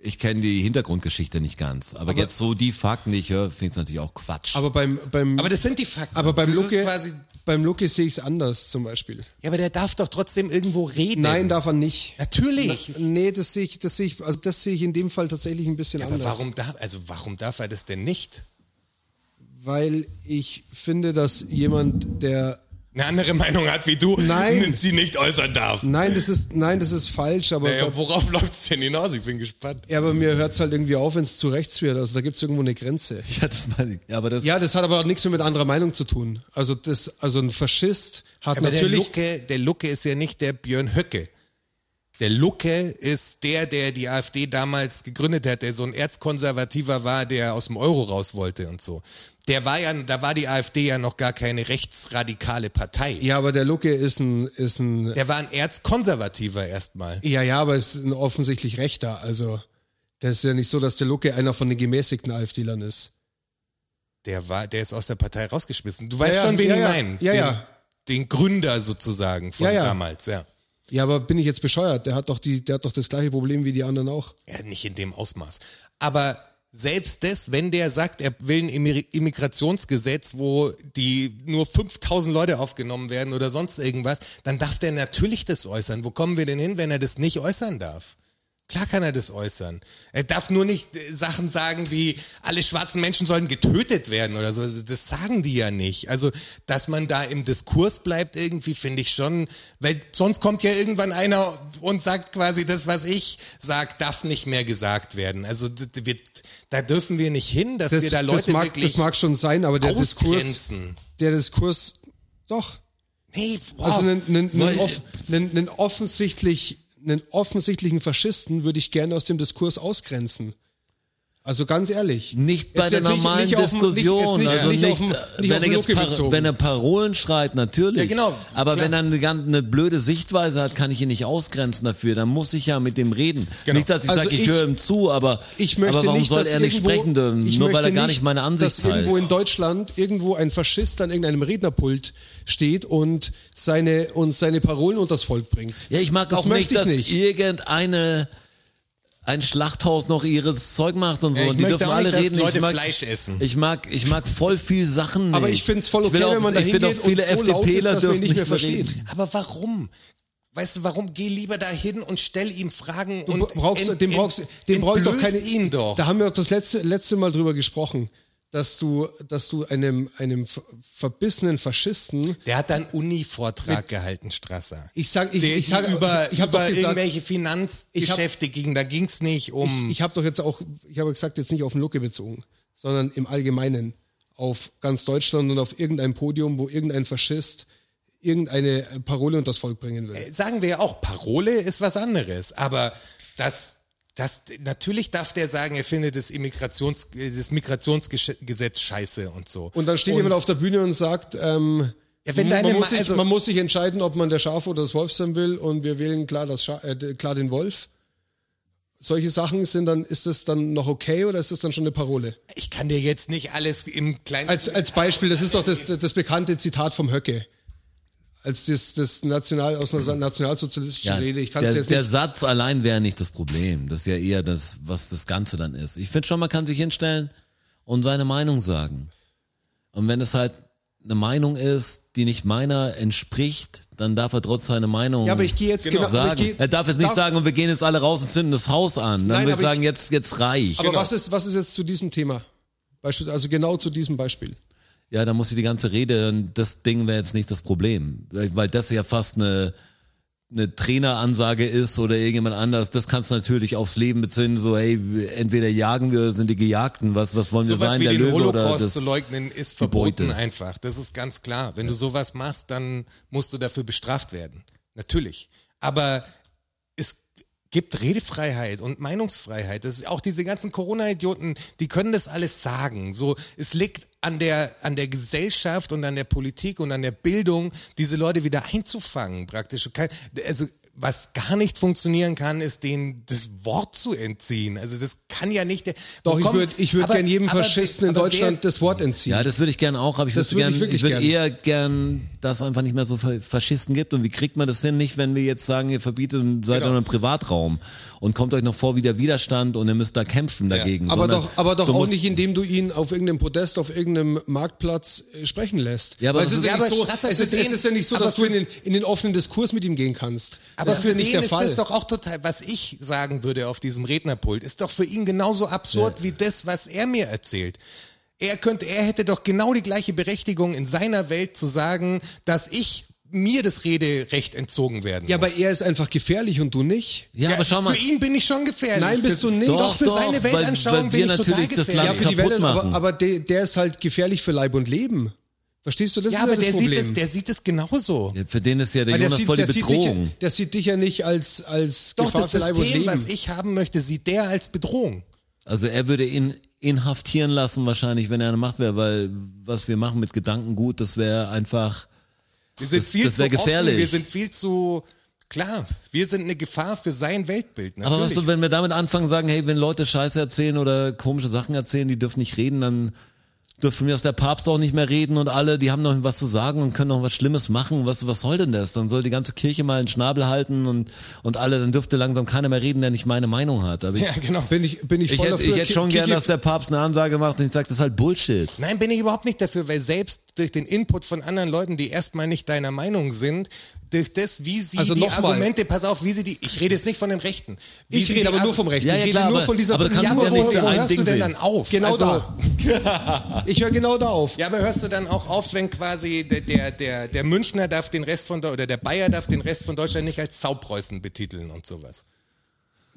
Speaker 2: ich kenne die Hintergrundgeschichte nicht ganz. Aber, jetzt so die Fakten, die ich höre, finde ich es natürlich auch Quatsch.
Speaker 4: aber beim, beim,
Speaker 3: aber das sind die Fakten.
Speaker 4: aber beim
Speaker 3: das ist
Speaker 4: Lucke,
Speaker 3: quasi,
Speaker 4: beim Lucke sehe ich es anders zum Beispiel.
Speaker 3: ja, aber der darf doch trotzdem irgendwo reden.
Speaker 4: Nein, darf er nicht.
Speaker 3: Natürlich.
Speaker 4: Nee, das sehe ich, das sehe ich, also das sehe ich in dem Fall tatsächlich ein bisschen
Speaker 3: aber
Speaker 4: anders.
Speaker 3: warum darf, also warum darf er das denn nicht?
Speaker 4: Weil ich finde, dass jemand, der
Speaker 3: Eine andere Meinung hat wie du,
Speaker 4: Nein.
Speaker 3: sie nicht äußern darf.
Speaker 4: Nein, das ist, nein, das ist falsch, aber,
Speaker 3: Naja, worauf läuft es denn hinaus? Ich bin gespannt.
Speaker 4: ja, aber mir hört es halt irgendwie auf, wenn es zu rechts wird. Also da gibt es irgendwo eine Grenze.
Speaker 2: ja, das meine ich. Ja, aber das,
Speaker 4: Ja, das hat aber auch nichts mehr mit anderer Meinung zu tun. Also das, also ein Faschist hat
Speaker 3: Aber
Speaker 4: natürlich.
Speaker 3: der Lucke, der Lucke ist ja nicht der Björn Höcke. Der Lucke ist der, der die AfD damals gegründet hat, der so ein Erzkonservativer war, der aus dem Euro raus wollte und so. Der war ja, da war die AfD ja noch gar keine rechtsradikale Partei.
Speaker 4: ja, aber der Lucke ist ein, ist ein,
Speaker 3: Der war ein Erzkonservativer erstmal.
Speaker 4: ja, ja, aber ist ein offensichtlich Rechter. Also das ist ja nicht so, dass der Lucke einer von den gemäßigten AfD-Lern ist.
Speaker 3: Der war, der ist aus der Partei rausgeschmissen. Du weißt
Speaker 4: ja,
Speaker 3: schon, wen
Speaker 4: ja,
Speaker 3: ich
Speaker 4: ja.
Speaker 3: meine.
Speaker 4: Ja,
Speaker 3: den,
Speaker 4: ja.
Speaker 3: den Gründer sozusagen von
Speaker 4: Ja, ja.
Speaker 3: damals, ja.
Speaker 4: Ja, aber bin ich jetzt bescheuert? Der hat doch die, der hat doch das gleiche Problem wie die anderen auch.
Speaker 3: Ja, nicht in dem Ausmaß. Aber selbst das, wenn der sagt, er will ein Immi- Immigrationsgesetz, wo die nur 5000 Leute aufgenommen werden oder sonst irgendwas, dann darf der natürlich das äußern. Wo kommen wir denn hin, wenn er das nicht äußern darf? Klar kann er das äußern. Er darf nur nicht äh, Sachen sagen wie, alle schwarzen Menschen sollen getötet werden oder so. Also Das sagen die ja nicht. Also, dass man da im Diskurs bleibt irgendwie, finde ich schon, weil sonst kommt ja irgendwann einer und sagt quasi, das, was ich sag, darf nicht mehr gesagt werden. Also, d- d- wir, da dürfen wir nicht hin, dass wir da Leute
Speaker 4: das, mag,
Speaker 3: wirklich
Speaker 4: das mag schon sein, aber der Diskurs,
Speaker 3: ausgrenzen.
Speaker 4: der Diskurs, doch,
Speaker 3: Nee, wow.
Speaker 4: Also einen, einen,
Speaker 2: Weil-
Speaker 4: einen, off, einen, einen, offensichtlich, einen offensichtlichen Faschisten würde ich gerne aus dem Diskurs ausgrenzen. Also ganz ehrlich.
Speaker 2: Nicht bei
Speaker 4: Jetzt-
Speaker 2: der
Speaker 4: jetzt nicht-
Speaker 2: normalen
Speaker 4: nicht auf dem- nicht-
Speaker 2: Diskussion,
Speaker 4: jetzt nicht-
Speaker 2: also
Speaker 4: nicht
Speaker 2: nicht,
Speaker 4: auf dem-
Speaker 2: äh,
Speaker 4: nicht auf
Speaker 2: wenn, er
Speaker 4: den
Speaker 2: jetzt
Speaker 4: Lucke
Speaker 2: Par-
Speaker 4: bezogen.
Speaker 2: wenn er Parolen schreit, natürlich.
Speaker 3: Ja, genau,
Speaker 2: Aber
Speaker 3: klar.
Speaker 2: wenn er eine, gan- eine blöde Sichtweise hat, kann ich ihn nicht ausgrenzen dafür. Dann muss ich ja mit dem reden.
Speaker 3: Genau.
Speaker 2: Nicht, dass ich
Speaker 4: Also
Speaker 2: sage, ich,
Speaker 4: ich-
Speaker 2: höre ihm zu, aber,
Speaker 4: Ich möchte
Speaker 2: aber warum
Speaker 4: nicht,
Speaker 2: soll
Speaker 4: dass
Speaker 2: er nicht
Speaker 4: irgendwo,
Speaker 2: sprechen dürfen?
Speaker 4: ich
Speaker 2: Nur weil er
Speaker 4: möchte
Speaker 2: gar nicht meine Ansicht
Speaker 4: dass irgendwo
Speaker 2: teilt.
Speaker 4: in Deutschland irgendwo ein Faschist an irgendeinem Rednerpult steht und seine, und seine Parolen unters Volk bringt.
Speaker 2: Ja, ich mag
Speaker 4: das
Speaker 2: auch nicht,
Speaker 4: möchte ich
Speaker 2: dass
Speaker 4: nicht.
Speaker 2: irgendeine ein Schlachthaus noch ihres Zeug macht und so.
Speaker 3: ich
Speaker 2: und die
Speaker 3: möchte
Speaker 2: dürfen
Speaker 3: auch
Speaker 2: alle
Speaker 3: nicht, dass
Speaker 2: reden.
Speaker 3: Leute
Speaker 2: ich mag,
Speaker 3: Fleisch essen.
Speaker 2: Ich mag, ich mag voll viel Sachen.
Speaker 4: Aber
Speaker 2: nicht.
Speaker 4: ich find's voll
Speaker 2: will
Speaker 4: okay,
Speaker 2: auch-
Speaker 4: wenn man da
Speaker 2: ich find auch
Speaker 4: hingeht und
Speaker 2: viele
Speaker 4: so laut ist,
Speaker 2: FDPler
Speaker 4: dass man ihn
Speaker 2: dürfen
Speaker 4: nicht mehr
Speaker 2: nicht mehr
Speaker 4: versteht.
Speaker 2: reden.
Speaker 3: Aber warum? Weißt du, warum? Geh lieber dahin und stell ihm Fragen und
Speaker 4: Bra- brauchst, du-
Speaker 3: ent-
Speaker 4: dem brauchst, dem brauche ich doch
Speaker 3: entblöß
Speaker 4: keine.
Speaker 3: ihn doch.
Speaker 4: Da haben wir doch das letzte, letzte Mal drüber gesprochen, dass du, dass du einem, einem ver- verbissenen Faschisten,
Speaker 3: Der hat dann Uni-Vortrag gehalten, Strasser.
Speaker 4: ich sage, ich,
Speaker 3: Der
Speaker 4: ich sage
Speaker 3: über,
Speaker 4: ich habe
Speaker 3: über
Speaker 4: doch gesagt,
Speaker 3: irgendwelche Finanzgeschäfte ging, da ging es nicht um.
Speaker 4: ich habe doch jetzt auch, ich habe gesagt, jetzt nicht auf den Lucke bezogen, sondern im Allgemeinen auf ganz Deutschland und auf irgendein Podium, wo irgendein Faschist irgendeine Parole unters Volk bringen will.
Speaker 3: sagen wir ja auch, Parole ist was anderes, aber das, das, natürlich darf der sagen, er findet das, Immigrations, das Migrationsgesetz scheiße und so.
Speaker 4: Und dann steht jemand auf der Bühne und sagt, ähm,
Speaker 3: Ja, wenn deine
Speaker 4: man, muss
Speaker 3: Ma-
Speaker 4: sich,
Speaker 3: also-
Speaker 4: man muss sich entscheiden, ob man der Schaf oder das Wolf sein will und wir wählen klar, das Scha äh, klar den Wolf. Solche Sachen sind dann, ist das dann noch okay oder ist das dann schon eine Parole?
Speaker 3: Ich kann dir jetzt nicht alles im kleinen.
Speaker 4: Als, als Beispiel, das ist doch das, das bekannte Zitat vom Höcke. Als das, das National, aus einer nationalsozialistischen
Speaker 2: Ja,
Speaker 4: Rede, ich kann
Speaker 2: der,
Speaker 4: es jetzt
Speaker 2: der
Speaker 4: nicht.
Speaker 2: Satz allein wäre nicht das Problem. Das ist ja eher das, was das Ganze dann ist. Ich finde schon, man kann sich hinstellen und seine Meinung sagen. Und wenn es halt eine Meinung ist, die nicht meiner entspricht, dann darf er trotz seiner Meinung
Speaker 4: Ja, aber ich gehe jetzt
Speaker 3: Genau.
Speaker 4: genau. aber
Speaker 2: sagen.
Speaker 4: ich geh-
Speaker 2: er darf jetzt nicht sagen, und wir gehen jetzt alle raus und zünden das Haus an. Dann
Speaker 4: Nein,
Speaker 2: würde ich
Speaker 4: aber
Speaker 2: sagen,
Speaker 4: ich-
Speaker 2: jetzt, jetzt reicht.
Speaker 4: Aber
Speaker 3: Genau.
Speaker 4: was, ist, was ist jetzt zu diesem Thema? Beispiel, also genau zu diesem Beispiel.
Speaker 2: Ja, da muss ich die ganze Rede und das Ding wäre jetzt nicht das Problem, weil das ja fast eine eine Traineransage ist oder irgendjemand anders, das kannst du natürlich aufs Leben beziehen, so hey, entweder jagen wir, sind die Gejagten, was was wollen wir
Speaker 3: sowas
Speaker 2: sein,
Speaker 3: wie
Speaker 2: der
Speaker 3: den
Speaker 2: Löwe oder
Speaker 3: Holocaust
Speaker 2: das
Speaker 3: zu leugnen ist verboten
Speaker 2: Beute.
Speaker 3: einfach. Das ist ganz klar. Wenn du sowas machst, dann musst du dafür bestraft werden. Natürlich. Aber es gibt Redefreiheit und Meinungsfreiheit. Das ist auch diese ganzen Corona-Idioten, die können das alles sagen. So, es liegt an der, an der Gesellschaft und an der Politik und an der Bildung, diese Leute wieder einzufangen, praktisch. Kein- Also, was gar nicht funktionieren kann, ist denen das Wort zu entziehen. Also das kann ja nicht. Der,
Speaker 4: Doch,
Speaker 3: Wo
Speaker 4: ich
Speaker 3: kommen-
Speaker 4: würde ich würd
Speaker 3: aber-
Speaker 4: gerne jedem
Speaker 3: aber-
Speaker 4: Faschisten in
Speaker 3: aber wer
Speaker 4: Deutschland
Speaker 3: ist-
Speaker 4: das Wort entziehen.
Speaker 2: Ja, das würde ich gern auch, aber ich
Speaker 4: Das
Speaker 2: würde
Speaker 4: würde
Speaker 2: gern,
Speaker 4: ich
Speaker 2: ich,
Speaker 4: wirklich
Speaker 2: würde eher
Speaker 4: gern.
Speaker 2: gern, dass einfach nicht mehr so Fa- Faschisten gibt. Und wie kriegt man das hin? Nicht, wenn wir jetzt sagen, ihr verbietet und seid
Speaker 3: Genau.
Speaker 2: in einem Privatraum und kommt euch noch vor wie der Widerstand und ihr müsst da kämpfen dagegen.
Speaker 4: Aber
Speaker 2: sondern
Speaker 4: doch, aber doch
Speaker 2: du
Speaker 4: auch
Speaker 2: musst-
Speaker 4: nicht, indem du ihn auf irgendeinem Podest, auf irgendeinem Marktplatz äh, sprechen lässt.
Speaker 2: Ja, aber
Speaker 4: Weil
Speaker 2: das
Speaker 4: es
Speaker 2: ist-
Speaker 4: ist ja
Speaker 2: Ja,
Speaker 4: nicht
Speaker 3: aber
Speaker 4: so,
Speaker 3: Strasser,
Speaker 4: es
Speaker 3: für
Speaker 4: ist,
Speaker 3: den-
Speaker 4: es ist ja nicht so,
Speaker 3: aber
Speaker 4: dass du
Speaker 3: für-
Speaker 4: in den, in den offenen Diskurs mit ihm gehen kannst.
Speaker 3: Aber
Speaker 4: das ist
Speaker 3: für
Speaker 4: ja nicht
Speaker 3: ihn
Speaker 4: der
Speaker 3: ist
Speaker 4: Fall.
Speaker 3: das doch auch total, was ich sagen würde auf diesem Rednerpult, ist doch für ihn genauso absurd wie das, was er mir erzählt. Er könnte, er hätte doch genau die gleiche Berechtigung in seiner Welt zu sagen, dass ich mir das Rederecht entzogen werden
Speaker 4: ja,
Speaker 3: muss.
Speaker 4: aber er ist einfach gefährlich und du nicht.
Speaker 2: Ja, aber schau mal.
Speaker 3: Für ihn bin ich schon gefährlich.
Speaker 4: Nein, bist du nicht.
Speaker 3: Doch,
Speaker 2: Doch,
Speaker 3: für
Speaker 2: doch,
Speaker 3: seine
Speaker 2: weil-
Speaker 3: Weltanschauung
Speaker 2: weil
Speaker 3: bin ich
Speaker 2: wir
Speaker 3: total
Speaker 2: natürlich das
Speaker 3: gefährlich.
Speaker 2: Land
Speaker 4: Ja, für die
Speaker 2: kaputt
Speaker 4: Welt, aber,
Speaker 2: machen.
Speaker 4: aber der, der ist halt gefährlich für Leib und Leben. Verstehst du? Das
Speaker 3: ja,
Speaker 4: ist
Speaker 3: aber
Speaker 4: ja das
Speaker 3: der
Speaker 4: Problem.
Speaker 3: sieht, es, der sieht es genauso.
Speaker 2: Für den ist ja der
Speaker 4: Weil
Speaker 2: Jonas voll die
Speaker 4: sieht
Speaker 2: Bedrohung.
Speaker 4: dich, der sieht dich ja nicht als, als
Speaker 3: Doch,
Speaker 4: Gefahr
Speaker 3: das
Speaker 4: für Leib und
Speaker 3: System,
Speaker 4: Leben.
Speaker 3: was ich haben möchte, sieht der als Bedrohung.
Speaker 2: Also er würde ihn inhaftieren lassen wahrscheinlich, wenn er eine Macht wäre, weil was wir machen mit Gedankengut, das wäre einfach.
Speaker 3: Wir sind
Speaker 2: Das-
Speaker 3: viel
Speaker 2: das
Speaker 3: zu
Speaker 2: wär
Speaker 3: offen,
Speaker 2: gefährlich.
Speaker 3: wir sind viel zu klar. Wir sind eine Gefahr für sein Weltbild. Natürlich.
Speaker 2: Aber weißt du, wenn wir damit anfangen, sagen, hey, wenn Leute Scheiße erzählen oder komische Sachen erzählen, die dürfen nicht reden, dann dürfen wir aus der Papst auch nicht mehr reden und alle, die haben noch was zu sagen und können noch was Schlimmes machen. Was, was soll denn das? Dann soll die ganze Kirche mal einen Schnabel halten und, und alle, dann dürfte langsam keiner mehr reden, der nicht meine Meinung hat. Aber ich,
Speaker 3: ja, genau.
Speaker 4: bin ich, bin ich,
Speaker 2: ich,
Speaker 4: voll
Speaker 2: hätte,
Speaker 4: dafür.
Speaker 2: ich hätte schon
Speaker 4: Kiki-
Speaker 2: gern, dass der Papst eine Ansage macht und ich sage, das ist halt Bullshit.
Speaker 3: Nein, bin ich überhaupt nicht dafür, weil selbst durch den Input von anderen Leuten, die erstmal nicht deiner Meinung sind, durch das, wie sie
Speaker 4: Also
Speaker 3: die
Speaker 4: noch mal.
Speaker 3: Argumente, pass auf, wie sie die, ich rede jetzt nicht von dem Rechten. Wie
Speaker 4: Ich
Speaker 3: sie
Speaker 4: rede
Speaker 3: die
Speaker 4: aber nur
Speaker 3: Ar-
Speaker 4: vom Recht.
Speaker 2: Ja, ja,
Speaker 4: ich rede
Speaker 2: klar,
Speaker 4: nur
Speaker 2: aber-
Speaker 4: von dieser
Speaker 2: aber du kannst
Speaker 3: Ja,
Speaker 2: es
Speaker 3: aber
Speaker 2: ja nicht
Speaker 3: wo,
Speaker 2: für
Speaker 3: wo
Speaker 2: ein
Speaker 3: hörst
Speaker 2: Ding
Speaker 3: du denn
Speaker 2: sehen.
Speaker 3: dann auf?
Speaker 4: Genau
Speaker 3: also,
Speaker 4: da. Ich höre genau da auf.
Speaker 3: Ja, aber hörst du dann auch auf, wenn quasi der, der, der, der Münchner darf den Rest von Deu- oder der Bayer darf den Rest von Deutschland nicht als Saupreußen betiteln und sowas?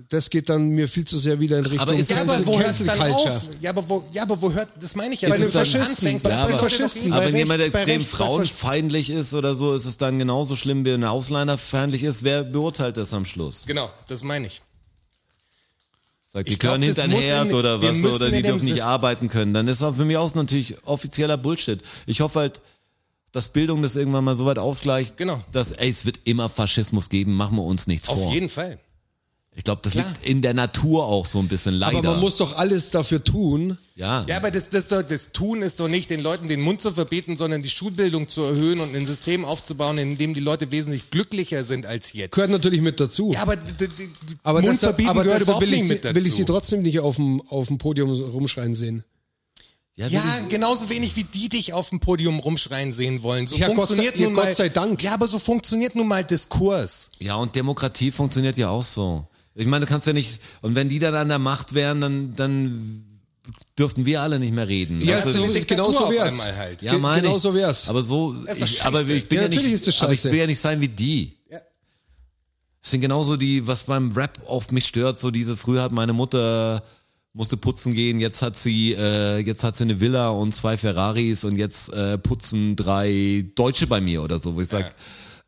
Speaker 4: Das geht dann mir viel zu sehr wieder in Richtung
Speaker 2: Aber ist-
Speaker 3: Ja, aber wo
Speaker 4: Cancel
Speaker 3: hört's dann
Speaker 4: Culture.
Speaker 3: auf? Ja, aber wo, ja, aber wo hört, das meine ich ja.
Speaker 4: Bei
Speaker 3: wenn
Speaker 4: den
Speaker 3: du dann
Speaker 4: Faschisten.
Speaker 3: anfängst,
Speaker 4: Ja,
Speaker 3: das
Speaker 4: aber-
Speaker 3: wollte ich doch
Speaker 4: Faschisten,
Speaker 3: eben-
Speaker 4: bei
Speaker 2: Aber wenn
Speaker 4: rechts,
Speaker 2: jemand, der
Speaker 4: bei
Speaker 2: extrem
Speaker 4: rechts, bei
Speaker 2: frauenfeindlich ist oder so, ist es dann genauso schlimm, wie ein Ausländer feindlich ist. Wer beurteilt das am Schluss?
Speaker 3: Genau, das meine ich.
Speaker 2: Sagt, die
Speaker 3: Ich glaub,
Speaker 2: gehören
Speaker 3: das
Speaker 2: hinter den
Speaker 3: muss
Speaker 2: Herd
Speaker 3: in-
Speaker 2: oder
Speaker 3: wir
Speaker 2: was,
Speaker 3: müssen
Speaker 2: oder
Speaker 3: in
Speaker 2: die
Speaker 3: dem
Speaker 2: dürfen nicht
Speaker 3: Sys-
Speaker 2: arbeiten können. Dann ist auch für mich auch natürlich offizieller Bullshit. Ich hoffe halt, dass Bildung das irgendwann mal so weit ausgleicht,
Speaker 3: Genau.
Speaker 2: dass, ey, es wird immer Faschismus geben, machen wir uns nichts
Speaker 3: Auf
Speaker 2: vor.
Speaker 3: jeden Fall.
Speaker 2: ich glaube, das liegt in der Natur auch so ein bisschen leider.
Speaker 4: Aber man muss doch alles dafür tun.
Speaker 2: ja.
Speaker 3: Ja, aber das, das, doch- das Tun ist doch nicht, den Leuten den Mund zu verbieten, sondern die Schulbildung zu erhöhen und ein System aufzubauen, in dem die Leute wesentlich glücklicher sind als jetzt.
Speaker 4: Gehört natürlich mit dazu.
Speaker 3: Ja, aber, d- d- d-
Speaker 4: aber
Speaker 3: Mund
Speaker 4: deshalb,
Speaker 3: verbieten
Speaker 4: aber
Speaker 3: gehört
Speaker 4: deshalb
Speaker 3: überhaupt
Speaker 4: will,
Speaker 3: nicht
Speaker 4: ich,
Speaker 3: mit
Speaker 4: sie-
Speaker 3: dazu.
Speaker 4: will ich sie trotzdem nicht auf dem, auf dem Podium rumschreien sehen.
Speaker 2: ja,
Speaker 3: ja, genauso wenig wie die dich auf dem Podium rumschreien sehen wollen. So
Speaker 4: Ja, Gott sei-
Speaker 3: funktioniert
Speaker 4: ja,
Speaker 3: nun
Speaker 4: Gott
Speaker 3: mal,
Speaker 4: sei Dank.
Speaker 3: Ja, aber so funktioniert nun mal Diskurs.
Speaker 2: Ja, und Demokratie funktioniert ja auch so. Ich meine, du kannst ja nicht, und wenn die dann an der Macht wären, dann, dann dürften wir alle nicht mehr reden.
Speaker 4: Ja,
Speaker 2: Weißt du,
Speaker 3: ist
Speaker 4: so,
Speaker 3: eine Also Diktatur
Speaker 4: genau so
Speaker 3: auf
Speaker 4: wär's.
Speaker 3: einmal halt.
Speaker 2: ja, meine
Speaker 4: genau
Speaker 2: ich.
Speaker 4: so wär's.
Speaker 2: Aber so,
Speaker 3: Ist doch
Speaker 2: ich,
Speaker 3: scheiße.
Speaker 2: aber ich bin
Speaker 4: Ja,
Speaker 2: ja,
Speaker 4: natürlich
Speaker 2: nicht,
Speaker 4: ist das
Speaker 2: aber ich
Speaker 4: scheiße.
Speaker 2: will ja nicht sein wie die. Es sind genauso die, was beim Rap oft mich stört, so diese, früher hat meine Mutter musste putzen gehen, jetzt hat sie, äh, jetzt hat sie eine Villa und zwei Ferraris und jetzt äh, putzen drei Deutsche bei mir oder so, wo ich sag,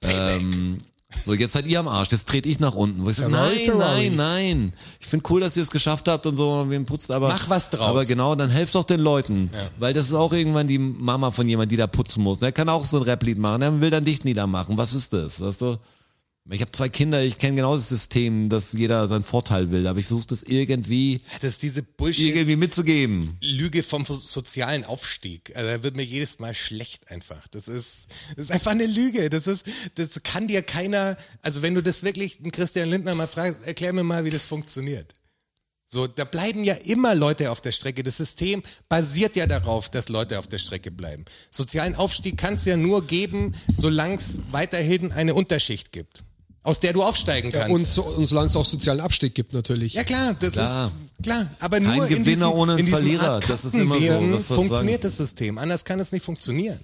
Speaker 2: ähm, so, jetzt seid ihr am Arsch, jetzt trete ich nach unten. Wo Genau, ich sag, nein,
Speaker 4: Ferrari, Ferrari.
Speaker 2: nein, nein. Ich find cool, dass ihr es geschafft habt und so, und wen putzt, aber.
Speaker 3: Mach was draus.
Speaker 2: Aber genau, dann helft doch den Leuten. Weil das ist auch irgendwann die Mama von jemand, die da putzen muss. Der kann auch so ein Rap-Lied machen, der will dann dich niedermachen. Was ist das? Weißt du? Ich habe zwei Kinder, ich kenne genau das System, dass jeder seinen Vorteil will, aber ich versuche das irgendwie,
Speaker 3: Das ist diese Bullshit.
Speaker 2: irgendwie mitzugeben.
Speaker 3: Lüge vom so- sozialen Aufstieg. Also da wird mir jedes Mal schlecht einfach. Das ist, das ist einfach eine Lüge. Das ist, das kann dir keiner. Also wenn du das wirklich einen Christian Lindner mal fragst, erklär mir mal, wie das funktioniert. So, da bleiben ja immer Leute auf der Strecke. Das System basiert ja darauf, dass Leute auf der Strecke bleiben. Sozialen Aufstieg kann es ja nur geben, solange es weiterhin eine Unterschicht gibt, aus der du aufsteigen kannst.
Speaker 4: Und, so, und solange es auch sozialen Abstieg gibt, natürlich.
Speaker 3: Ja klar, das
Speaker 2: Klar.
Speaker 3: ist klar. Aber
Speaker 2: Kein
Speaker 3: nur in
Speaker 2: Gewinner
Speaker 3: diesem,
Speaker 2: ohne einen
Speaker 3: in diesem
Speaker 2: Verlierer.
Speaker 3: Art
Speaker 2: Das ist immer so,
Speaker 3: Katzenwesen
Speaker 2: das soll ich
Speaker 3: funktioniert das System. Anders kann es nicht funktionieren.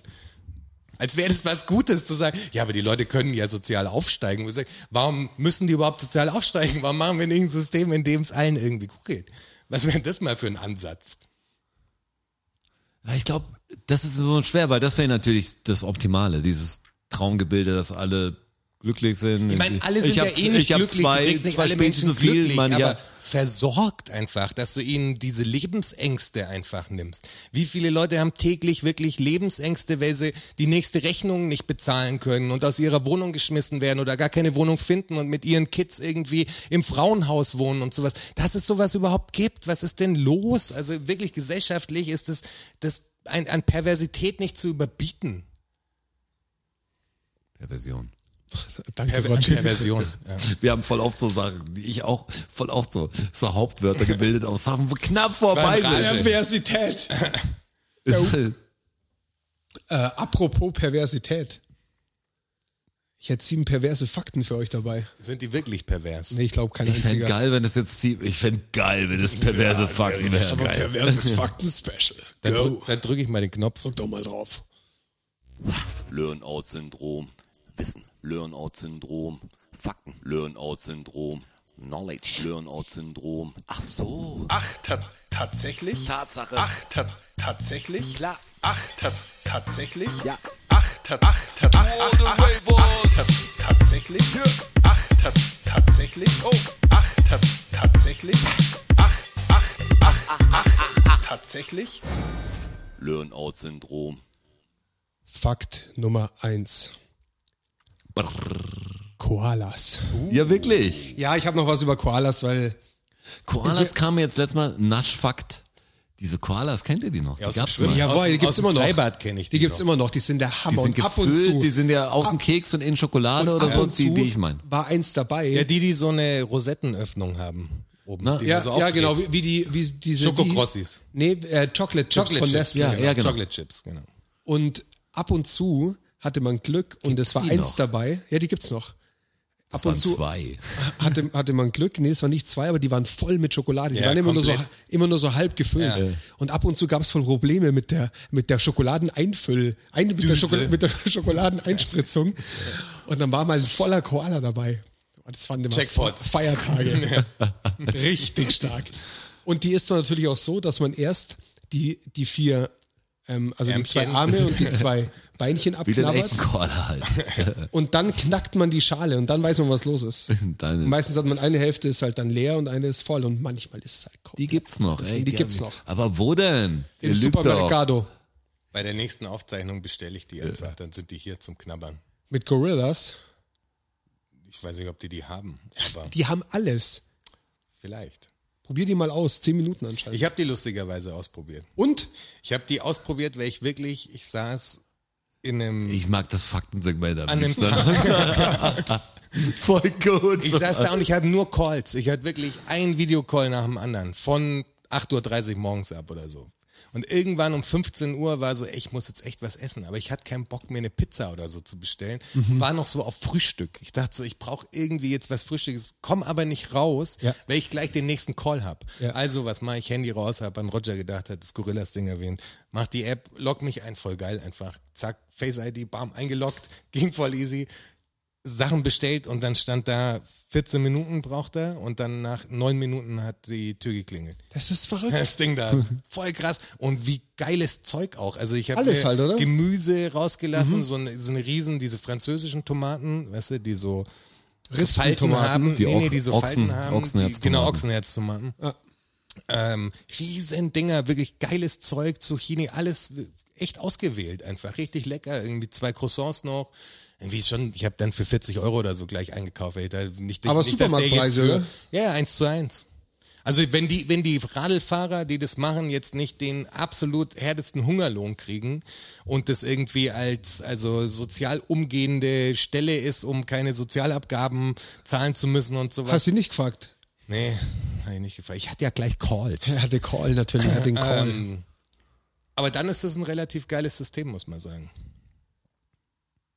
Speaker 3: Als wäre das was Gutes zu sagen. Ja, aber die Leute können ja sozial aufsteigen. Wo ich sag, Warum müssen die überhaupt sozial aufsteigen? Warum machen wir nicht ein System, in dem es allen irgendwie gut geht? Was wäre das mal für ein Ansatz?
Speaker 2: Ja, Ich glaube, das ist so schwer, weil das wäre natürlich das Optimale, dieses Traumgebilde, dass alle glücklich sind.
Speaker 3: Ich meine, alle sind
Speaker 2: ich
Speaker 3: ja
Speaker 2: hab-
Speaker 3: eh nicht
Speaker 2: ich hab
Speaker 3: glücklich.
Speaker 2: Zwei,
Speaker 3: du kriegst nicht
Speaker 2: zwei
Speaker 3: alle
Speaker 2: Spänchen zu
Speaker 3: Menschen
Speaker 2: viel,
Speaker 3: glücklich,
Speaker 2: man,
Speaker 3: aber
Speaker 2: ja.
Speaker 3: versorgt einfach, dass du ihnen diese Lebensängste einfach nimmst. Wie viele Leute haben täglich wirklich Lebensängste, weil sie die nächste Rechnung nicht bezahlen können und aus ihrer Wohnung geschmissen werden oder gar keine Wohnung finden und mit ihren Kids irgendwie im Frauenhaus wohnen und sowas. Dass es sowas überhaupt gibt, was ist denn los? Also wirklich gesellschaftlich ist es das ein, an Perversität nicht zu überbieten.
Speaker 2: Perversion.
Speaker 4: Danke,
Speaker 3: Per an Perversion. Ja.
Speaker 2: Wir haben voll oft so Sachen, die ich auch, voll oft so, so Hauptwörter gebildet aus Sachen, wo knapp vorbei
Speaker 3: War ein
Speaker 2: sind.
Speaker 4: Perversität. äh, apropos Perversität. Ich hätte sieben perverse Fakten für euch dabei.
Speaker 3: Sind die wirklich pervers?
Speaker 4: Nee, ich glaube kein
Speaker 2: Ich fänd
Speaker 4: einziger.
Speaker 2: geil, wenn das jetzt die, ich fänd geil, wenn das perverse Fakten
Speaker 4: Das ist
Speaker 2: wären.
Speaker 4: aber ein perverses Fakten-Special.
Speaker 3: Dann
Speaker 4: Go.
Speaker 3: drücke drück ich mal den Knopf.
Speaker 4: Drück doch mal drauf.
Speaker 5: Learn-out-Syndrom, Wissen, Learn-out-Syndrom, Fakten, Learn-out-Syndrom, Knowledge, Learn-out-Syndrom. Ach so.
Speaker 6: Ach, ta tatsächlich?
Speaker 5: Tatsache.
Speaker 6: Ach, ta tatsächlich?
Speaker 5: Klar.
Speaker 6: Ach, ta tatsächlich?
Speaker 5: Ja.
Speaker 6: Ach, ta ach, ta ach, ach, ach, ach, ta tatsächlich? Ach, ta tatsächlich? Oh. Ach, ta tatsächlich? Ach, ach, ach, ach, ach, tatsächlich?
Speaker 5: Learn-out-Syndrom.
Speaker 4: Fakt Nummer eins. Koalas.
Speaker 2: Ja, wirklich.
Speaker 4: Ja, ich habe noch was über Koalas, weil
Speaker 2: Koalas kamen jetzt letztes Mal, Naschfakt. Diese Koalas, kennt ihr die noch?
Speaker 3: aus
Speaker 2: die
Speaker 3: dem
Speaker 2: gab's
Speaker 3: Schwimmbad.
Speaker 2: mal.
Speaker 3: Aus-
Speaker 4: Jawohl, die
Speaker 3: aus
Speaker 4: gibt's
Speaker 3: dem
Speaker 4: immer noch.
Speaker 3: Freibad kenn ich die
Speaker 4: Die gibt's
Speaker 3: noch.
Speaker 4: immer noch. Die sind der Hammer.
Speaker 2: Die sind
Speaker 4: und ab und
Speaker 2: gefüllt,
Speaker 4: zu,
Speaker 2: die sind ja außen
Speaker 4: ab-
Speaker 2: Keks und innen Schokolade
Speaker 4: und
Speaker 2: oder
Speaker 4: ab
Speaker 2: so,
Speaker 4: und
Speaker 2: die,
Speaker 4: zu
Speaker 2: die ich meine.
Speaker 4: War eins dabei.
Speaker 3: Ja, die, die so eine Rosettenöffnung haben. Oben,
Speaker 2: Na,
Speaker 3: die
Speaker 4: ja,
Speaker 3: man so
Speaker 4: ja
Speaker 3: aufdreht.
Speaker 4: genau, wie wie die wie diese
Speaker 3: Schokokrossis.
Speaker 4: die- Nee, äh, Chocolate Chips
Speaker 3: Chocolate
Speaker 4: von
Speaker 3: Chips.
Speaker 4: Nestle.
Speaker 2: ja, ja, genau.
Speaker 3: Chocolate Chips, genau.
Speaker 4: Und ab und zu hatte man Glück und es war
Speaker 2: die
Speaker 4: eins
Speaker 2: noch?
Speaker 4: dabei. Ja, die gibt's noch. Ab
Speaker 2: Waren
Speaker 4: und zu
Speaker 2: zwei.
Speaker 4: hatte, hatte man Glück. Nee, es waren nicht zwei, aber die waren voll mit Schokolade. Die
Speaker 3: Ja,
Speaker 4: waren immer nur, so,
Speaker 3: komplett.
Speaker 4: immer nur so halb gefüllt.
Speaker 3: Ja.
Speaker 4: Und ab und zu gab es voll Probleme mit der, mit der Schokoladeneinfüll, ein, mit, der
Speaker 3: Düse.
Speaker 4: Schokol mit der Schokoladeneinspritzung. Und dann war mal ein voller Koala dabei. Das waren immer
Speaker 3: Jackpot.
Speaker 4: Fe- Feiertage. Richtig stark. Und die isst man natürlich auch so, dass man erst die, die vier, ähm, also die zwei
Speaker 3: Ärmchen.
Speaker 4: Arme und die zwei Beinchen
Speaker 2: Wie den echten
Speaker 4: abknabbert
Speaker 2: Koala halt.
Speaker 4: und dann knackt man die Schale und dann weiß man, was los ist.
Speaker 3: Hm.
Speaker 2: Deine,
Speaker 4: Meistens hat man eine Hälfte ist halt dann leer und eine ist voll und manchmal ist es halt komplett.
Speaker 2: die gibt's noch, ey.
Speaker 4: Die gibt's
Speaker 2: haben-
Speaker 4: noch.
Speaker 2: Aber wo denn?
Speaker 4: Im
Speaker 2: Ihr lügt doch.
Speaker 4: Supermercado
Speaker 3: Bei der nächsten Aufzeichnung bestelle ich die einfach, dann sind die hier zum Knabbern.
Speaker 4: mit Gorillas.
Speaker 3: Ich weiß nicht, ob die die haben, aber
Speaker 4: Die haben alles.
Speaker 3: vielleicht.
Speaker 4: Probier die mal aus. Zehn Minuten anscheinend.
Speaker 3: Ich habe die lustigerweise ausprobiert.
Speaker 4: und
Speaker 3: Ich habe die ausprobiert, weil ich wirklich, ich saß in einem, ich,
Speaker 2: Ich mag das Faktensegment am
Speaker 3: An dem
Speaker 2: liebsten. Voll gut.
Speaker 3: saß da und ich hatte nur Calls. Ich hatte wirklich einen Videocall nach dem anderen von 8.30 Uhr morgens ab oder so. Und irgendwann um 15 Uhr war so, ey, ich muss jetzt echt was essen, aber ich hatte keinen Bock, mir eine Pizza oder so zu bestellen. War noch so auf Frühstück. Ich dachte so, ich brauche irgendwie jetzt was Frühstückes, komm aber nicht raus,
Speaker 4: Ja.
Speaker 3: weil ich gleich den nächsten Call habe.
Speaker 4: Ja.
Speaker 3: Also, was mache ich? Handy raus, habe an Roger gedacht, hat das Gorillas-Ding erwähnt. Mach die App, log mich ein, voll geil einfach. Zack, Face-ID, bam, eingeloggt, ging voll easy. Sachen bestellt und dann stand da, 14 Minuten braucht er und dann nach 9 Minuten hat die Tür geklingelt.
Speaker 4: das ist verrückt.
Speaker 3: Das Ding da, voll krass. Und wie geiles Zeug auch. Also ich habe
Speaker 4: Alles halt, oder? Mhm.
Speaker 3: Gemüse rausgelassen, so, eine, so eine riesen, diese französischen Tomaten, weißt du, die so Falten
Speaker 4: Tomaten,
Speaker 3: haben.
Speaker 2: die
Speaker 3: nee, nee,
Speaker 2: Ochs-
Speaker 3: die so
Speaker 2: Ochsen-
Speaker 3: Falten haben.
Speaker 2: Ochsenherztomaten.
Speaker 3: Die, genau, Ochsenherztomaten. Ähm, riesen Dinger, wirklich geiles Zeug, Zucchini, alles echt ausgewählt einfach. Richtig lecker, irgendwie zwei Croissants noch. Irgendwie schon, ich habe dann für 40 Euro oder so gleich eingekauft. Ey, da, nicht,
Speaker 4: Aber
Speaker 3: nicht, dass der jetzt
Speaker 4: Supermarktpreise,
Speaker 3: für-
Speaker 4: oder?
Speaker 3: Ja, ja, eins zu eins. Also wenn die, wenn die Radlfahrer, die das machen, jetzt nicht den absolut härtesten Hungerlohn kriegen und das irgendwie als also sozial umgehende Stelle ist, um keine Sozialabgaben zahlen zu müssen und sowas.
Speaker 4: Hast du ihn nicht gefragt?
Speaker 3: nee, hab ich nicht gefragt. Ich hatte ja gleich Calls.
Speaker 4: Er hat den Call natürlich, er hat den Call.
Speaker 3: Ähm, aber dann ist das ein relativ geiles System, muss man sagen.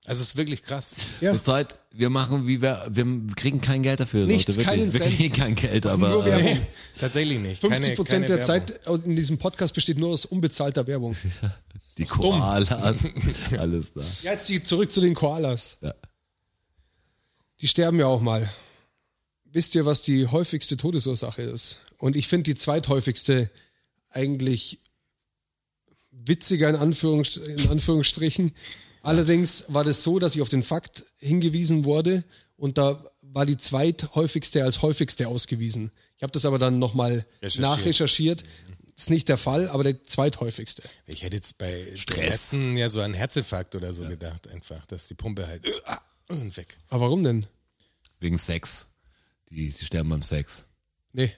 Speaker 3: Also es ist wirklich krass.
Speaker 4: Ja.
Speaker 2: Das heißt, wir machen, wie wir, wir kriegen kein Geld dafür,
Speaker 4: Nichts,
Speaker 2: Leute.
Speaker 4: keinen
Speaker 2: Wirklich. Wir
Speaker 4: Cent.
Speaker 2: kriegen kein Geld, aber.
Speaker 4: Nur Werbung.
Speaker 2: äh,
Speaker 3: Nee, tatsächlich nicht.
Speaker 4: 50 Prozent
Speaker 3: Prozent
Speaker 4: der Zeit in diesem Podcast besteht nur aus unbezahlter Werbung.
Speaker 2: Die Koalas, alles da.
Speaker 4: Ja, Jetzt die- zurück zu den Koalas.
Speaker 2: Ja.
Speaker 4: Die sterben ja auch mal. Wisst ihr, was die häufigste Todesursache ist? Und ich finde die zweithäufigste eigentlich witziger in, Anführungs in Anführungsstrichen. Allerdings war das so, dass ich auf den Fakt hingewiesen wurde und da war die zweithäufigste als häufigste ausgewiesen. Ich habe das aber dann nochmal
Speaker 3: Recherchiert.
Speaker 4: nachrecherchiert. Ist nicht der Fall, aber der zweithäufigste.
Speaker 3: Ich hätte jetzt bei
Speaker 2: Stress.
Speaker 3: Stress. Letzten ja so an Herzinfarkt oder so gedacht, einfach, dass die Pumpe halt äh, ah, und weg.
Speaker 4: Aber warum denn?
Speaker 2: Wegen Sex. Die, sie sterben beim Sex.
Speaker 4: Nee.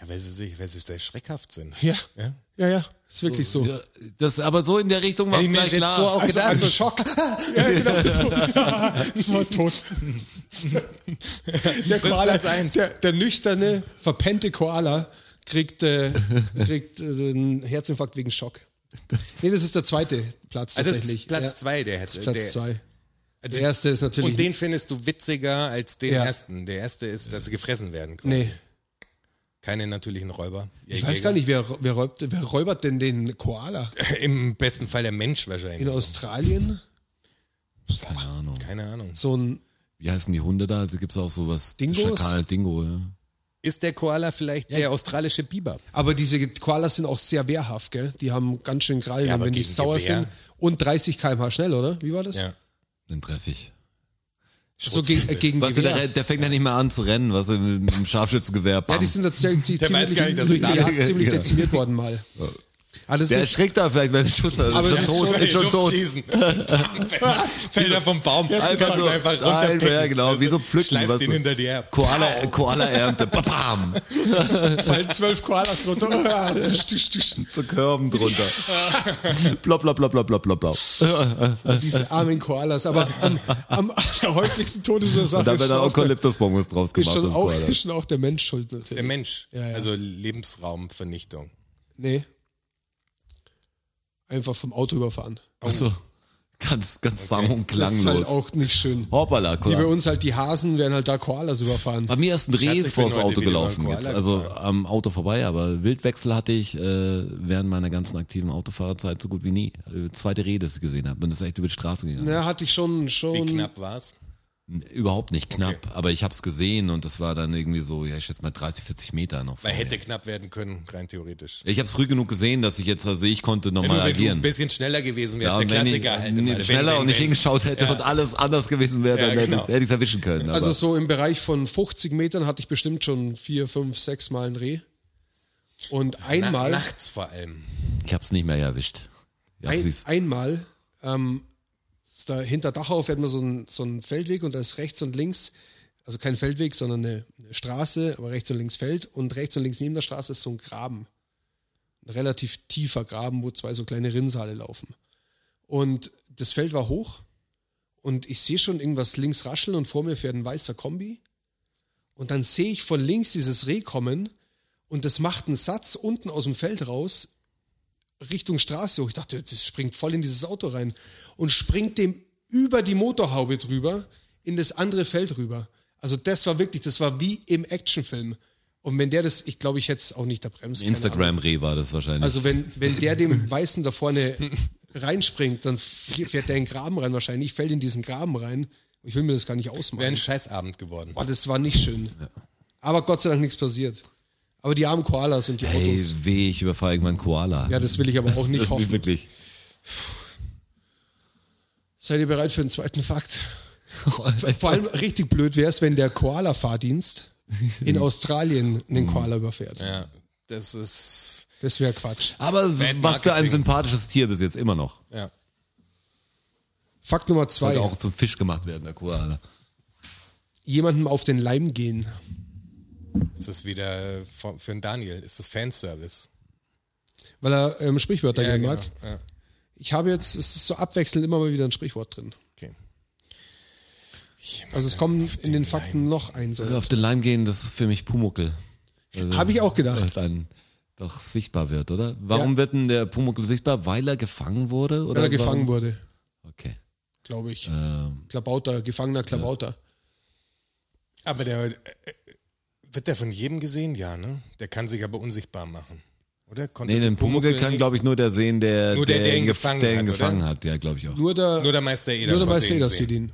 Speaker 3: Ja, weil sie sich, weil sie sehr schreckhaft sind.
Speaker 4: Ja.
Speaker 3: Ja? Oh,
Speaker 4: Ja, ja. Ist wirklich so.
Speaker 2: Ja, das, aber so in der Richtung war
Speaker 3: Hätte
Speaker 2: es gleich
Speaker 3: ich mir jetzt so
Speaker 2: klar.
Speaker 3: auch
Speaker 4: Also
Speaker 3: gedacht,
Speaker 4: als
Speaker 3: so
Speaker 4: Schock. ja, genau. So. War tot. Der Koala,
Speaker 3: Platz eins.
Speaker 4: Der, der nüchterne, verpennte Koala kriegt, äh, kriegt äh, einen Herzinfarkt wegen Schock. nee, das ist der zweite Platz
Speaker 3: Ah, das ist
Speaker 4: tatsächlich.
Speaker 3: Platz
Speaker 4: ja,
Speaker 3: zwei, der Herz-
Speaker 4: Platz
Speaker 3: der-
Speaker 4: zwei.
Speaker 3: also,
Speaker 4: Der erste ist natürlich.
Speaker 3: Und den findest du witziger als den
Speaker 4: Ja.
Speaker 3: ersten. Der erste ist, dass sie gefressen werden. Quasi.
Speaker 4: nee,
Speaker 3: Keine natürlichen Räuber.
Speaker 4: ich weiß gar nicht, wer, wer, räubt, wer räubert denn den Koala?
Speaker 3: Im besten Fall der Mensch wahrscheinlich.
Speaker 4: In Australien?
Speaker 2: Keine Ahnung.
Speaker 3: Keine Ahnung.
Speaker 4: So ein.
Speaker 2: Wie heißen die Hunde da? Da gibt's auch sowas.
Speaker 4: Dingos?
Speaker 2: Schakal, Dingo, ja.
Speaker 3: Ist der Koala vielleicht der australische Biber?
Speaker 4: Aber diese Koalas sind auch sehr wehrhaft, gell? Die haben ganz schön Krallen,
Speaker 3: Ja,
Speaker 4: und
Speaker 3: aber
Speaker 4: wenn die
Speaker 3: gegen
Speaker 4: sauer
Speaker 3: Gewehr.
Speaker 4: sind. Und 30 km/h schnell, oder? Wie war das?
Speaker 3: Ja.
Speaker 2: Den treffe ich.
Speaker 4: So gegen, äh, gegen
Speaker 2: Weißt du, der,
Speaker 4: Gewehr.
Speaker 2: rennt- der fängt ja nicht mehr an zu rennen, was mit dem Scharfschützengewehr.
Speaker 4: Ja,
Speaker 2: Bam.
Speaker 4: die sind da ziemlich,
Speaker 3: Der weiß gar nicht, dass
Speaker 4: durch
Speaker 3: er da
Speaker 4: den Hass
Speaker 2: ist.
Speaker 4: ziemlich
Speaker 2: Ja.
Speaker 4: dezimiert worden mal. Ah, das
Speaker 2: der
Speaker 4: ist,
Speaker 2: erschrickt da vielleicht, wenn er schon,
Speaker 4: Aber
Speaker 2: aber
Speaker 4: das
Speaker 2: schon
Speaker 4: ist
Speaker 2: tot
Speaker 4: schon-
Speaker 2: ist. Schon tot.
Speaker 3: Fällt er vom Baum.
Speaker 2: Einfach so, einfach, ja, genau, wie so pflücken.
Speaker 3: Also Schleifst
Speaker 2: weißt
Speaker 3: ihn
Speaker 2: du.
Speaker 3: hinter dir her.
Speaker 2: Koala, Koala Ernte, bam,
Speaker 4: fallen zwölf Koalas runter. Ah, tisch, tisch, tisch.
Speaker 2: zu Körben drunter. blop, blop, blop, blop, blop, blop, blop.
Speaker 4: Diese armen Koalas. Aber am, am häufigsten Todesursache
Speaker 2: Und da
Speaker 4: ist,
Speaker 2: wird
Speaker 4: schon
Speaker 2: da
Speaker 4: auch der-
Speaker 2: Eukalyptusbonbons draus
Speaker 4: ist,
Speaker 2: gemacht.
Speaker 4: schon
Speaker 2: das
Speaker 4: auch,
Speaker 2: Koala.
Speaker 4: ist schon auch der Mensch schuld
Speaker 3: Der
Speaker 4: natürlich.
Speaker 3: Mensch.
Speaker 4: Ja, ja.
Speaker 3: Also Lebensraumvernichtung.
Speaker 4: nee. Einfach vom Auto überfahren.
Speaker 2: Ach so. Ganz, ganz sang- und
Speaker 4: Das ist halt
Speaker 2: klanglos.
Speaker 4: auch nicht schön.
Speaker 2: Hoppala,
Speaker 4: Wie bei
Speaker 2: Koala.
Speaker 4: uns halt die Hasen werden halt da Koalas überfahren.
Speaker 2: Bei mir ist ein
Speaker 3: Schatz,
Speaker 2: Reh
Speaker 3: ich bin
Speaker 2: vors
Speaker 3: heute
Speaker 2: Auto
Speaker 3: wieder über
Speaker 2: gelaufen
Speaker 3: einen
Speaker 2: jetzt.
Speaker 3: Koala
Speaker 2: Also
Speaker 3: gefahren.
Speaker 2: am Auto vorbei, aber Wildwechsel hatte ich äh, während meiner ganzen aktiven Autofahrerzeit so gut wie nie. Äh, zweite Reh, das ich gesehen habe. Bin das ist echt über die Straße gegangen.
Speaker 4: Na, hatte ich schon,
Speaker 3: Wie
Speaker 4: schon
Speaker 3: knapp war's?
Speaker 2: Überhaupt nicht knapp, aber ich habe es gesehen und das war dann irgendwie so, ja, ich schätze mal 30, 40 Meter noch.
Speaker 3: Weil
Speaker 2: vorher.
Speaker 3: hätte knapp werden können, rein theoretisch.
Speaker 2: Ich habe es früh genug gesehen, dass ich jetzt, also ich konnte
Speaker 3: Wenn du,
Speaker 2: normal
Speaker 3: wenn du ein
Speaker 2: agieren.
Speaker 3: bisschen schneller gewesen wärst,
Speaker 2: Ja,
Speaker 3: der
Speaker 2: und wenn ich,
Speaker 3: Klassiker halt. immer.
Speaker 2: nee,
Speaker 3: Wenn,
Speaker 2: schneller
Speaker 3: wenn,
Speaker 2: und nicht
Speaker 3: wenn.
Speaker 2: hingeschaut hätte
Speaker 3: Ja.
Speaker 2: und alles anders gewesen wäre,
Speaker 3: Ja,
Speaker 2: dann hätte-
Speaker 3: genau.
Speaker 2: hätte ich es erwischen können. Aber
Speaker 4: Also so im Bereich von 50 Metern hatte ich bestimmt schon vier, fünf, sechs Mal einen Reh. Und
Speaker 3: Na,
Speaker 2: halt.
Speaker 4: einmal,
Speaker 3: nachts vor allem.
Speaker 2: ich habe es nicht mehr erwischt. Ja,
Speaker 4: ein,
Speaker 2: siehst-
Speaker 4: einmal ähm, ist da hinter Dachau fährt man so einen so einen Feldweg und da ist rechts und links, also kein Feldweg, sondern eine, eine Straße, aber rechts und links Feld und rechts und links neben der Straße ist so ein Graben. Ein relativ tiefer Graben, wo zwei so kleine Rinnsale laufen. Und das Feld war hoch und ich sehe schon irgendwas links rascheln und vor mir fährt ein weißer Kombi. Und dann sehe ich von links dieses Reh kommen und das macht einen Satz unten aus dem Feld raus Richtung Straße hoch. Ich dachte, das springt voll in dieses Auto rein und springt dem über die Motorhaube drüber in das andere Feld rüber. Also das war wirklich, das war wie im Actionfilm. Und wenn der das, ich glaube, ich hätte es auch nicht da bremst. keine Ahnung.
Speaker 2: Instagram-Reh war das wahrscheinlich.
Speaker 4: Also wenn, wenn der dem Weißen da vorne reinspringt, dann f- fährt der in den Graben rein wahrscheinlich. Ich fällt in diesen Graben rein. Ich will mir das gar nicht
Speaker 3: Wäre ein
Speaker 4: ausmalen.
Speaker 3: Scheißabend geworden.
Speaker 4: Boah, das war nicht schön. Aber Gott sei Dank nichts passiert. Aber die armen Koalas und die Autos.
Speaker 2: Ey, weh, ich überfahre irgendwann einen Koala.
Speaker 4: Ja, das will ich aber auch nicht hoffen.
Speaker 2: Wirklich.
Speaker 4: Seid ihr bereit für den zweiten Fakt? Vor allem richtig blöd wäre es, wenn der Koala-Fahrdienst in Australien einen Koala überfährt.
Speaker 3: Ja, das ist.
Speaker 4: Das wäre Quatsch.
Speaker 2: aber s- was
Speaker 3: Bad
Speaker 2: für ein
Speaker 3: Marketing.
Speaker 2: sympathisches Tier bis jetzt immer noch.
Speaker 3: Ja.
Speaker 4: Fakt Nummer
Speaker 2: Sollte
Speaker 4: zwei.
Speaker 2: auch zum Fisch gemacht werden, der Koala.
Speaker 4: Jemandem auf den Leim gehen.
Speaker 3: Ist das wieder von- für den Daniel? Ist das Fanservice?
Speaker 4: Weil er ähm, Sprichwörter
Speaker 3: Ja,
Speaker 4: gerne
Speaker 3: genau.
Speaker 4: mag. Ich habe jetzt, es ist so abwechselnd immer mal wieder ein Sprichwort drin.
Speaker 3: Okay.
Speaker 4: Also es kommen in den Fakten noch eins.
Speaker 2: Auf den Leim gehen, das ist für mich Pumuckel. Also,
Speaker 4: Habe ich auch gedacht.
Speaker 2: Dann doch sichtbar wird, oder? Warum
Speaker 4: Ja.
Speaker 2: wird denn der Pumuckel sichtbar? Weil er gefangen wurde? Oder
Speaker 4: Weil er gefangen
Speaker 2: warum?
Speaker 4: wurde,
Speaker 2: Okay.
Speaker 4: glaube ich. Klabauter, gefangener Klabauter.
Speaker 3: Aber der. äh, Wird der von jedem gesehen? Ja, ne? Der kann sich aber unsichtbar machen. Oder? Konnte
Speaker 2: Nee,
Speaker 3: sich
Speaker 2: den Pumuckel kann,
Speaker 3: nicht?
Speaker 2: glaube ich, nur der sehen, der,
Speaker 3: Nur der, der ihn
Speaker 2: gef-
Speaker 3: gefangen
Speaker 2: der ihn
Speaker 3: hat, oder?
Speaker 2: gefangen hat. Ja, glaube ich auch.
Speaker 4: Nur der,
Speaker 3: Nur der Meister Eder.
Speaker 4: nur der
Speaker 3: konnte
Speaker 4: Meister
Speaker 3: ihn
Speaker 4: Eder
Speaker 3: sehen.
Speaker 4: sieht ihn.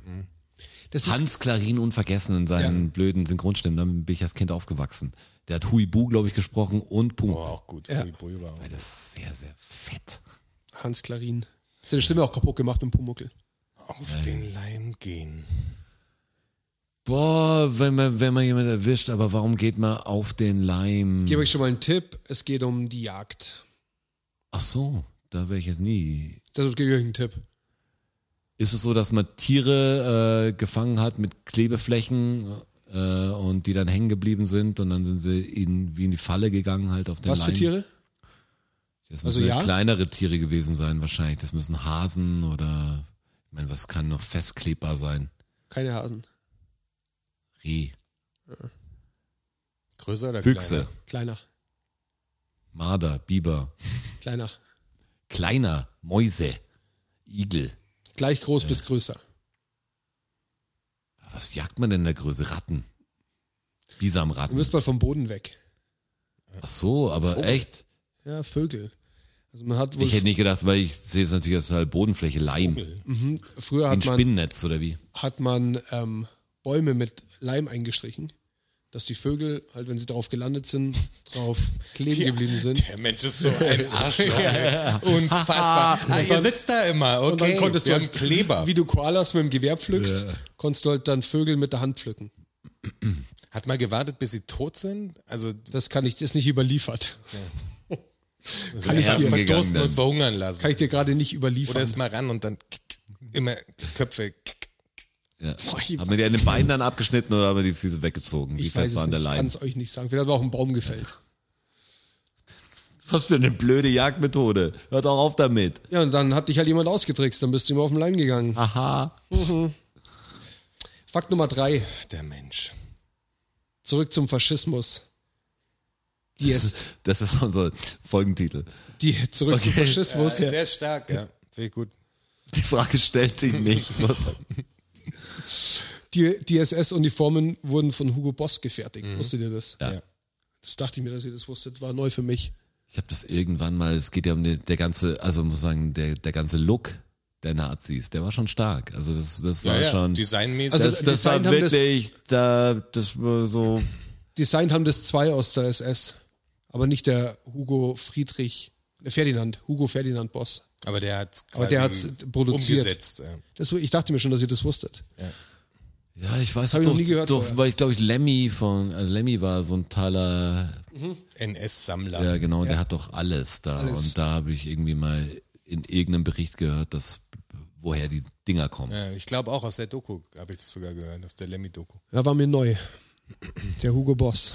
Speaker 4: Das ist,
Speaker 2: Hans Klarin unvergessen in seinen blöden Synchronstimmen. Damit bin ich als Kind aufgewachsen. Der hat Hui Bu, glaube ich, gesprochen und Pumuckl.
Speaker 3: War auch gut.
Speaker 4: Ja.
Speaker 3: Ui, Bui, war auch.
Speaker 2: Das ist sehr, sehr fett.
Speaker 4: Hans Klarin. Hat seine Stimme auch kaputt gemacht mit dem Pumuckl.
Speaker 3: Auf den Leim gehen.
Speaker 2: Boah, wenn man, wenn man jemanden erwischt, aber warum geht man auf den Leim?
Speaker 4: Gebe euch schon mal einen Tipp. Es geht um die Jagd.
Speaker 2: Ach so, da wäre ich jetzt nie.
Speaker 4: Das gebe ich euch einen Tipp.
Speaker 2: Ist es so, dass man Tiere äh, gefangen hat mit Klebeflächen äh, und die dann hängen geblieben sind und dann sind sie in, wie in die Falle gegangen halt auf den
Speaker 4: Was
Speaker 2: Leim?
Speaker 4: für Tiere?
Speaker 2: Das
Speaker 4: Also
Speaker 2: müssen
Speaker 4: ja?
Speaker 2: kleinere Tiere gewesen sein wahrscheinlich. Das müssen Hasen oder, ich meine, was kann noch festklebbar sein?
Speaker 4: Keine Hasen.
Speaker 2: Reh,
Speaker 3: Größer oder
Speaker 2: Füchse,
Speaker 3: kleiner?
Speaker 4: Kleiner.
Speaker 2: Marder, Biber,
Speaker 4: Kleiner.
Speaker 2: kleiner, Mäuse, Igel.
Speaker 4: Gleich groß bis größer.
Speaker 2: Was jagt man denn in der Größe? Ratten.
Speaker 4: Du
Speaker 2: Bisamratten.
Speaker 4: müsst mal vom Boden weg.
Speaker 2: Ach so, aber echt?
Speaker 4: Ja, Vögel. Also man hat wohl
Speaker 2: Ich hätte nicht gedacht, weil ich sehe es natürlich als halt Bodenfläche, Leim.
Speaker 4: früher
Speaker 2: Ein
Speaker 4: hat man
Speaker 2: Spinnennetz oder wie?
Speaker 4: hat man ähm, Bäume mit Leim eingestrichen, dass die Vögel, halt wenn sie drauf gelandet sind, drauf kleben geblieben sind.
Speaker 3: Der Mensch ist so ein Arschloch. ey. Unfassbar. ah, ihr sitzt da immer, okay.
Speaker 4: Und dann konntest
Speaker 3: Wir
Speaker 4: du
Speaker 3: haben
Speaker 4: halt,
Speaker 3: Kleber.
Speaker 4: wie du Koalas mit dem Gewehr pflückst, konntest du halt dann Vögel mit der Hand pflücken.
Speaker 3: Hat mal gewartet, bis sie tot sind? Also
Speaker 4: Das kann ich, das ist nicht überliefert.
Speaker 3: kann
Speaker 4: ich dir-
Speaker 2: gegangen
Speaker 3: verdursten
Speaker 2: dann.
Speaker 3: und verhungern lassen.
Speaker 4: Kann ich dir gerade nicht
Speaker 3: Oder
Speaker 4: überliefern.
Speaker 3: ist mal ran und dann immer die Köpfe.
Speaker 2: Ja.
Speaker 4: ich
Speaker 2: Haben wir die an den Beinen dann abgeschnitten oder haben wir die Füße weggezogen? Wie
Speaker 4: ich weiß
Speaker 2: fest
Speaker 4: es
Speaker 2: waren
Speaker 4: nicht,
Speaker 2: der
Speaker 4: ich
Speaker 2: Leim?
Speaker 4: kann es euch nicht sagen. Vielleicht hat mir auch ein Baum gefällt.
Speaker 2: Was für eine blöde Jagdmethode. Hört auch auf damit.
Speaker 4: Ja, und dann hat dich halt jemand ausgetrickst, dann bist du immer auf den Leim gegangen. Mhm.
Speaker 2: Aha.
Speaker 4: Fakt Nummer drei,
Speaker 3: Der Mensch.
Speaker 4: zurück zum Faschismus. Die,
Speaker 2: Das
Speaker 4: es,
Speaker 2: ist, das ist unser Folgentitel.
Speaker 4: die zurück zum
Speaker 2: Okay.
Speaker 4: Faschismus.
Speaker 3: Der ist stark, ja. Finde ich gut.
Speaker 2: Die Frage stellt sich nicht.
Speaker 4: Die, die SS-Uniformen wurden von Hugo Boss gefertigt. Wusstet ihr das?
Speaker 2: Mhm. Ja.
Speaker 4: Das dachte ich mir, dass ihr das wusstet. War neu für mich.
Speaker 2: Ich habe das irgendwann mal, es geht ja um den, der ganze, also muss sagen, der, der ganze Look der Nazis. Der war schon stark. Also das, das war
Speaker 3: Ja, ja,
Speaker 2: schon.
Speaker 3: designmäßig.
Speaker 2: das,
Speaker 3: Also
Speaker 2: das,
Speaker 4: Design
Speaker 2: war
Speaker 4: haben das-
Speaker 2: wirklich, da, das war so.
Speaker 4: Designt haben das zwei aus der SS, aber nicht der Hugo Friedrich, der Ferdinand, Hugo Ferdinand Boss.
Speaker 3: Aber der hat
Speaker 4: Aber der hat's produziert.
Speaker 3: umgesetzt. ja.
Speaker 4: Das, ich dachte mir schon, dass ihr das wusstet.
Speaker 2: Ja, ich weiß es
Speaker 4: hab ich noch
Speaker 2: doch,
Speaker 4: nie gehört
Speaker 2: doch
Speaker 4: vorher.
Speaker 2: weil ich glaube ich Lemmy von, also Lemmy war so ein toller
Speaker 3: NS-Sammler.
Speaker 2: Ja, genau, der hat doch alles da. Und da habe ich irgendwie mal in irgendeinem Bericht gehört, dass woher die Dinger kommen.
Speaker 3: Ja, ich glaube auch aus der Doku habe ich das sogar gehört, aus der Lemmy-Doku.
Speaker 4: Ja, war mir neu. Der Hugo Boss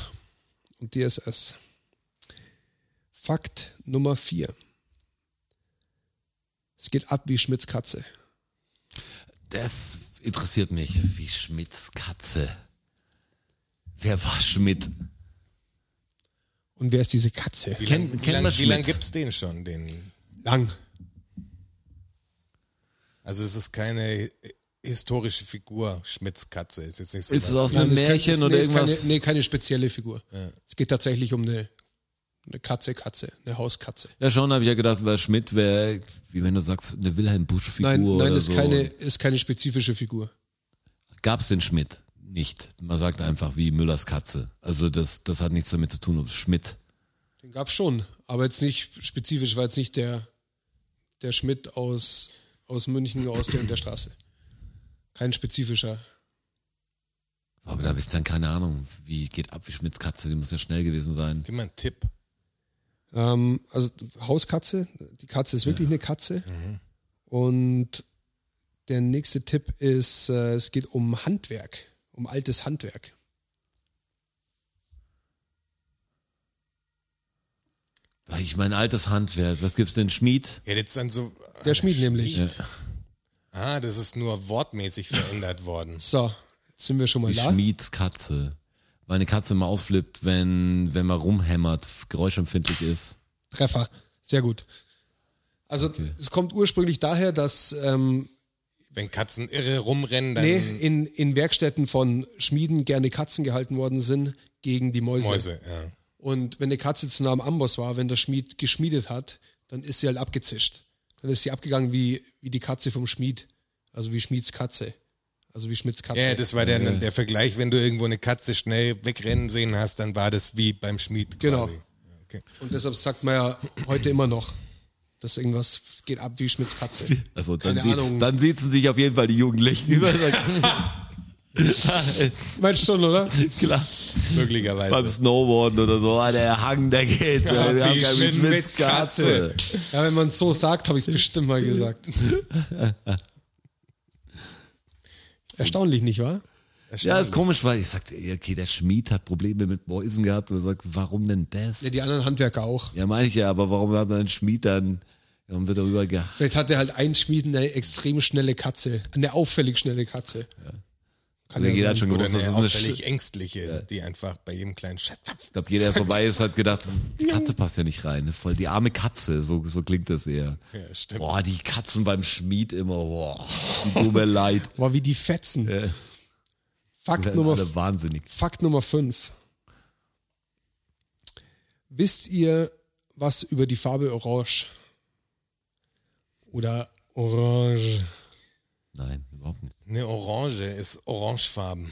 Speaker 4: und DSS. Fakt Nummer 4. Es geht ab wie Schmidts Katze.
Speaker 2: Das interessiert mich, wie Schmidts Katze. Wer war Schmidt?
Speaker 4: Und wer ist diese Katze?
Speaker 3: Wie
Speaker 2: Kennt-
Speaker 3: lang-
Speaker 2: kennt
Speaker 3: wie lange
Speaker 2: man
Speaker 3: lang,
Speaker 2: Schmidt?
Speaker 3: lang gibt es den schon? Den,
Speaker 4: Lang.
Speaker 3: also es ist keine historische Figur, Schmidts Katze. Ist jetzt nicht so
Speaker 2: Ist es
Speaker 3: was
Speaker 2: aus
Speaker 3: wie-
Speaker 2: einem
Speaker 4: das kann-
Speaker 2: Märchen
Speaker 4: das-
Speaker 2: oder
Speaker 4: nee, ist
Speaker 2: irgendwas?
Speaker 4: Keine, nee, keine spezielle Figur. Es geht tatsächlich um eine, eine Katze, Katze, eine Hauskatze.
Speaker 2: Ja, schon habe ich ja gedacht, weil Schmidt wäre, wie wenn du sagst, eine Wilhelm Busch-Figur
Speaker 4: Nein, nein,
Speaker 2: oder
Speaker 4: ist,
Speaker 2: so.
Speaker 4: keine, ist keine spezifische Figur.
Speaker 2: Gab's den Schmidt? Nicht. Man sagt einfach wie Müllers Katze. Also das, das hat nichts damit zu tun, ob es Schmidt.
Speaker 4: Den gab's schon, aber jetzt nicht spezifisch, war jetzt nicht der, der Schmidt aus, aus München, aus der, der Straße. Kein spezifischer.
Speaker 2: Aber da habe ich dann keine Ahnung, wie geht ab wie Schmidts Katze, die muss ja schnell gewesen sein.
Speaker 3: Gib mal einen Tipp.
Speaker 4: Ähm, also Hauskatze, die Katze ist wirklich eine Katze. Und der nächste Tipp ist, äh, es geht um Handwerk, um altes Handwerk.
Speaker 2: Weil Ich mein altes Handwerk, was gibt's denn Schmied?
Speaker 3: Ja, jetzt dann so, ah,
Speaker 4: Der Schmied nämlich.
Speaker 2: Ja.
Speaker 3: Ah, das ist nur wortmäßig verändert worden.
Speaker 4: So, jetzt sind wir schon mal
Speaker 2: Die
Speaker 4: da.
Speaker 2: Schmiedskatze. Weil eine Katze immer ausflippt, wenn, wenn man rumhämmert, geräuschempfindlich ist.
Speaker 4: Treffer. Sehr gut. Also es kommt ursprünglich daher, dass ähm,
Speaker 3: Wenn Katzen irre rumrennen, dann
Speaker 4: nee, in, in Werkstätten von Schmieden gerne Katzen gehalten worden sind gegen die Mäuse.
Speaker 3: Mäuse. Ja.
Speaker 4: Und wenn eine Katze zu nah am Amboss war, wenn der Schmied geschmiedet hat, dann ist sie halt abgezischt. Dann ist sie abgegangen wie, wie die Katze vom Schmied. Also wie Schmieds Katze. Also wie Schmidts Katze.
Speaker 3: Ja, das war der, der Vergleich, wenn du irgendwo eine Katze schnell wegrennen sehen hast, dann war das wie beim Schmied.
Speaker 4: Genau.
Speaker 3: Quasi. Ja, Okay.
Speaker 4: Und deshalb sagt man ja heute immer noch, dass irgendwas es geht ab wie Schmidts Katze.
Speaker 2: Also dann,
Speaker 4: Keine
Speaker 2: sie,
Speaker 4: Ahnung.
Speaker 2: dann sitzen sich auf jeden Fall die Jugendlichen über.
Speaker 4: Meinst schon, oder?
Speaker 2: Klar, beim
Speaker 3: Möglicherweise.
Speaker 2: Snowboarden oder so. Ah, der Hang, der geht. Ja, wir haben
Speaker 3: wie
Speaker 2: keine
Speaker 3: Schmidts
Speaker 2: Schmiedskatze.
Speaker 4: Ja, wenn man es so sagt, habe ich es bestimmt mal gesagt. Erstaunlich, nicht wahr?
Speaker 2: Ja, ist komisch, weil ich sagte, okay, der Schmied hat Probleme mit Mäusen gehabt. Und ich sagt, warum denn das?
Speaker 4: Ja, die anderen Handwerker auch.
Speaker 2: Ja, meine ich ja, aber warum hat man einen Schmied dann? Dann wird darüber gehabt.
Speaker 4: Vielleicht hatte halt ein Schmied eine extrem schnelle Katze, eine auffällig schnelle Katze. Kann
Speaker 2: Der
Speaker 4: ja
Speaker 2: jeder hat
Speaker 4: sein.
Speaker 2: halt schon
Speaker 3: Oder
Speaker 2: gewusst, dass
Speaker 3: eine
Speaker 2: es eine Sch
Speaker 3: auffällig ängstliche, die einfach bei jedem kleinen Schatz.
Speaker 2: Ich glaube, jeder, der vorbei ist, hat gedacht, die Katze passt ja nicht rein. Voll die arme Katze, so, so klingt das eher.
Speaker 3: Ja, stimmt.
Speaker 2: Boah, die Katzen beim Schmied immer, boah, tut mir leid.
Speaker 4: War wie die Fetzen.
Speaker 2: Die
Speaker 4: Fakt,
Speaker 2: werden
Speaker 4: Nummer,
Speaker 2: alle wahnsinnig.
Speaker 4: Fakt Nummer 5. Wisst ihr was über die Farbe Orange? Oder Orange?
Speaker 2: Nein, überhaupt nicht.
Speaker 3: Eine Orange ist orangefarben.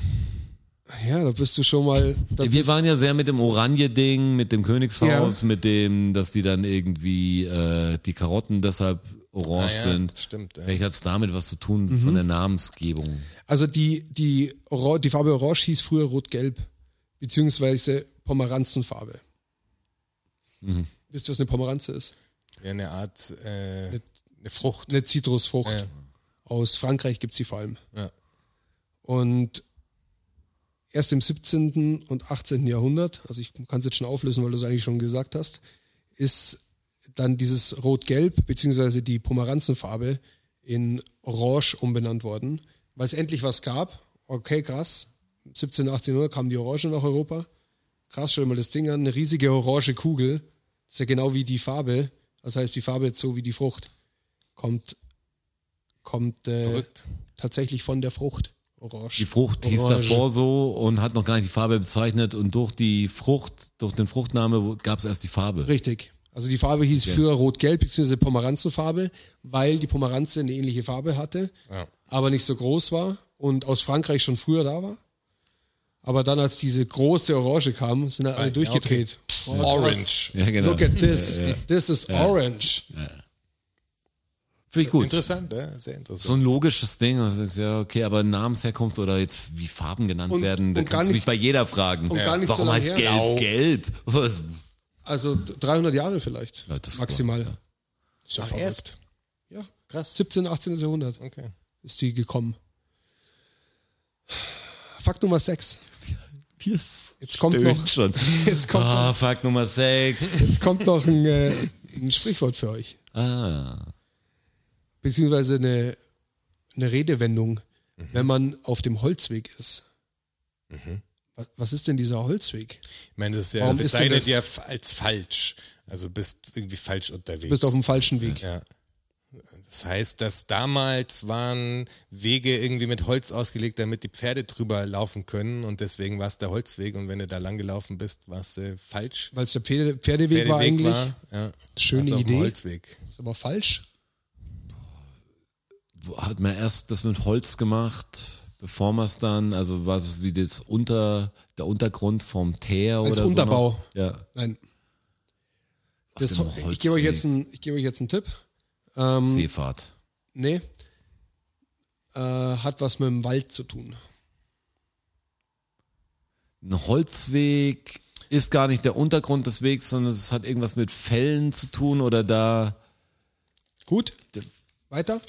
Speaker 4: Ja, da bist du schon mal. Da
Speaker 2: Wir waren ja sehr mit dem Oranje-Ding, mit dem Königshaus, mit dem, dass die dann irgendwie äh, die Karotten deshalb orange
Speaker 3: Ah ja,
Speaker 2: sind.
Speaker 3: stimmt, ja.
Speaker 2: Vielleicht hat es damit was zu tun
Speaker 4: Mhm.
Speaker 2: von der Namensgebung.
Speaker 4: Also die, die, Ora- die Farbe Orange hieß früher Rot-Gelb, beziehungsweise Pomeranzenfarbe.
Speaker 3: Mhm.
Speaker 4: Wisst ihr, was eine Pomeranze ist?
Speaker 3: Ja, eine Art, äh, eine Frucht. äh,
Speaker 4: Eine Zitrusfrucht.
Speaker 3: Ja.
Speaker 4: Aus Frankreich gibt es sie vor allem.
Speaker 3: Ja.
Speaker 4: Und erst im 17. und 18. Jahrhundert, also ich kann es jetzt schon auflösen, weil du es eigentlich schon gesagt hast, ist dann dieses Rot-Gelb beziehungsweise die Pomeranzenfarbe in Orange umbenannt worden, weil es endlich was gab. Okay, krass. 17. und 18. Jahrhundert kamen die Orangen nach Europa. Krass, schau dir mal das Ding an, eine riesige orange Kugel. Ist ja genau wie die Farbe. Das heißt, die Farbe jetzt so wie die Frucht kommt, kommt äh,
Speaker 3: Verrückt.
Speaker 4: tatsächlich von der Frucht. Orange.
Speaker 2: Die Frucht hieß
Speaker 4: Orange.
Speaker 2: davor so und hat noch gar nicht die Farbe bezeichnet und durch die Frucht, durch den Fruchtname gab es erst die Farbe.
Speaker 4: Richtig. Also die Farbe hieß früher Rot-Gelb, beziehungsweise Pomeranzenfarbe, weil die Pomeranze eine ähnliche Farbe hatte, aber nicht so groß war und aus Frankreich schon früher da war. Aber dann, als diese große Orange kam, sind dann alle durchgedreht. Oh,
Speaker 3: Orange.
Speaker 2: Ja, genau.
Speaker 4: Look at this. This is orange.
Speaker 2: Finde ich gut.
Speaker 3: Interessant,
Speaker 4: ne?
Speaker 3: ja, sehr interessant.
Speaker 2: So ein logisches Ding. Das ist ja okay, aber Namensherkunft oder jetzt wie Farben genannt
Speaker 4: Und-
Speaker 2: werden, da
Speaker 4: und gar
Speaker 2: kannst du mich
Speaker 4: nicht-
Speaker 2: bei jeder fragen.
Speaker 4: und gar nicht so
Speaker 2: Warum
Speaker 4: lange
Speaker 2: heißt
Speaker 4: her. Au.
Speaker 2: Gelb Gelb? Was?
Speaker 4: Also 300 Jahre vielleicht.
Speaker 2: Ja, das-
Speaker 4: maximal.
Speaker 2: ja.
Speaker 4: Ist ja
Speaker 3: Ach,
Speaker 4: verrückt.
Speaker 3: erst?
Speaker 4: Ja.
Speaker 3: Krass.
Speaker 4: 17, 18. Jahrhundert
Speaker 3: Okay.
Speaker 4: ist die gekommen. Fakt Nummer 6.
Speaker 2: Yes.
Speaker 4: Jetzt kommt
Speaker 2: Stimmt
Speaker 4: noch,
Speaker 2: schon.
Speaker 4: jetzt kommt
Speaker 2: Ah, Fakt Nummer 6.
Speaker 4: jetzt kommt noch ein, äh, ein Sprichwort für euch.
Speaker 2: Ah.
Speaker 4: Beziehungsweise eine, eine Redewendung, wenn man auf dem Holzweg ist. Wa- Was ist denn dieser Holzweg?
Speaker 3: Ich meine, das ist ja
Speaker 4: Warum ist denn
Speaker 3: bezeichnet
Speaker 4: das-
Speaker 3: ja f- als falsch. Also bist irgendwie falsch unterwegs.
Speaker 4: Du bist auf dem falschen Weg.
Speaker 3: ja. Das heißt, dass damals waren Wege irgendwie mit Holz ausgelegt, damit die Pferde drüber laufen können und deswegen war es der Holzweg und wenn du da lang gelaufen bist, war es äh, falsch.
Speaker 4: Weil es der Pferde, Pferdeweg
Speaker 3: Pferdeweg
Speaker 4: war eigentlich.
Speaker 3: ja,
Speaker 4: Schöne
Speaker 3: warst auf dem
Speaker 4: Idee.
Speaker 3: Holzweg.
Speaker 4: Ist aber falsch.
Speaker 2: Hat man erst das mit Holz gemacht, bevor man es dann, also war es wie das unter, der Untergrund vom Teer
Speaker 4: Als
Speaker 2: oder
Speaker 4: Unterbau.
Speaker 2: so. noch? Ja.
Speaker 4: Nein. Das,
Speaker 2: dem
Speaker 4: ich gebe
Speaker 2: Holzweg.
Speaker 4: euch, jetzt einen- ich gebe euch jetzt einen Tipp. Ähm,
Speaker 2: Seefahrt.
Speaker 4: Nee. Äh, hat was mit dem Wald zu tun.
Speaker 2: Ein Holzweg ist gar nicht der Untergrund des Wegs, sondern es hat irgendwas mit Fällen zu tun oder da.
Speaker 4: Gut. Weiter?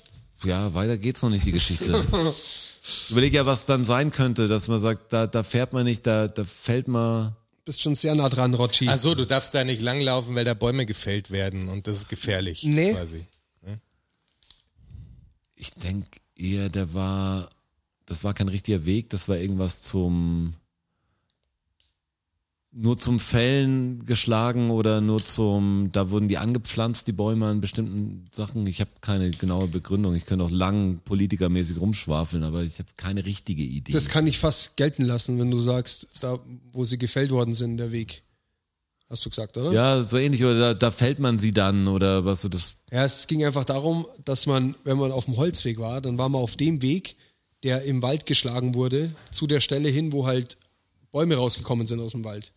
Speaker 2: Ja, weiter geht's noch nicht, die Geschichte. Ich Überleg ja, was dann sein könnte, dass man sagt, da, da fährt man nicht, da, da fällt man.
Speaker 4: Bist schon sehr nah dran, Rotschi.
Speaker 3: Ach so, du darfst da nicht langlaufen, weil da Bäume gefällt werden und das ist gefährlich.
Speaker 4: Nee.
Speaker 3: Quasi.
Speaker 2: Ich denke eher, der war. Das war kein richtiger Weg, das war irgendwas zum. Nur zum Fällen geschlagen oder nur zum. Da wurden die angepflanzt, die Bäume an bestimmten Sachen. Ich habe keine genaue Begründung. Ich könnte auch lang politikermäßig rumschwafeln, aber ich habe keine richtige Idee.
Speaker 4: das kann ich fast gelten lassen, wenn du sagst, da, wo sie gefällt worden sind, der Weg. Hast du gesagt, oder?
Speaker 2: ja, so ähnlich, oder da, da fällt man sie dann oder was so das.
Speaker 4: ja, es ging einfach darum, dass man, wenn man auf dem Holzweg war, dann war man auf dem Weg, der im Wald geschlagen wurde, zu der Stelle hin, wo halt Bäume rausgekommen sind aus dem Wald.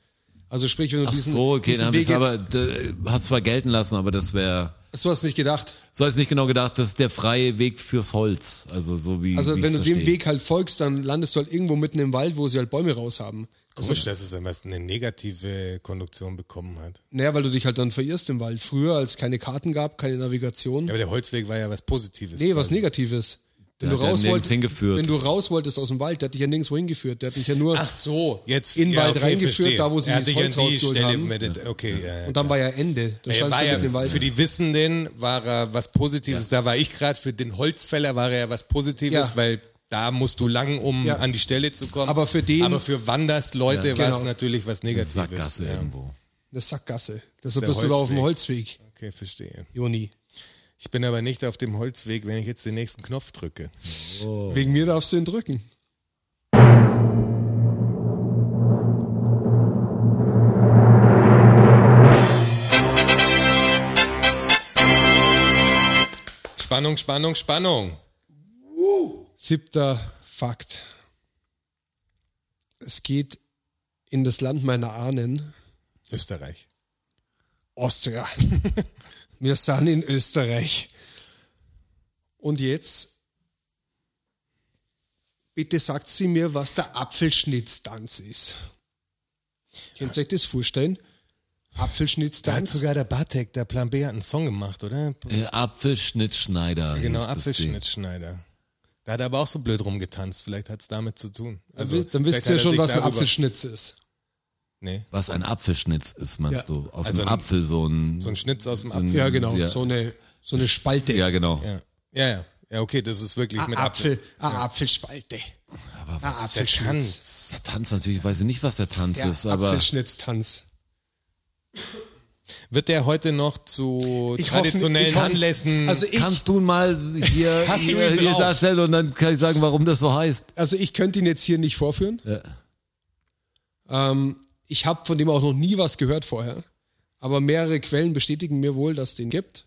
Speaker 4: Also sprich, wenn du
Speaker 2: Ach
Speaker 4: diesen,
Speaker 2: so, okay,
Speaker 4: diesen
Speaker 2: dann hab
Speaker 4: Weg
Speaker 2: ich's
Speaker 4: jetzt,
Speaker 2: aber, d- hast zwar gelten lassen, aber das wäre,
Speaker 4: so hast du nicht gedacht.
Speaker 2: so habe ich nicht genau gedacht, das ist der freie Weg fürs Holz, also so wie
Speaker 4: Also
Speaker 2: wie
Speaker 4: wenn
Speaker 2: ich's
Speaker 4: du
Speaker 2: versteh.
Speaker 4: dem Weg halt folgst, dann landest du halt irgendwo mitten im Wald, wo sie halt Bäume raus haben.
Speaker 3: Komisch, dass es immer eine negative Konduktion bekommen hat.
Speaker 4: Naja, weil du dich halt dann verirrst im Wald. Früher, als es keine Karten gab, keine Navigation.
Speaker 3: Ja, aber der Holzweg war ja was Positives.
Speaker 4: nee, was
Speaker 3: quasi.
Speaker 4: Negatives. Wenn
Speaker 2: Der
Speaker 4: du
Speaker 2: hat ja
Speaker 4: raus
Speaker 2: nirgends
Speaker 4: wolltest,
Speaker 2: hingeführt.
Speaker 4: wenn du raus wolltest aus dem Wald, der hat dich ja nirgendwo hingeführt. Der hat dich ja nur.
Speaker 3: Ach so, jetzt
Speaker 4: In Wald
Speaker 3: okay,
Speaker 4: reingeführt,
Speaker 3: verstehe.
Speaker 4: da wo sie
Speaker 3: er hat
Speaker 4: das
Speaker 3: dich
Speaker 4: Holz
Speaker 3: an die
Speaker 4: rausgeholt
Speaker 3: Stelle
Speaker 4: haben.
Speaker 3: mit, okay, ja. ja.
Speaker 4: und dann war ja Ende. Dann
Speaker 3: Er
Speaker 4: standst
Speaker 3: war
Speaker 4: du
Speaker 3: ja,
Speaker 4: mitten im Wald.
Speaker 3: für die Wissenden war er was Positives. Da war ich gerade für den Holzfäller war er ja was Positives,
Speaker 4: Ja.
Speaker 3: weil da musst du lang, um
Speaker 4: Ja.
Speaker 3: an die Stelle zu kommen.
Speaker 4: Aber für den-
Speaker 3: aber für Wandersleute
Speaker 4: Ja.
Speaker 3: war es
Speaker 4: Genau.
Speaker 3: natürlich was Negatives.
Speaker 2: Sackgasse
Speaker 3: Ja.
Speaker 2: irgendwo.
Speaker 4: Eine Sackgasse. Deshalb
Speaker 3: Der
Speaker 4: bist du da auf dem Holzweg,
Speaker 3: Okay, verstehe.
Speaker 4: Joni.
Speaker 3: Ich bin aber nicht auf dem Holzweg, wenn ich jetzt den nächsten Knopf drücke. Oh.
Speaker 4: Wegen mir darfst du ihn drücken.
Speaker 3: Spannung, Spannung, Spannung.
Speaker 4: Siebter Fakt. Es geht in das Land meiner Ahnen,
Speaker 3: Österreich.
Speaker 4: Austria. Wir sind in Österreich. Und jetzt, bitte sagt sie mir, was der Apfelschnitztanz ist. Könnt ihr euch das vorstellen?
Speaker 3: Da hat
Speaker 4: Apfelschnitztanz.
Speaker 3: sogar der Bartek, der Plan B, hat einen Song gemacht, oder?
Speaker 2: Äh, Apfelschnittschneider.
Speaker 3: Genau,
Speaker 2: hieß das Ding.
Speaker 3: Apfelschnittschneider. Da hat er aber auch so blöd rumgetanzt. Vielleicht hat es damit zu tun. Also,
Speaker 4: dann wisst
Speaker 3: vielleicht
Speaker 4: ihr
Speaker 3: hat er
Speaker 4: schon,
Speaker 3: sich
Speaker 4: was ein
Speaker 3: darüber-
Speaker 4: Apfelschnitz ist.
Speaker 3: Nee,
Speaker 2: Was ein Apfelschnitz ist, meinst
Speaker 4: Ja.
Speaker 2: du? Aus
Speaker 3: Also
Speaker 2: einem
Speaker 3: ein-
Speaker 2: Apfel so ein.
Speaker 3: so ein Schnitz aus dem
Speaker 2: ein-
Speaker 3: Apfel.
Speaker 4: Ja, genau.
Speaker 2: Ja.
Speaker 4: So, eine, so eine Spalte.
Speaker 2: ja, genau.
Speaker 3: Ja. ja, ja. Ja, okay, das ist wirklich
Speaker 4: Ein
Speaker 3: mit
Speaker 4: Ah, Apfel,
Speaker 3: Apfel.
Speaker 4: eine Apfelspalte.
Speaker 2: Aber
Speaker 4: Ein
Speaker 2: was,
Speaker 3: Der
Speaker 4: Apfelschnitz.
Speaker 3: Tanz.
Speaker 2: der Tanz natürlich, ich weiß ich nicht, was der Tanz
Speaker 4: Ja,
Speaker 2: ist, aber
Speaker 4: Apfelschnitztanz.
Speaker 3: Wird der heute noch zu
Speaker 4: Ich hoffe-
Speaker 3: traditionellen
Speaker 4: ich hoffe-
Speaker 3: Anlässen?
Speaker 4: Also ich,
Speaker 2: kannst du ihn mal hier,
Speaker 3: Hast du
Speaker 2: hier,
Speaker 3: ihn
Speaker 2: hier
Speaker 3: drauf?
Speaker 2: darstellen und dann kann ich sagen, warum das so heißt.
Speaker 4: also ich könnte ihn jetzt hier nicht vorführen.
Speaker 2: Ja.
Speaker 4: Ähm, ich habe von dem auch noch nie was gehört vorher. Aber mehrere Quellen bestätigen mir wohl, dass es den gibt.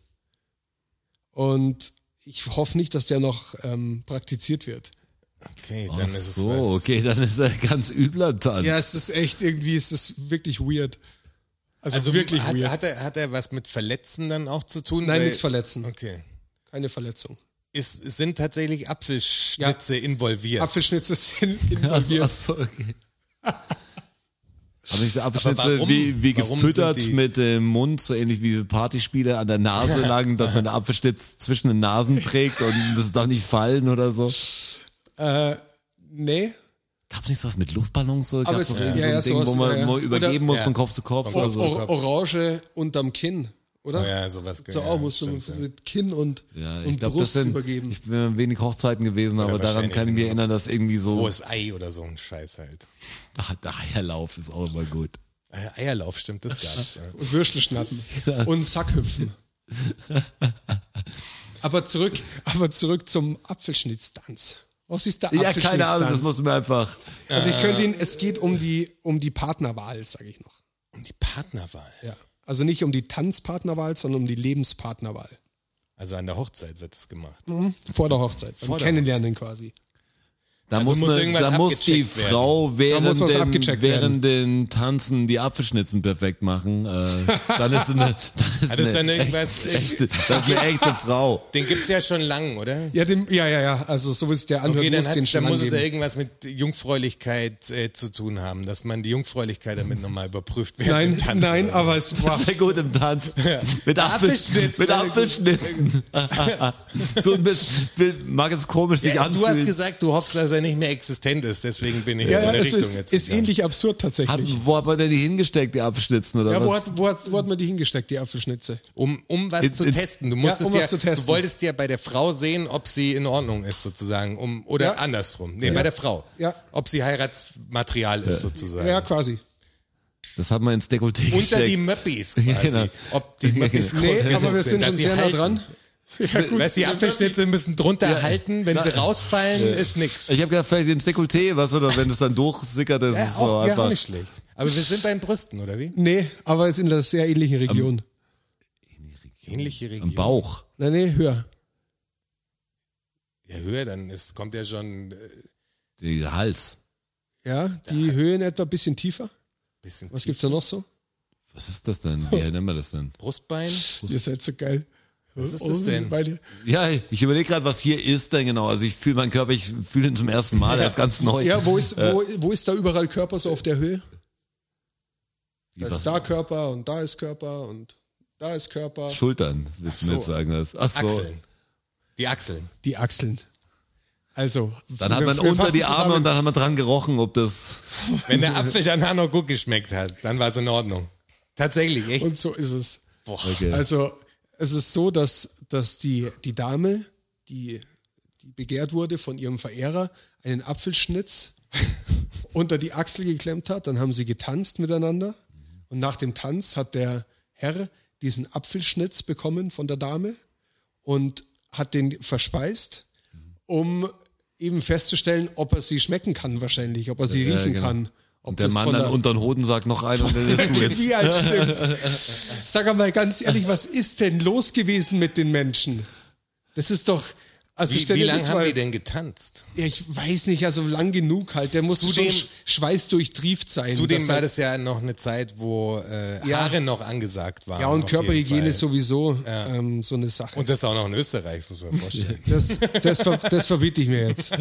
Speaker 4: Und ich hoffe nicht, dass der noch ähm, praktiziert wird.
Speaker 3: Okay, dann ist es
Speaker 2: so,
Speaker 3: was.
Speaker 2: okay, dann ist er ein ganz übler Tanz.
Speaker 4: Ja, es ist echt irgendwie, es ist wirklich weird. Also,
Speaker 3: Also
Speaker 4: wirklich
Speaker 3: hat,
Speaker 4: weird.
Speaker 3: Hat er, hat er was mit Verletzen dann auch zu tun?
Speaker 4: Nein,
Speaker 3: Weil-
Speaker 4: nichts verletzen.
Speaker 3: Okay.
Speaker 4: Keine Verletzung.
Speaker 3: Es es sind tatsächlich Apfelschnitze involviert.
Speaker 4: Apfelschnitze sind
Speaker 2: also,
Speaker 4: involviert.
Speaker 2: achso, okay. Aber diese Abschnitte
Speaker 3: Aber warum-
Speaker 2: wie, wie
Speaker 3: warum sind
Speaker 2: gefüttert
Speaker 3: die-
Speaker 2: mit dem Mund, so ähnlich wie diese Partyspiele an der Nase lang, dass man den Apfelschnitz zwischen den Nasen trägt und das darf nicht fallen oder so.
Speaker 4: Nee,
Speaker 2: Gab's nicht sowas mit Luftballons? So? Gab's
Speaker 4: es-
Speaker 2: doch
Speaker 4: ja,
Speaker 2: irgendwie so ein
Speaker 4: ja,
Speaker 2: Ding,
Speaker 4: sowas,
Speaker 2: wo man
Speaker 4: ja, ja.
Speaker 2: mal übergeben
Speaker 4: Oder-
Speaker 2: muss
Speaker 3: ja.
Speaker 2: von Kopf zu Kopf
Speaker 4: Or
Speaker 2: oder so?
Speaker 4: Or Orange unterm Kinn, oder?
Speaker 3: Oh ja, sowas.
Speaker 4: So auch musst du
Speaker 3: stimmt,
Speaker 4: mit,
Speaker 3: ja.
Speaker 4: mit Kinn und,
Speaker 2: Ja, ich glaube,
Speaker 4: und
Speaker 2: das
Speaker 4: Brust
Speaker 2: sind,
Speaker 4: übergeben.
Speaker 2: ich bin an wenig Hochzeiten gewesen, aber daran
Speaker 3: wahrscheinlich,
Speaker 2: kann ich mich
Speaker 3: ja.
Speaker 2: erinnern, dass irgendwie so,
Speaker 3: Rohes Ei oder so ein Scheiß halt.
Speaker 2: ach, der Eierlauf ist auch immer gut.
Speaker 3: Äh, Eierlauf stimmt, das gab's. Ja.
Speaker 4: und Würstel schnappen und Sackhüpfen. aber zurück, aber zurück zum Apfelschnitztanz. Was ist der
Speaker 2: Ja,
Speaker 4: Apfelschnitztanz?
Speaker 2: keine Ahnung, das musst du mir einfach.
Speaker 4: also ich
Speaker 3: Äh.
Speaker 4: könnte ihn, es geht um die, um die Partnerwahl, sage ich noch.
Speaker 3: Um die Partnerwahl.
Speaker 4: Ja. Also nicht um die Tanzpartnerwahl, sondern um die Lebenspartnerwahl.
Speaker 3: Also an der Hochzeit wird das gemacht.
Speaker 4: Vor der Hochzeit, beim
Speaker 3: Vor der
Speaker 4: Kennenlernen quasi.
Speaker 2: Da
Speaker 3: Also
Speaker 2: muss,
Speaker 3: muss
Speaker 2: eine,
Speaker 3: irgendwas
Speaker 2: da muss die
Speaker 3: abgecheckt werden.
Speaker 2: Frau
Speaker 4: muss
Speaker 2: während,
Speaker 4: was
Speaker 2: dem,
Speaker 4: abgecheckt
Speaker 2: während
Speaker 4: werden.
Speaker 2: den Tanzen die Apfelschnitzen perfekt machen. Äh, dann ist eine, dann ist
Speaker 3: Hat es dann
Speaker 2: eine,
Speaker 3: irgendwas.
Speaker 2: echte, das ist eine echte Frau.
Speaker 3: Den gibt's ja schon lang, oder?
Speaker 4: Ja, dem, ja, ja, ja. Also so wie es der anhört,
Speaker 3: Okay, dann,
Speaker 4: muss den
Speaker 3: hat's,
Speaker 4: schon
Speaker 3: dann muss es ja
Speaker 4: angeben.
Speaker 3: irgendwas mit Jungfräulichkeit äh, zu tun haben, dass man die Jungfräulichkeit damit nochmal überprüft während
Speaker 4: Nein,
Speaker 3: dem Tanz
Speaker 4: nein,
Speaker 3: oder so.
Speaker 4: aber es war
Speaker 2: Sehr gut im Tanz. Mit, Apfel,
Speaker 3: Apfelschnitz,
Speaker 2: mit
Speaker 3: sehr gut.
Speaker 2: Apfelschnitzen. du bist, mag es komisch sich
Speaker 3: Ja, du
Speaker 2: anfühlen.
Speaker 3: hast gesagt, du hoffst, dass er nicht mehr existent ist, deswegen bin ich
Speaker 4: Ja,
Speaker 3: in so
Speaker 4: ja,
Speaker 3: eine
Speaker 4: es
Speaker 3: Richtung
Speaker 4: ist,
Speaker 3: jetzt.
Speaker 4: ist
Speaker 3: gegangen.
Speaker 4: ähnlich absurd
Speaker 2: hat,
Speaker 4: tatsächlich.
Speaker 2: wo hat man denn die hingesteckt, die Apfelschnitzen? Oder
Speaker 4: ja, wo
Speaker 2: was?
Speaker 4: hat, wo, hat, wo hat man die hingesteckt, die Apfelschnitze?
Speaker 3: Um, um was
Speaker 2: In-
Speaker 3: zu
Speaker 2: ins-
Speaker 3: testen. Du musstest
Speaker 4: Ja,
Speaker 3: ja,
Speaker 4: um was zu testen.
Speaker 3: Du wolltest ja bei der Frau sehen, ob sie in Ordnung ist, sozusagen. Um, oder
Speaker 4: Ja.
Speaker 3: andersrum. Nee, bei der Frau.
Speaker 4: Ja.
Speaker 3: Ob sie Heiratsmaterial ist, sozusagen.
Speaker 4: Ja, quasi.
Speaker 2: das hat man ins Dekolleté
Speaker 3: Unter
Speaker 2: gesteckt.
Speaker 3: die Möppis quasi.
Speaker 2: Ja, genau.
Speaker 3: Ob die Möppis groß
Speaker 4: Nee,
Speaker 3: genug
Speaker 4: aber wir sind
Speaker 3: dass
Speaker 4: schon
Speaker 3: sie
Speaker 4: sehr nah
Speaker 3: halten.
Speaker 4: dran. Ja, gut.
Speaker 3: Weißt du, die Apfelschnitze müssen drunter halten. Wenn sie rausfallen, ist nix.
Speaker 2: ich habe gedacht, vielleicht ins Dekolleté, was oder wenn es dann durchsickert, das
Speaker 3: Ja,
Speaker 2: ist so
Speaker 4: also-
Speaker 3: auch, ja, auch
Speaker 2: einfach.
Speaker 3: nicht schlecht. Aber wir sind beim Brüsten, oder wie?
Speaker 4: Nee, aber es ist in einer sehr ähnlichen
Speaker 2: Ähm,
Speaker 4: Region.
Speaker 3: Ähnliche Region.
Speaker 2: Am Bauch.
Speaker 4: Nein, nee, höher.
Speaker 3: Ja, höher, dann ist, kommt ja schon äh, ein
Speaker 2: Der Hals.
Speaker 4: Ja, die Höhen etwa ein bisschen tiefer.
Speaker 3: bisschen
Speaker 4: Was
Speaker 3: tief.
Speaker 4: gibt's da noch so?
Speaker 2: Was ist das denn? Wie nennen wir das denn?
Speaker 3: Brustbein.
Speaker 4: Ihr seid so geil.
Speaker 3: Was ist das
Speaker 4: Oh,
Speaker 3: denn?
Speaker 4: Beide.
Speaker 2: Ja, ich überlege gerade, was hier ist denn genau. Also ich fühle meinen Körper, ich fühle ihn zum ersten Mal, er ist ganz neu.
Speaker 4: Ja, wo ist,
Speaker 2: Äh.
Speaker 4: wo, wo ist da überall Körper so auf der Höhe? Da
Speaker 2: was?
Speaker 4: ist da Körper und da ist Körper und da ist Körper.
Speaker 2: Schultern, willst du
Speaker 3: Ach
Speaker 2: mir
Speaker 3: so.
Speaker 2: jetzt sagen das? Ach so.
Speaker 3: Achseln. Die Achseln.
Speaker 4: Die Achseln. Also.
Speaker 2: Dann hat
Speaker 4: wir-
Speaker 2: man
Speaker 4: wir
Speaker 2: unter
Speaker 4: fassen
Speaker 2: die Arme
Speaker 4: zusammen.
Speaker 2: und dann hat man dran gerochen, ob das.
Speaker 3: Wenn der Apfel danach noch gut geschmeckt hat, dann war es in Ordnung. Tatsächlich, echt.
Speaker 4: Und so ist es.
Speaker 2: Okay.
Speaker 4: Also es ist so, dass, dass die, die Dame, die, die begehrt wurde von ihrem Verehrer, einen Apfelschnitz unter die Achsel geklemmt hat. Dann haben sie getanzt miteinander. Und nach dem Tanz hat der Herr diesen Apfelschnitz bekommen von der Dame und hat den verspeist, um eben festzustellen, ob er sie schmecken kann wahrscheinlich, ob er sie
Speaker 2: Ja,
Speaker 4: riechen
Speaker 2: genau.
Speaker 4: kann. Ob
Speaker 2: Und der
Speaker 4: das
Speaker 2: Mann
Speaker 4: von
Speaker 2: dann
Speaker 4: der-
Speaker 2: unter den Hoden sagt noch einen und dann ist du jetzt.
Speaker 4: wie alt stimmt. Sag mal ganz ehrlich, was ist denn los gewesen mit den Menschen? Das ist doch. Also
Speaker 3: Wie,
Speaker 4: stell
Speaker 3: wie
Speaker 4: dir das
Speaker 3: lange haben
Speaker 4: mal-
Speaker 3: die denn getanzt?
Speaker 4: Ja, ich weiß nicht, also lang genug halt. Der muss
Speaker 3: Zudem-
Speaker 4: schon sch- schweißdurchtrieft sein.
Speaker 3: Zudem
Speaker 4: dass
Speaker 3: war
Speaker 4: er-
Speaker 3: das ja noch eine Zeit, wo äh,
Speaker 4: Ja.
Speaker 3: Haare noch angesagt waren.
Speaker 4: Ja, und
Speaker 3: auf jeden
Speaker 4: Körperhygiene
Speaker 3: Fall.
Speaker 4: ist sowieso ähm, so eine Sache.
Speaker 3: Und das auch noch in Österreich, das muss man sich vorstellen.
Speaker 4: das, das, ver das verbiete ich mir jetzt.